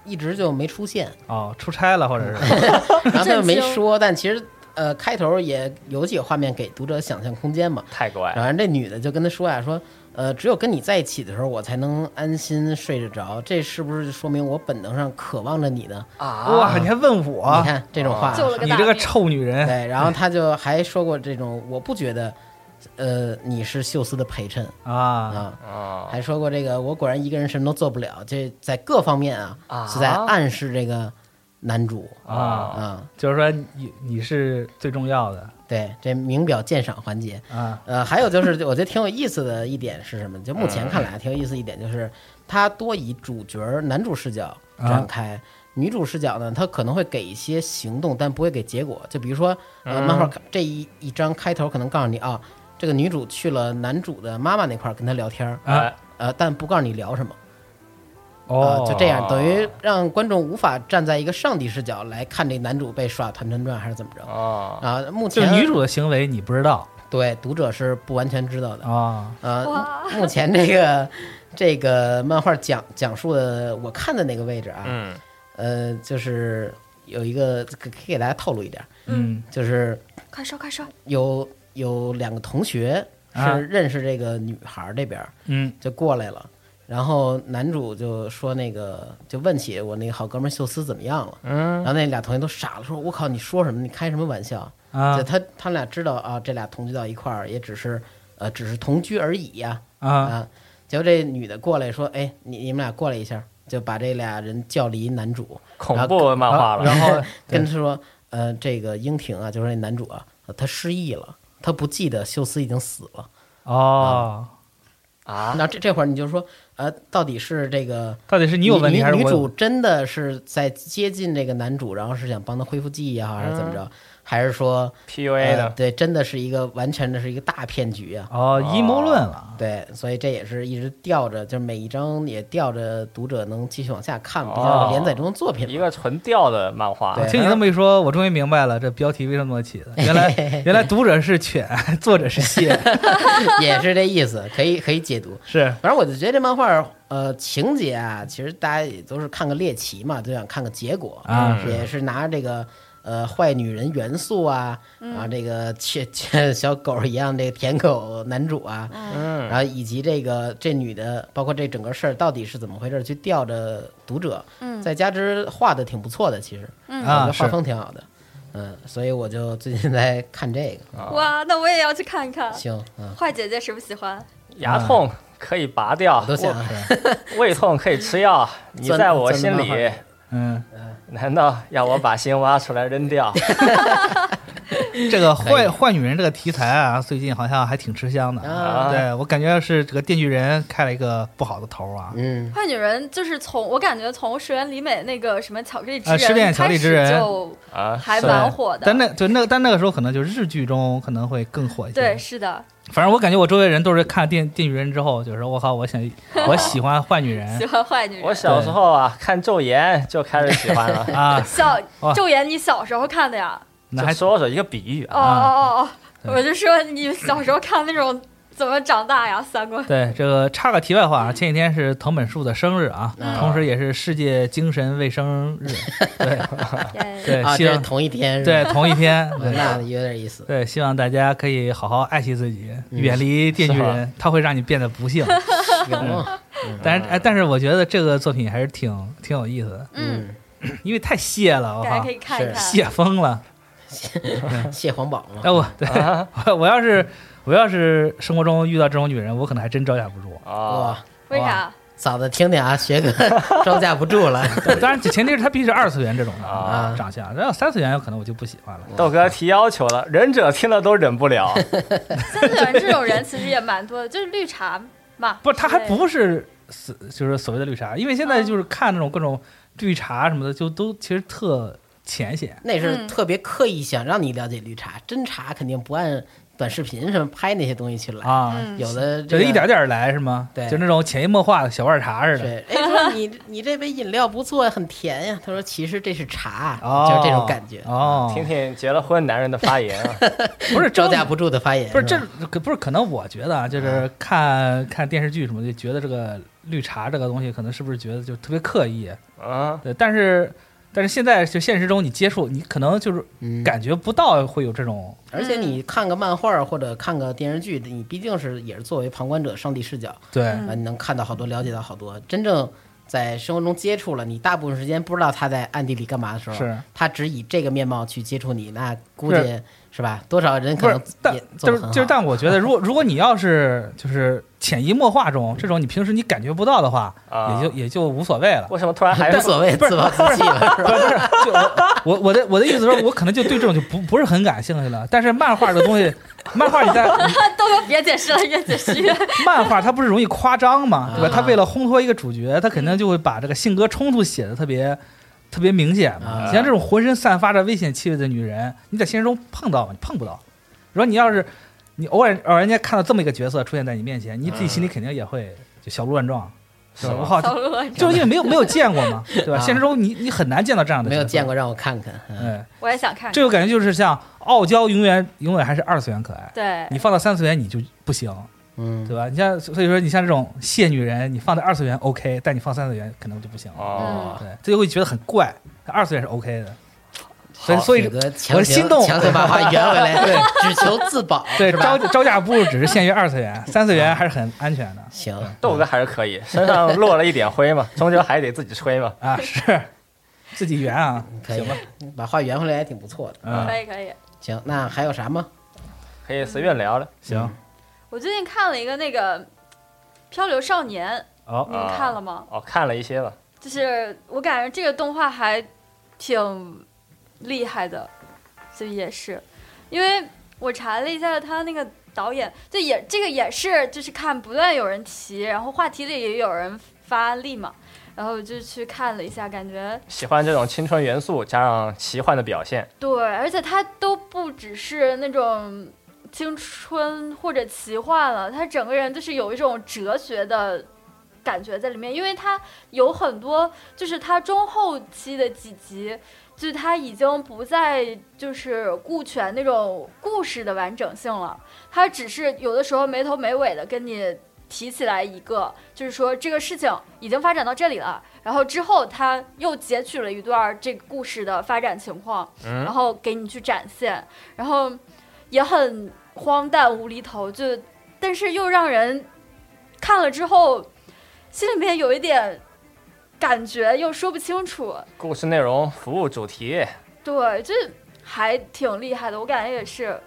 [SPEAKER 5] 一直就没出现，
[SPEAKER 6] 哦，出差了或者
[SPEAKER 5] 嗯
[SPEAKER 6] 是
[SPEAKER 5] 然后他就没
[SPEAKER 7] 震惊
[SPEAKER 5] 说，但其实呃开头也有几个画面给读者想象空间嘛，
[SPEAKER 8] 太
[SPEAKER 6] 哎
[SPEAKER 8] 乖
[SPEAKER 5] 然后这女的就跟他说呀、说呃，只有跟你在一起的时候，我才能安心睡得着，这是不是说明我本能上渴望着你呢？
[SPEAKER 8] 啊！
[SPEAKER 6] 哇！你还问我
[SPEAKER 5] 你？看这种话，
[SPEAKER 7] 救了个
[SPEAKER 6] 你
[SPEAKER 7] 大
[SPEAKER 6] 这个
[SPEAKER 7] 命。
[SPEAKER 6] 臭女 [LAUGHS] 人！
[SPEAKER 5] 对，然后他就还说过这种，我不觉得，呃，你是秀斯的陪衬
[SPEAKER 6] 啊，
[SPEAKER 5] 啊，
[SPEAKER 8] 啊，
[SPEAKER 5] 还说过这个，我果然一个人什么都做不了，这在各方面啊
[SPEAKER 8] 啊
[SPEAKER 5] 是在暗示这个男主
[SPEAKER 6] 啊
[SPEAKER 5] 啊，
[SPEAKER 6] 就是说你你是最重要的
[SPEAKER 5] 对，这明表鉴赏环节。
[SPEAKER 6] 啊
[SPEAKER 5] 呃，还有就是我觉得挺有意思的一点是什么？就目
[SPEAKER 6] 嗯
[SPEAKER 5] 前看来啊挺有意思一点就是，他多以主角儿男主视角
[SPEAKER 6] 啊
[SPEAKER 5] 展开。女主视角呢，她可能会给一些行动，但不会给结果。就比如说，呃，
[SPEAKER 6] 嗯
[SPEAKER 5] 漫画这一一章开头可能告诉你啊，这个女主去了男主的妈妈那块儿跟他聊天儿，
[SPEAKER 6] 啊！
[SPEAKER 5] 呃，但不告诉你聊什么，啊
[SPEAKER 6] 哦，，
[SPEAKER 5] 就这样，等于让观众无法站在一个上帝视角来看这男主被耍团团转还是怎么着
[SPEAKER 8] 啊，
[SPEAKER 5] 啊？目
[SPEAKER 6] 哦就
[SPEAKER 5] 前
[SPEAKER 6] 女主的行为你不知道
[SPEAKER 5] 对读者是不完全知道的
[SPEAKER 6] 啊
[SPEAKER 5] 呃
[SPEAKER 7] 哇，
[SPEAKER 5] 目前这个这个漫画讲讲述的，我看的那个位置啊，
[SPEAKER 8] 嗯，
[SPEAKER 5] 呃，就是有一个可可以给大家透露一点，
[SPEAKER 6] 嗯
[SPEAKER 5] 就是
[SPEAKER 7] 快说快说，
[SPEAKER 5] 有有两个同学
[SPEAKER 6] 啊
[SPEAKER 5] 是认识这个女孩这边儿
[SPEAKER 6] 嗯
[SPEAKER 5] 就过来了，然后男主就说那个就问起我那个好哥们儿秀斯怎么样了，然
[SPEAKER 8] 嗯，
[SPEAKER 5] 后那俩同学都傻了，说我靠，你说什么？你开什么玩笑？
[SPEAKER 6] 啊
[SPEAKER 5] 就他他们俩知道啊，这俩同居到一块儿也只是呃只是同居而已呀啊
[SPEAKER 6] 啊
[SPEAKER 5] 结果这女的过来说，哎，你你们俩过来一下，就把这俩人叫离男主，
[SPEAKER 8] 恐怖漫画了，
[SPEAKER 6] 啊然后
[SPEAKER 5] [LAUGHS] 跟他说，呃，这个英挺啊，就是那男主啊，呃他失忆了，他不记得秀斯已经死了。
[SPEAKER 6] 哦，
[SPEAKER 8] [LAUGHS] 啊，
[SPEAKER 5] 那这这会儿你就说，呃，到底是这个
[SPEAKER 6] 到底是你
[SPEAKER 5] 女
[SPEAKER 6] 有问题
[SPEAKER 5] 女
[SPEAKER 6] 还是
[SPEAKER 5] 女
[SPEAKER 6] 我
[SPEAKER 5] 主
[SPEAKER 6] 有？
[SPEAKER 5] 真的是在接近这个男主，然后是想帮他恢复记忆啊，还是怎么
[SPEAKER 6] 嗯
[SPEAKER 5] 着？还是说
[SPEAKER 8] PUA
[SPEAKER 5] 呃
[SPEAKER 8] 的，
[SPEAKER 5] 对，真的是一个完全的是一个大骗局啊！
[SPEAKER 6] 哦，阴谋论了。
[SPEAKER 5] 对，所以这也是一直吊着，就是每一章也吊着读者能继续往下看，比
[SPEAKER 8] 哦
[SPEAKER 5] 较连载中的作品嘛。
[SPEAKER 8] 一个纯调的漫画
[SPEAKER 5] 对，
[SPEAKER 6] 听你这么一说，我终于明白了这标题为什么起的。
[SPEAKER 5] [LAUGHS]
[SPEAKER 6] 原来原来读者是犬， [LAUGHS] 作者是蟹，
[SPEAKER 5] 也是这意思，可以可以解读。
[SPEAKER 6] 是
[SPEAKER 5] 反正我就觉得这漫画呃情节啊，其实大家也都是看个猎奇嘛，就想看个结果
[SPEAKER 6] 啊
[SPEAKER 5] 也是拿这个呃坏女人元素啊，啊这个切切小狗一样这个舔狗男主啊，
[SPEAKER 8] 嗯
[SPEAKER 5] 然后以及这个这女的，包括这整个事儿到底是怎么回事，去吊着读者，
[SPEAKER 7] 嗯
[SPEAKER 5] 再加之画的挺不错的，其实我觉
[SPEAKER 6] 啊，
[SPEAKER 5] 得画
[SPEAKER 6] 是
[SPEAKER 5] 风嗯挺好的，嗯，所以我就最近在看这个，
[SPEAKER 7] 哇，那我也要去看看。
[SPEAKER 5] 行，嗯，
[SPEAKER 7] 坏姐姐喜不喜欢？
[SPEAKER 8] 牙痛可以拔掉
[SPEAKER 5] 我都，想啊
[SPEAKER 8] 胃胃痛可以吃
[SPEAKER 5] [LAUGHS]
[SPEAKER 8] 药。你
[SPEAKER 5] 钻
[SPEAKER 8] 在我心
[SPEAKER 5] 钻漫
[SPEAKER 8] 里，
[SPEAKER 6] 嗯，
[SPEAKER 8] [LAUGHS] 难道要我把心挖出来
[SPEAKER 5] [LAUGHS]
[SPEAKER 8] 扔掉？
[SPEAKER 5] 嗯
[SPEAKER 6] 这个
[SPEAKER 5] 可以
[SPEAKER 6] 坏坏女人这个题材啊，最近好像还挺吃香的。
[SPEAKER 5] 啊，
[SPEAKER 6] 对我感觉是这个电锯人开了一个不好的头啊。
[SPEAKER 5] 嗯。
[SPEAKER 7] 坏女人就是从我感觉从石原里美那个什么巧克力之
[SPEAKER 6] 啊
[SPEAKER 7] 人
[SPEAKER 6] 失恋巧克力之人
[SPEAKER 7] 开始就
[SPEAKER 8] 啊，
[SPEAKER 7] 还
[SPEAKER 8] 是
[SPEAKER 7] 蛮火的。
[SPEAKER 6] 但那对那个但那个时候可能就是日剧中可能会更火一些。
[SPEAKER 7] 对，，是的，
[SPEAKER 6] 反正我感觉我周围人都是看电电锯人之后，就是说我靠，我想我喜欢坏女
[SPEAKER 7] 哦喜
[SPEAKER 6] 人。
[SPEAKER 7] 欢坏女
[SPEAKER 8] 我
[SPEAKER 7] 人。
[SPEAKER 8] 小时候啊，看《昼颜》就开始喜欢了
[SPEAKER 5] [LAUGHS]
[SPEAKER 7] [LAUGHS]
[SPEAKER 6] 啊，
[SPEAKER 7] 小
[SPEAKER 6] 哇
[SPEAKER 7] 昼颜，你小时候看的呀？
[SPEAKER 6] 那
[SPEAKER 8] 就
[SPEAKER 6] 还
[SPEAKER 8] 说说一个比喻啊，
[SPEAKER 7] 哦哦哦哦，
[SPEAKER 6] 对
[SPEAKER 7] 我就说你小时候看那种怎么长大呀？
[SPEAKER 5] [LAUGHS]
[SPEAKER 7] 三观
[SPEAKER 6] 对，这个插个题外话啊，前几天是藤本树的生日啊，
[SPEAKER 5] 嗯
[SPEAKER 6] 同时也是世界精神卫生
[SPEAKER 5] [LAUGHS]
[SPEAKER 6] 日，对
[SPEAKER 7] 耶
[SPEAKER 6] 对，
[SPEAKER 5] 啊，
[SPEAKER 6] 希
[SPEAKER 5] 这是
[SPEAKER 6] 望
[SPEAKER 5] 同一天是吧，
[SPEAKER 6] 对同一天，
[SPEAKER 5] 啊
[SPEAKER 6] 对
[SPEAKER 5] [LAUGHS] 那有点意思。
[SPEAKER 6] 对，希望大家可以好好爱惜自己，
[SPEAKER 5] 嗯
[SPEAKER 6] 远离电锯人，它会让你变得不幸。
[SPEAKER 5] 行，
[SPEAKER 6] 但是哎，但是我觉得这个作品还是挺挺有意思的，
[SPEAKER 7] 嗯，
[SPEAKER 6] 因为太泄了，我
[SPEAKER 7] 大家
[SPEAKER 6] 靠
[SPEAKER 7] 可，以看一
[SPEAKER 5] 是
[SPEAKER 7] 看。
[SPEAKER 6] 泄疯了。
[SPEAKER 5] 蟹黄堡嘛，
[SPEAKER 6] 哎，我对 [LAUGHS] 我我要是我要是生活中遇到这种女人，我可能还真招架不住。 [LAUGHS]
[SPEAKER 8] 啊，
[SPEAKER 5] 哇，
[SPEAKER 7] 为啥？
[SPEAKER 5] 嫂子听听啊，学哥招架不住了，
[SPEAKER 6] 当然，前提是她必须是二次元这种的
[SPEAKER 8] 啊
[SPEAKER 6] 长相，然后三次元有可能我就不喜欢了。
[SPEAKER 8] 豆哥提要求了，忍者听了都忍不了。
[SPEAKER 7] 三次元这种人其实也蛮多的，就是绿茶嘛。
[SPEAKER 6] 不是，他还
[SPEAKER 7] 对 [LAUGHS] 嗯
[SPEAKER 6] 不是所就是所谓的绿茶，因为现在就是看那种各种绿茶什么的，就都其实特浅显。
[SPEAKER 5] 那是
[SPEAKER 7] 嗯
[SPEAKER 5] 特别刻意想让你了解绿茶，真茶肯定不按短视频什么拍那些东西去来，
[SPEAKER 6] 啊，
[SPEAKER 7] 嗯
[SPEAKER 5] 有的
[SPEAKER 6] 就
[SPEAKER 5] 这
[SPEAKER 6] 是
[SPEAKER 5] 个
[SPEAKER 6] 一点。点来是吗？
[SPEAKER 5] 对
[SPEAKER 6] 就那种潜移默化的小腕茶似
[SPEAKER 7] [LAUGHS]
[SPEAKER 6] 的。
[SPEAKER 5] 对，哎，说你你这杯饮料不错，很甜呀。他说其实这是茶，
[SPEAKER 6] 哦，
[SPEAKER 5] 就是这种感觉，嗯
[SPEAKER 6] 哦，
[SPEAKER 8] 听听结了婚男人的发
[SPEAKER 5] [LAUGHS]
[SPEAKER 8] 言啊，
[SPEAKER 6] 不是
[SPEAKER 5] 招
[SPEAKER 6] 正
[SPEAKER 5] 架不住的发言。嗯
[SPEAKER 6] 不是这
[SPEAKER 5] 吧嗯
[SPEAKER 6] 可不是可能，我觉得啊，就是看看电视剧什么的，就觉得这个绿茶这个东西，可能是不是觉得就特别刻意？
[SPEAKER 8] 啊，
[SPEAKER 6] 对，但是但是现在就现实中你接触，你可能就是
[SPEAKER 5] 嗯
[SPEAKER 6] 感觉不到会有这种
[SPEAKER 5] 而且你看个漫画或者看个电视剧，你毕竟是也是作为旁观者、上帝视角，
[SPEAKER 6] 对。
[SPEAKER 5] 啊，你能看到好多，了解到好多。真正在生活中接触了，你大部分时间不知道他在暗地里干嘛的时候，
[SPEAKER 6] 是
[SPEAKER 5] 他只以这个面貌去接触你，那估
[SPEAKER 6] 是
[SPEAKER 5] 计是吧？多少人可
[SPEAKER 6] 不是
[SPEAKER 5] 能，
[SPEAKER 6] 但
[SPEAKER 5] 也做
[SPEAKER 6] 就
[SPEAKER 5] 得
[SPEAKER 6] 是
[SPEAKER 5] 很好
[SPEAKER 6] 就是，但我觉得，如果如果你要是就是潜移默化中这种你平时你感觉不到的话，
[SPEAKER 8] 啊
[SPEAKER 6] 也就也就无所谓了。
[SPEAKER 8] 为什么突然还
[SPEAKER 5] 无所谓，
[SPEAKER 6] 不是
[SPEAKER 5] 自暴自弃了，是
[SPEAKER 6] [LAUGHS] 不
[SPEAKER 5] 吧？
[SPEAKER 6] 是不是，就我我我的我的意思是，我可能就对这种就不不是很感兴趣了。但是漫画的东西，漫画你在
[SPEAKER 7] 豆哥别解释了，越解
[SPEAKER 6] [LAUGHS]
[SPEAKER 7] 释越
[SPEAKER 6] 漫画它不是容易夸张嘛，对吧？
[SPEAKER 5] 啊
[SPEAKER 6] 他为了烘托一个主角，他肯定就会把这个性格冲突写的特别特别明显嘛。
[SPEAKER 5] 啊
[SPEAKER 6] 你像这种浑身散发着危险气味的女人，你在现实中碰到吗？你碰不到。如果你要是你偶尔偶然间看到这么一个角色出现在你面前，你自己
[SPEAKER 5] 啊
[SPEAKER 6] 心里肯定也会就小鹿乱撞，是吧？
[SPEAKER 8] 是吧
[SPEAKER 6] 我靠，
[SPEAKER 7] 讨论了。
[SPEAKER 6] 啊就是因为没有没有见过嘛，对吧？
[SPEAKER 5] 啊
[SPEAKER 6] 现实中你你很难见到这样的，
[SPEAKER 5] 没有见。过，让我看看。嗯
[SPEAKER 6] 嗯，
[SPEAKER 7] 我也想看看。
[SPEAKER 6] 这个感觉就是像傲娇，永远永远还是二次元可爱。
[SPEAKER 7] 对，
[SPEAKER 6] 你放到三次元你就不行，
[SPEAKER 5] 嗯，
[SPEAKER 6] 对吧？你像所以说你像这种蟹女人，你放在二次元 OK，但你放三次元可能就不行了。
[SPEAKER 8] 哦，
[SPEAKER 6] 对，这就会觉得很怪。二次元是 OK 的，所以所以
[SPEAKER 5] 有个强
[SPEAKER 6] 我是
[SPEAKER 5] 行
[SPEAKER 6] 心动
[SPEAKER 5] 强行把话圆回来，
[SPEAKER 6] [LAUGHS] 对
[SPEAKER 5] 只求自保，
[SPEAKER 6] 对
[SPEAKER 5] 是吧
[SPEAKER 6] 招？招架不只是限于二次元，三次元还是很安全的
[SPEAKER 5] 行，
[SPEAKER 8] 豆哥还是可以，身上落了一点灰嘛，终究还得自己吹嘛。
[SPEAKER 6] 啊，是自己圆啊，
[SPEAKER 5] 可以
[SPEAKER 6] 行吧，，
[SPEAKER 5] 把话圆回来还挺不错的。
[SPEAKER 6] 嗯
[SPEAKER 7] 可，以可以。
[SPEAKER 5] 行，那还有啥吗？
[SPEAKER 8] 可以随便聊了。
[SPEAKER 6] 行，
[SPEAKER 7] 我最近看了一个那个《漂流少年》，
[SPEAKER 6] 好
[SPEAKER 7] 你，们看了吗？
[SPEAKER 8] 哦，看了一些吧。
[SPEAKER 7] 就是我感觉这个动画还挺厉害的，所以也是，因为我查了一下他那个导演，就也这个也是就是看不断有人提，然后话题里也有人发力嘛，然后我就去看了一下，感觉
[SPEAKER 8] 喜欢这种青春元素加上奇幻的表现，
[SPEAKER 7] 对，而且它都不只是那种青春或者奇幻了，他整个人就是有一种哲学的感觉在里面，因为他有很多，就是他中后期的几集，就是他已经不再就是顾全那种故事的完整性了，他只是有的时候没头没尾的跟你。提起来一个，就是说这个事情已经发展到这里了，然后之后他又截取了一段儿这个故事的发展情况，
[SPEAKER 8] 嗯
[SPEAKER 7] 然，后给你去展现，然后也很荒诞无厘头，就但是又让人看了之后心里面有一点感觉，又说不清楚。
[SPEAKER 8] 故事内容、服务主题，
[SPEAKER 7] 对，这还挺厉害的，我感觉也是。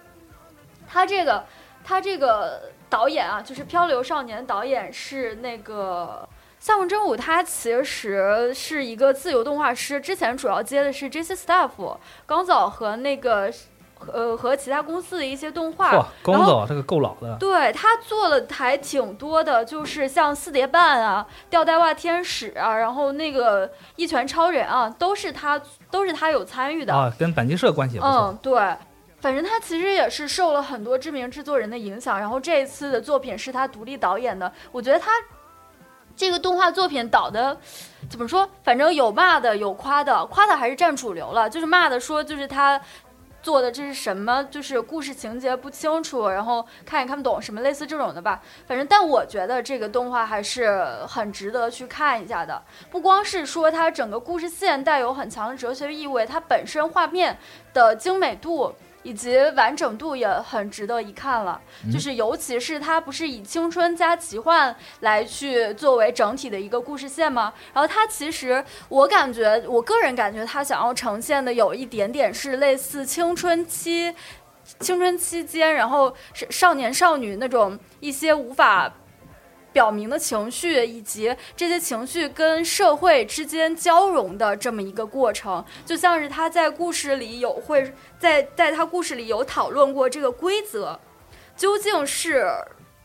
[SPEAKER 7] 他这个，他这个导演啊，就是《漂流少年》导演是那个夏目真武，他其实是一个自由动画师，之前主要接的是 JC Staff、刚早和那个呃和其他公司的一些动画。
[SPEAKER 6] 哇，
[SPEAKER 7] 啊然
[SPEAKER 6] 工
[SPEAKER 7] 后
[SPEAKER 6] 作这个够老的，
[SPEAKER 7] 对他做了还挺多的，就是像四叠半啊、吊带袜天使啊，然后那个一拳超人啊，都是他都是他有参与的。
[SPEAKER 6] 啊，跟板机社关系也不错，
[SPEAKER 7] 嗯，对，反正他其实也是受了很多知名制作人的影响，然后这一次的作品是他独立导演的，我觉得他这个动画作品导的怎么说，反正有骂的，有夸的，夸的还是占主流了，就是骂的说就是他。做的这是什么？就是故事情节不清楚，然后看也看不懂，什么类似这种的吧。反正，但我觉得这个动画还是很值得去看一下的。不光是说它整个故事线带有很强的哲学意味，它本身画面的精美度以及完整度也很值得一看了。就是尤其是它不是以青春加奇幻来去作为整体的一个故事线吗？然后它其实我感觉，我个人感觉它想要呈现的有一点点是类似青春期。青春期间，然后是少年少女那种一些无法表明的情绪，以及这些情绪跟社会之间交融的这么一个过程，就像是他在故事里有会在在他故事里有讨论过这个规则究竟是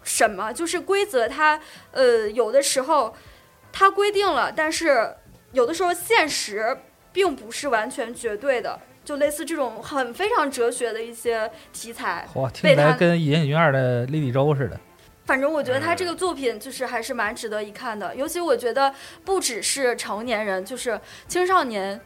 [SPEAKER 7] 什么，就是规则它呃有的时候它规定了，但是有的时候现实并不是完全绝对的，就类似这种很非常哲学的一些题材。
[SPEAKER 6] 哇，听起
[SPEAKER 7] 被
[SPEAKER 6] 来
[SPEAKER 7] 他
[SPEAKER 6] 跟《银眼云二》的莉莉周似的，
[SPEAKER 7] 反正我觉得他这个作品就是还是蛮值得一看的，尤其我觉得不只是成年人，就是青少年，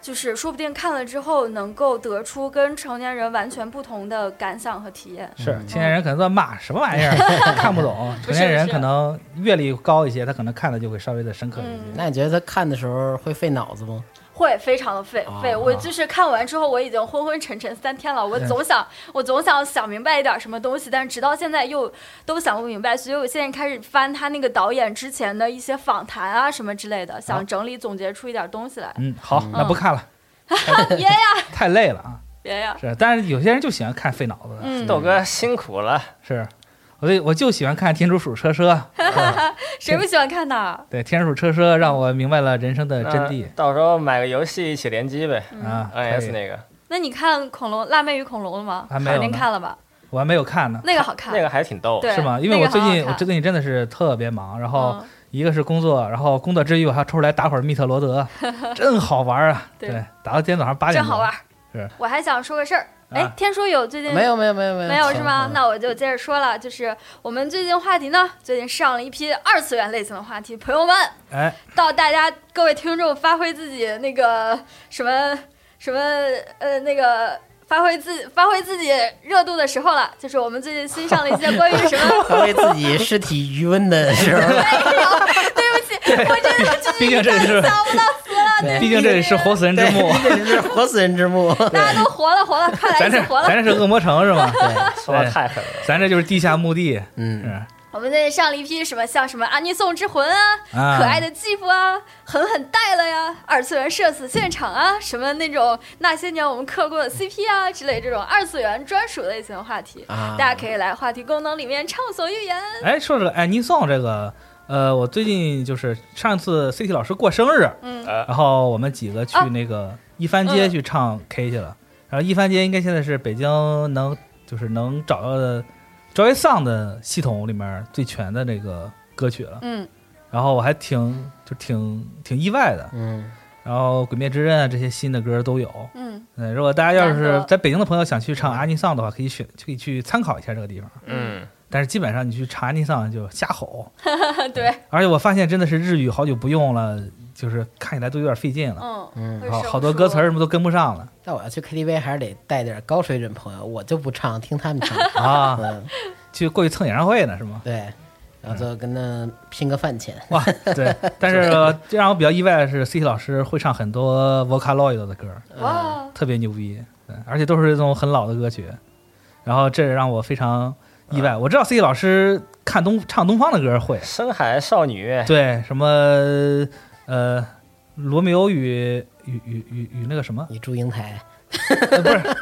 [SPEAKER 7] 就是说不定看了之后能够得出跟成年人完全不同的感想和体验。
[SPEAKER 6] 是青年人可能在骂什么玩
[SPEAKER 7] [LAUGHS]
[SPEAKER 6] 意儿，看不懂，成年人可能阅历高一些，他可能看的就会稍微的深刻一些。
[SPEAKER 7] 嗯，
[SPEAKER 5] 那你觉得他看的时候会费脑子吗？
[SPEAKER 7] 会非常的费费。我就是看完之后，我已经昏昏沉沉三天了，我总想我总想想明白一点什么东西，但是直到现在又都想不明白，所以我现在开始翻他那个导演之前的一些访谈啊什么之类的，想整理总结出一点东西来。
[SPEAKER 6] 嗯，好，那不看
[SPEAKER 7] [LAUGHS]
[SPEAKER 6] 了，
[SPEAKER 7] 别呀，
[SPEAKER 6] 太累了啊。
[SPEAKER 7] 别呀。
[SPEAKER 6] 是，但是有些人就喜欢看费脑子的，
[SPEAKER 7] 嗯，
[SPEAKER 8] 豆哥辛苦了。
[SPEAKER 6] [LAUGHS] 是，我就我就喜欢看《天竺鼠车车》，
[SPEAKER 8] 嗯
[SPEAKER 7] 谁不喜欢看呢？
[SPEAKER 6] 对，《天竺鼠车车》让我明白了人生的真
[SPEAKER 8] 那
[SPEAKER 6] 谛
[SPEAKER 8] 到时候买个游戏一起联机呗
[SPEAKER 7] 嗯
[SPEAKER 6] 啊。
[SPEAKER 7] 哎
[SPEAKER 6] 可
[SPEAKER 8] ，NS
[SPEAKER 6] 以，
[SPEAKER 8] 那个
[SPEAKER 7] 那你看恐龙《辣妹与恐龙》了吗？
[SPEAKER 6] 还没有呢
[SPEAKER 7] 肯定看了吧？
[SPEAKER 6] 我还没有看呢，
[SPEAKER 7] 那个好看，
[SPEAKER 8] 那个还挺逗。
[SPEAKER 7] 对
[SPEAKER 6] 是吗？因为我最
[SPEAKER 7] 那
[SPEAKER 6] 近
[SPEAKER 7] 个好
[SPEAKER 6] 我
[SPEAKER 7] 好看
[SPEAKER 6] 最近真的是特别忙，然后
[SPEAKER 7] 嗯
[SPEAKER 6] 一个是工作，然后工作之余我还要抽出来打会儿密特
[SPEAKER 7] [LAUGHS]
[SPEAKER 6] 罗德，真好玩啊！
[SPEAKER 7] 对
[SPEAKER 6] 对，打到今天早上八
[SPEAKER 7] 真
[SPEAKER 6] 点钟，
[SPEAKER 7] 好玩。
[SPEAKER 6] 是
[SPEAKER 7] 我还想说个事儿，哎
[SPEAKER 6] 啊，
[SPEAKER 7] 天叔有最近
[SPEAKER 5] 没有，没有，没有，没有，
[SPEAKER 7] 没有是吗
[SPEAKER 5] 嗯？
[SPEAKER 7] 那我就接着说了，就是我们最近话题呢，最近上了一批二次元类型的话题，朋友们，
[SPEAKER 6] 哎，
[SPEAKER 7] 到大家各位听众发挥自己那个什么什么呃那个。发挥自发挥自己热度的时候了，就是我们最近新上了一些关于什
[SPEAKER 5] [LAUGHS]
[SPEAKER 7] 么 [LAUGHS]
[SPEAKER 5] 发挥自己尸体余温的时候，
[SPEAKER 7] 对不起，我真的就是
[SPEAKER 6] 毕竟这是
[SPEAKER 7] 想不到死了。
[SPEAKER 5] 对
[SPEAKER 6] 毕竟这里是活死人
[SPEAKER 5] [LAUGHS]
[SPEAKER 6] 之
[SPEAKER 5] 对，
[SPEAKER 7] [LAUGHS]
[SPEAKER 6] 墓，
[SPEAKER 5] 这是 [LAUGHS] 活死人之墓。
[SPEAKER 7] 大家都活了活了，快来
[SPEAKER 6] 咱
[SPEAKER 7] 一起
[SPEAKER 6] 这
[SPEAKER 7] 活了
[SPEAKER 6] 咱。这是恶魔城
[SPEAKER 5] [LAUGHS]
[SPEAKER 6] 是吗？
[SPEAKER 8] 说的太狠了。
[SPEAKER 6] 咱这就是地下墓地，
[SPEAKER 5] 嗯，
[SPEAKER 6] 是
[SPEAKER 7] 我们那上了一批什么，像什么《安妮颂之魂》啊，
[SPEAKER 6] 啊
[SPEAKER 7] 可爱的继父啊，狠狠带了呀，二次元社死现场啊，什么那种那些年我们磕过的 CP 啊之类这种二次元专属类型的话题，
[SPEAKER 5] 啊
[SPEAKER 7] 大家可以来话题功能里面畅所欲言。
[SPEAKER 6] 哎，说说哎，尼颂这个，呃，我最近就是上次 CT 老师过生日，
[SPEAKER 7] 嗯，
[SPEAKER 8] 呃，
[SPEAKER 6] 然后我们几个去
[SPEAKER 7] 啊
[SPEAKER 6] 那个一番街
[SPEAKER 7] 嗯
[SPEAKER 6] 去唱 K 去了。然后一番街应该现在是北京能就是能找到的 Joy Song 的系统里面最全的那个歌曲了。
[SPEAKER 7] 嗯，
[SPEAKER 6] 然后我还挺就挺挺意外的。
[SPEAKER 5] 嗯，
[SPEAKER 6] 然后《鬼灭之刃》啊这些新的歌都有。
[SPEAKER 7] 嗯，
[SPEAKER 6] 嗯，如果大家要
[SPEAKER 7] 难
[SPEAKER 6] 是
[SPEAKER 7] 得
[SPEAKER 6] 在北京的朋友想去唱阿尼桑的话，可以选可以去参考一下这个地方。
[SPEAKER 8] 嗯，
[SPEAKER 6] 但是基本上你去查阿尼桑就瞎吼，
[SPEAKER 7] 对，
[SPEAKER 6] 而且我发现真的是日语好久不用了，就是看起来都有点费劲了，
[SPEAKER 7] 嗯，
[SPEAKER 5] 嗯
[SPEAKER 7] 会
[SPEAKER 6] 好
[SPEAKER 7] 生
[SPEAKER 6] 好多歌词儿
[SPEAKER 7] 疏
[SPEAKER 6] 什么都跟不上了
[SPEAKER 5] 但我要去 KTV 还是得带点高水准朋友，我就不唱，听他们 [LAUGHS] 唱。
[SPEAKER 6] 啊！
[SPEAKER 5] 嗯，
[SPEAKER 6] 去过去蹭演唱会呢是吗？
[SPEAKER 5] 对，然后就跟他拼个饭钱。
[SPEAKER 6] 哇，对。但是这让我比较意外的是，C T 老师会唱很多 Vocaloid 的歌，
[SPEAKER 5] 嗯
[SPEAKER 7] 哇，
[SPEAKER 6] 特别牛逼，对，而且都是这种很老的歌曲。然后这让我非常意外，我知道 C T 老师看东唱东方的歌会。
[SPEAKER 8] 深海少女，
[SPEAKER 6] [LAUGHS] 对，什么呃，罗密欧与与与与与那个什么， [LAUGHS]
[SPEAKER 5] 你祝英台
[SPEAKER 6] 呃、不是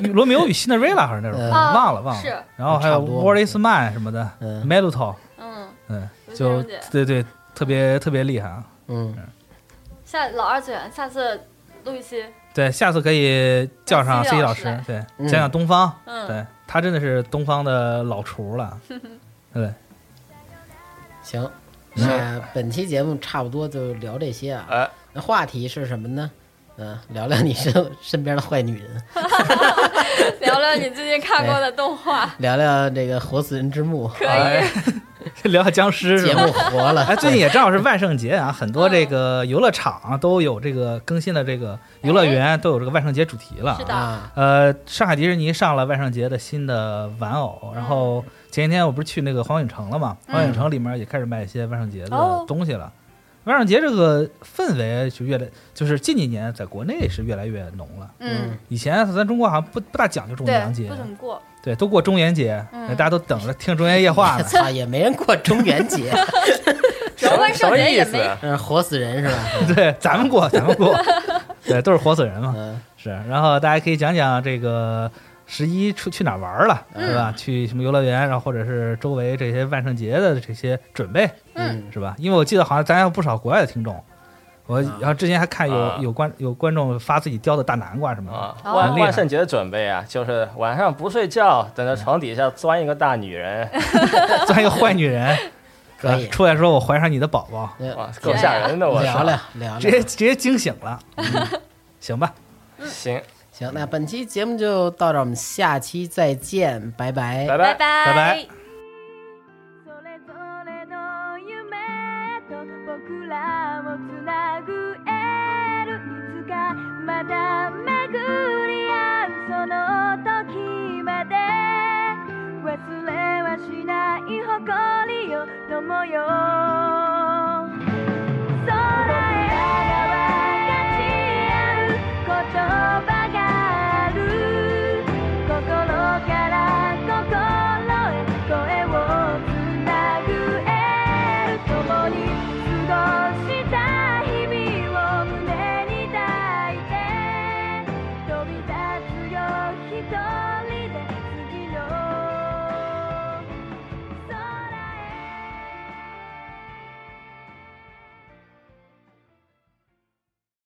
[SPEAKER 6] 与罗密欧与辛德瑞拉，好像那种、
[SPEAKER 5] 嗯
[SPEAKER 7] 啊
[SPEAKER 6] 忘了忘了。
[SPEAKER 7] 是，
[SPEAKER 6] 然后还有
[SPEAKER 5] 差不多
[SPEAKER 6] w a r i s Man 什么的、
[SPEAKER 5] 嗯
[SPEAKER 6] m e l o t o
[SPEAKER 7] 嗯，
[SPEAKER 6] 嗯，
[SPEAKER 7] 刘先
[SPEAKER 6] 就
[SPEAKER 7] 生姐
[SPEAKER 6] 对对，特别特别厉害啊。
[SPEAKER 5] 嗯，
[SPEAKER 7] 下老二次元，下次录一期， [LAUGHS]
[SPEAKER 6] 对，下次可以叫上
[SPEAKER 7] C
[SPEAKER 6] C
[SPEAKER 7] 老
[SPEAKER 6] 老
[SPEAKER 7] 师
[SPEAKER 6] 师
[SPEAKER 7] 来，
[SPEAKER 6] 对，
[SPEAKER 5] 嗯
[SPEAKER 6] 讲讲东方，
[SPEAKER 7] 嗯，
[SPEAKER 6] 对他真的是东方的老
[SPEAKER 7] [LAUGHS]
[SPEAKER 6] 厨了。
[SPEAKER 5] 行，那本期节目差不多就聊这些啊。
[SPEAKER 8] 呃，
[SPEAKER 5] 那话题是什么呢？嗯，聊聊你身身边的坏女人，
[SPEAKER 7] 聊聊你最近看过的动画，
[SPEAKER 5] 聊聊这个活死人之墓。
[SPEAKER 7] 可以
[SPEAKER 6] 哎， [LAUGHS] 聊聊僵尸是
[SPEAKER 5] 节
[SPEAKER 6] 吧？
[SPEAKER 5] 目活了，
[SPEAKER 6] 哎，最近也正好是万圣节啊，很多这个游乐场啊都有这个更新的这个游乐园都有这个万圣节主题了啊。
[SPEAKER 7] 是的，
[SPEAKER 5] 啊，
[SPEAKER 6] 呃，上海迪士尼上了万圣节的新的玩偶，
[SPEAKER 7] 嗯
[SPEAKER 6] 然后前几天我不是去那个黄影城了嘛，黄影城里面也开始卖一些万圣节的
[SPEAKER 7] 哦
[SPEAKER 6] 东西了。万圣节这个氛围就越来，就是近几年在国内是越来越浓了。
[SPEAKER 7] 嗯，
[SPEAKER 6] 以前咱中国好像不不大讲究中
[SPEAKER 7] 对
[SPEAKER 6] 元，节
[SPEAKER 7] 不，怎么过，
[SPEAKER 6] 对，都过中元节，
[SPEAKER 7] 嗯
[SPEAKER 6] 大家都等着听中元夜话呢。
[SPEAKER 5] 操，也没人过中元节，
[SPEAKER 6] [LAUGHS]
[SPEAKER 7] 主要万
[SPEAKER 8] 什
[SPEAKER 7] 圣
[SPEAKER 8] 么
[SPEAKER 7] 节
[SPEAKER 8] 意
[SPEAKER 7] 也
[SPEAKER 8] 思啊
[SPEAKER 7] 没？
[SPEAKER 5] 嗯，活死人是吧？
[SPEAKER 6] [LAUGHS] 对，咱们过，咱们过，对，都是活死人嘛。
[SPEAKER 5] 嗯，
[SPEAKER 6] 是，然后大家可以讲讲这个十一出去哪儿玩儿了，
[SPEAKER 5] 嗯
[SPEAKER 6] 是吧？去什么游乐园，然后或者是周围这些万圣节的这些准备，
[SPEAKER 7] 嗯
[SPEAKER 6] 是吧？因为我记得好像咱有不少国外的听众，我
[SPEAKER 5] 啊
[SPEAKER 6] 然后之前还看有、
[SPEAKER 8] 啊
[SPEAKER 6] 有观有观众发自己雕的大南瓜什么的，
[SPEAKER 8] 啊，
[SPEAKER 7] 哦
[SPEAKER 8] 万
[SPEAKER 6] 很厉害
[SPEAKER 8] 万圣节的准备啊，就是晚上不睡觉，等着床底下钻一个大女人，
[SPEAKER 6] 钻一个坏女人，
[SPEAKER 5] 啊 [LAUGHS] 可以
[SPEAKER 6] 呃出来说我怀上你的宝宝，
[SPEAKER 5] 嗯
[SPEAKER 8] 哇，够吓人的，我
[SPEAKER 5] 聊
[SPEAKER 8] 操！
[SPEAKER 5] 聊聊
[SPEAKER 6] 直接
[SPEAKER 5] 聊。
[SPEAKER 6] 直接惊醒了，嗯行吧，
[SPEAKER 8] 行，
[SPEAKER 5] 行，那本期节目就到这儿，我们下期再见，拜拜。
[SPEAKER 8] 拜拜。
[SPEAKER 7] 拜拜
[SPEAKER 6] 拜拜
[SPEAKER 4] それぞれの夢と僕らをつなぐエールいつかまた巡り合うその時まで忘れはしない誇りよ友よ空へが分かち合う言葉がある心から心へ声をつなぐエール共に過ごした日々を胸に抱いて飛び立つよ一人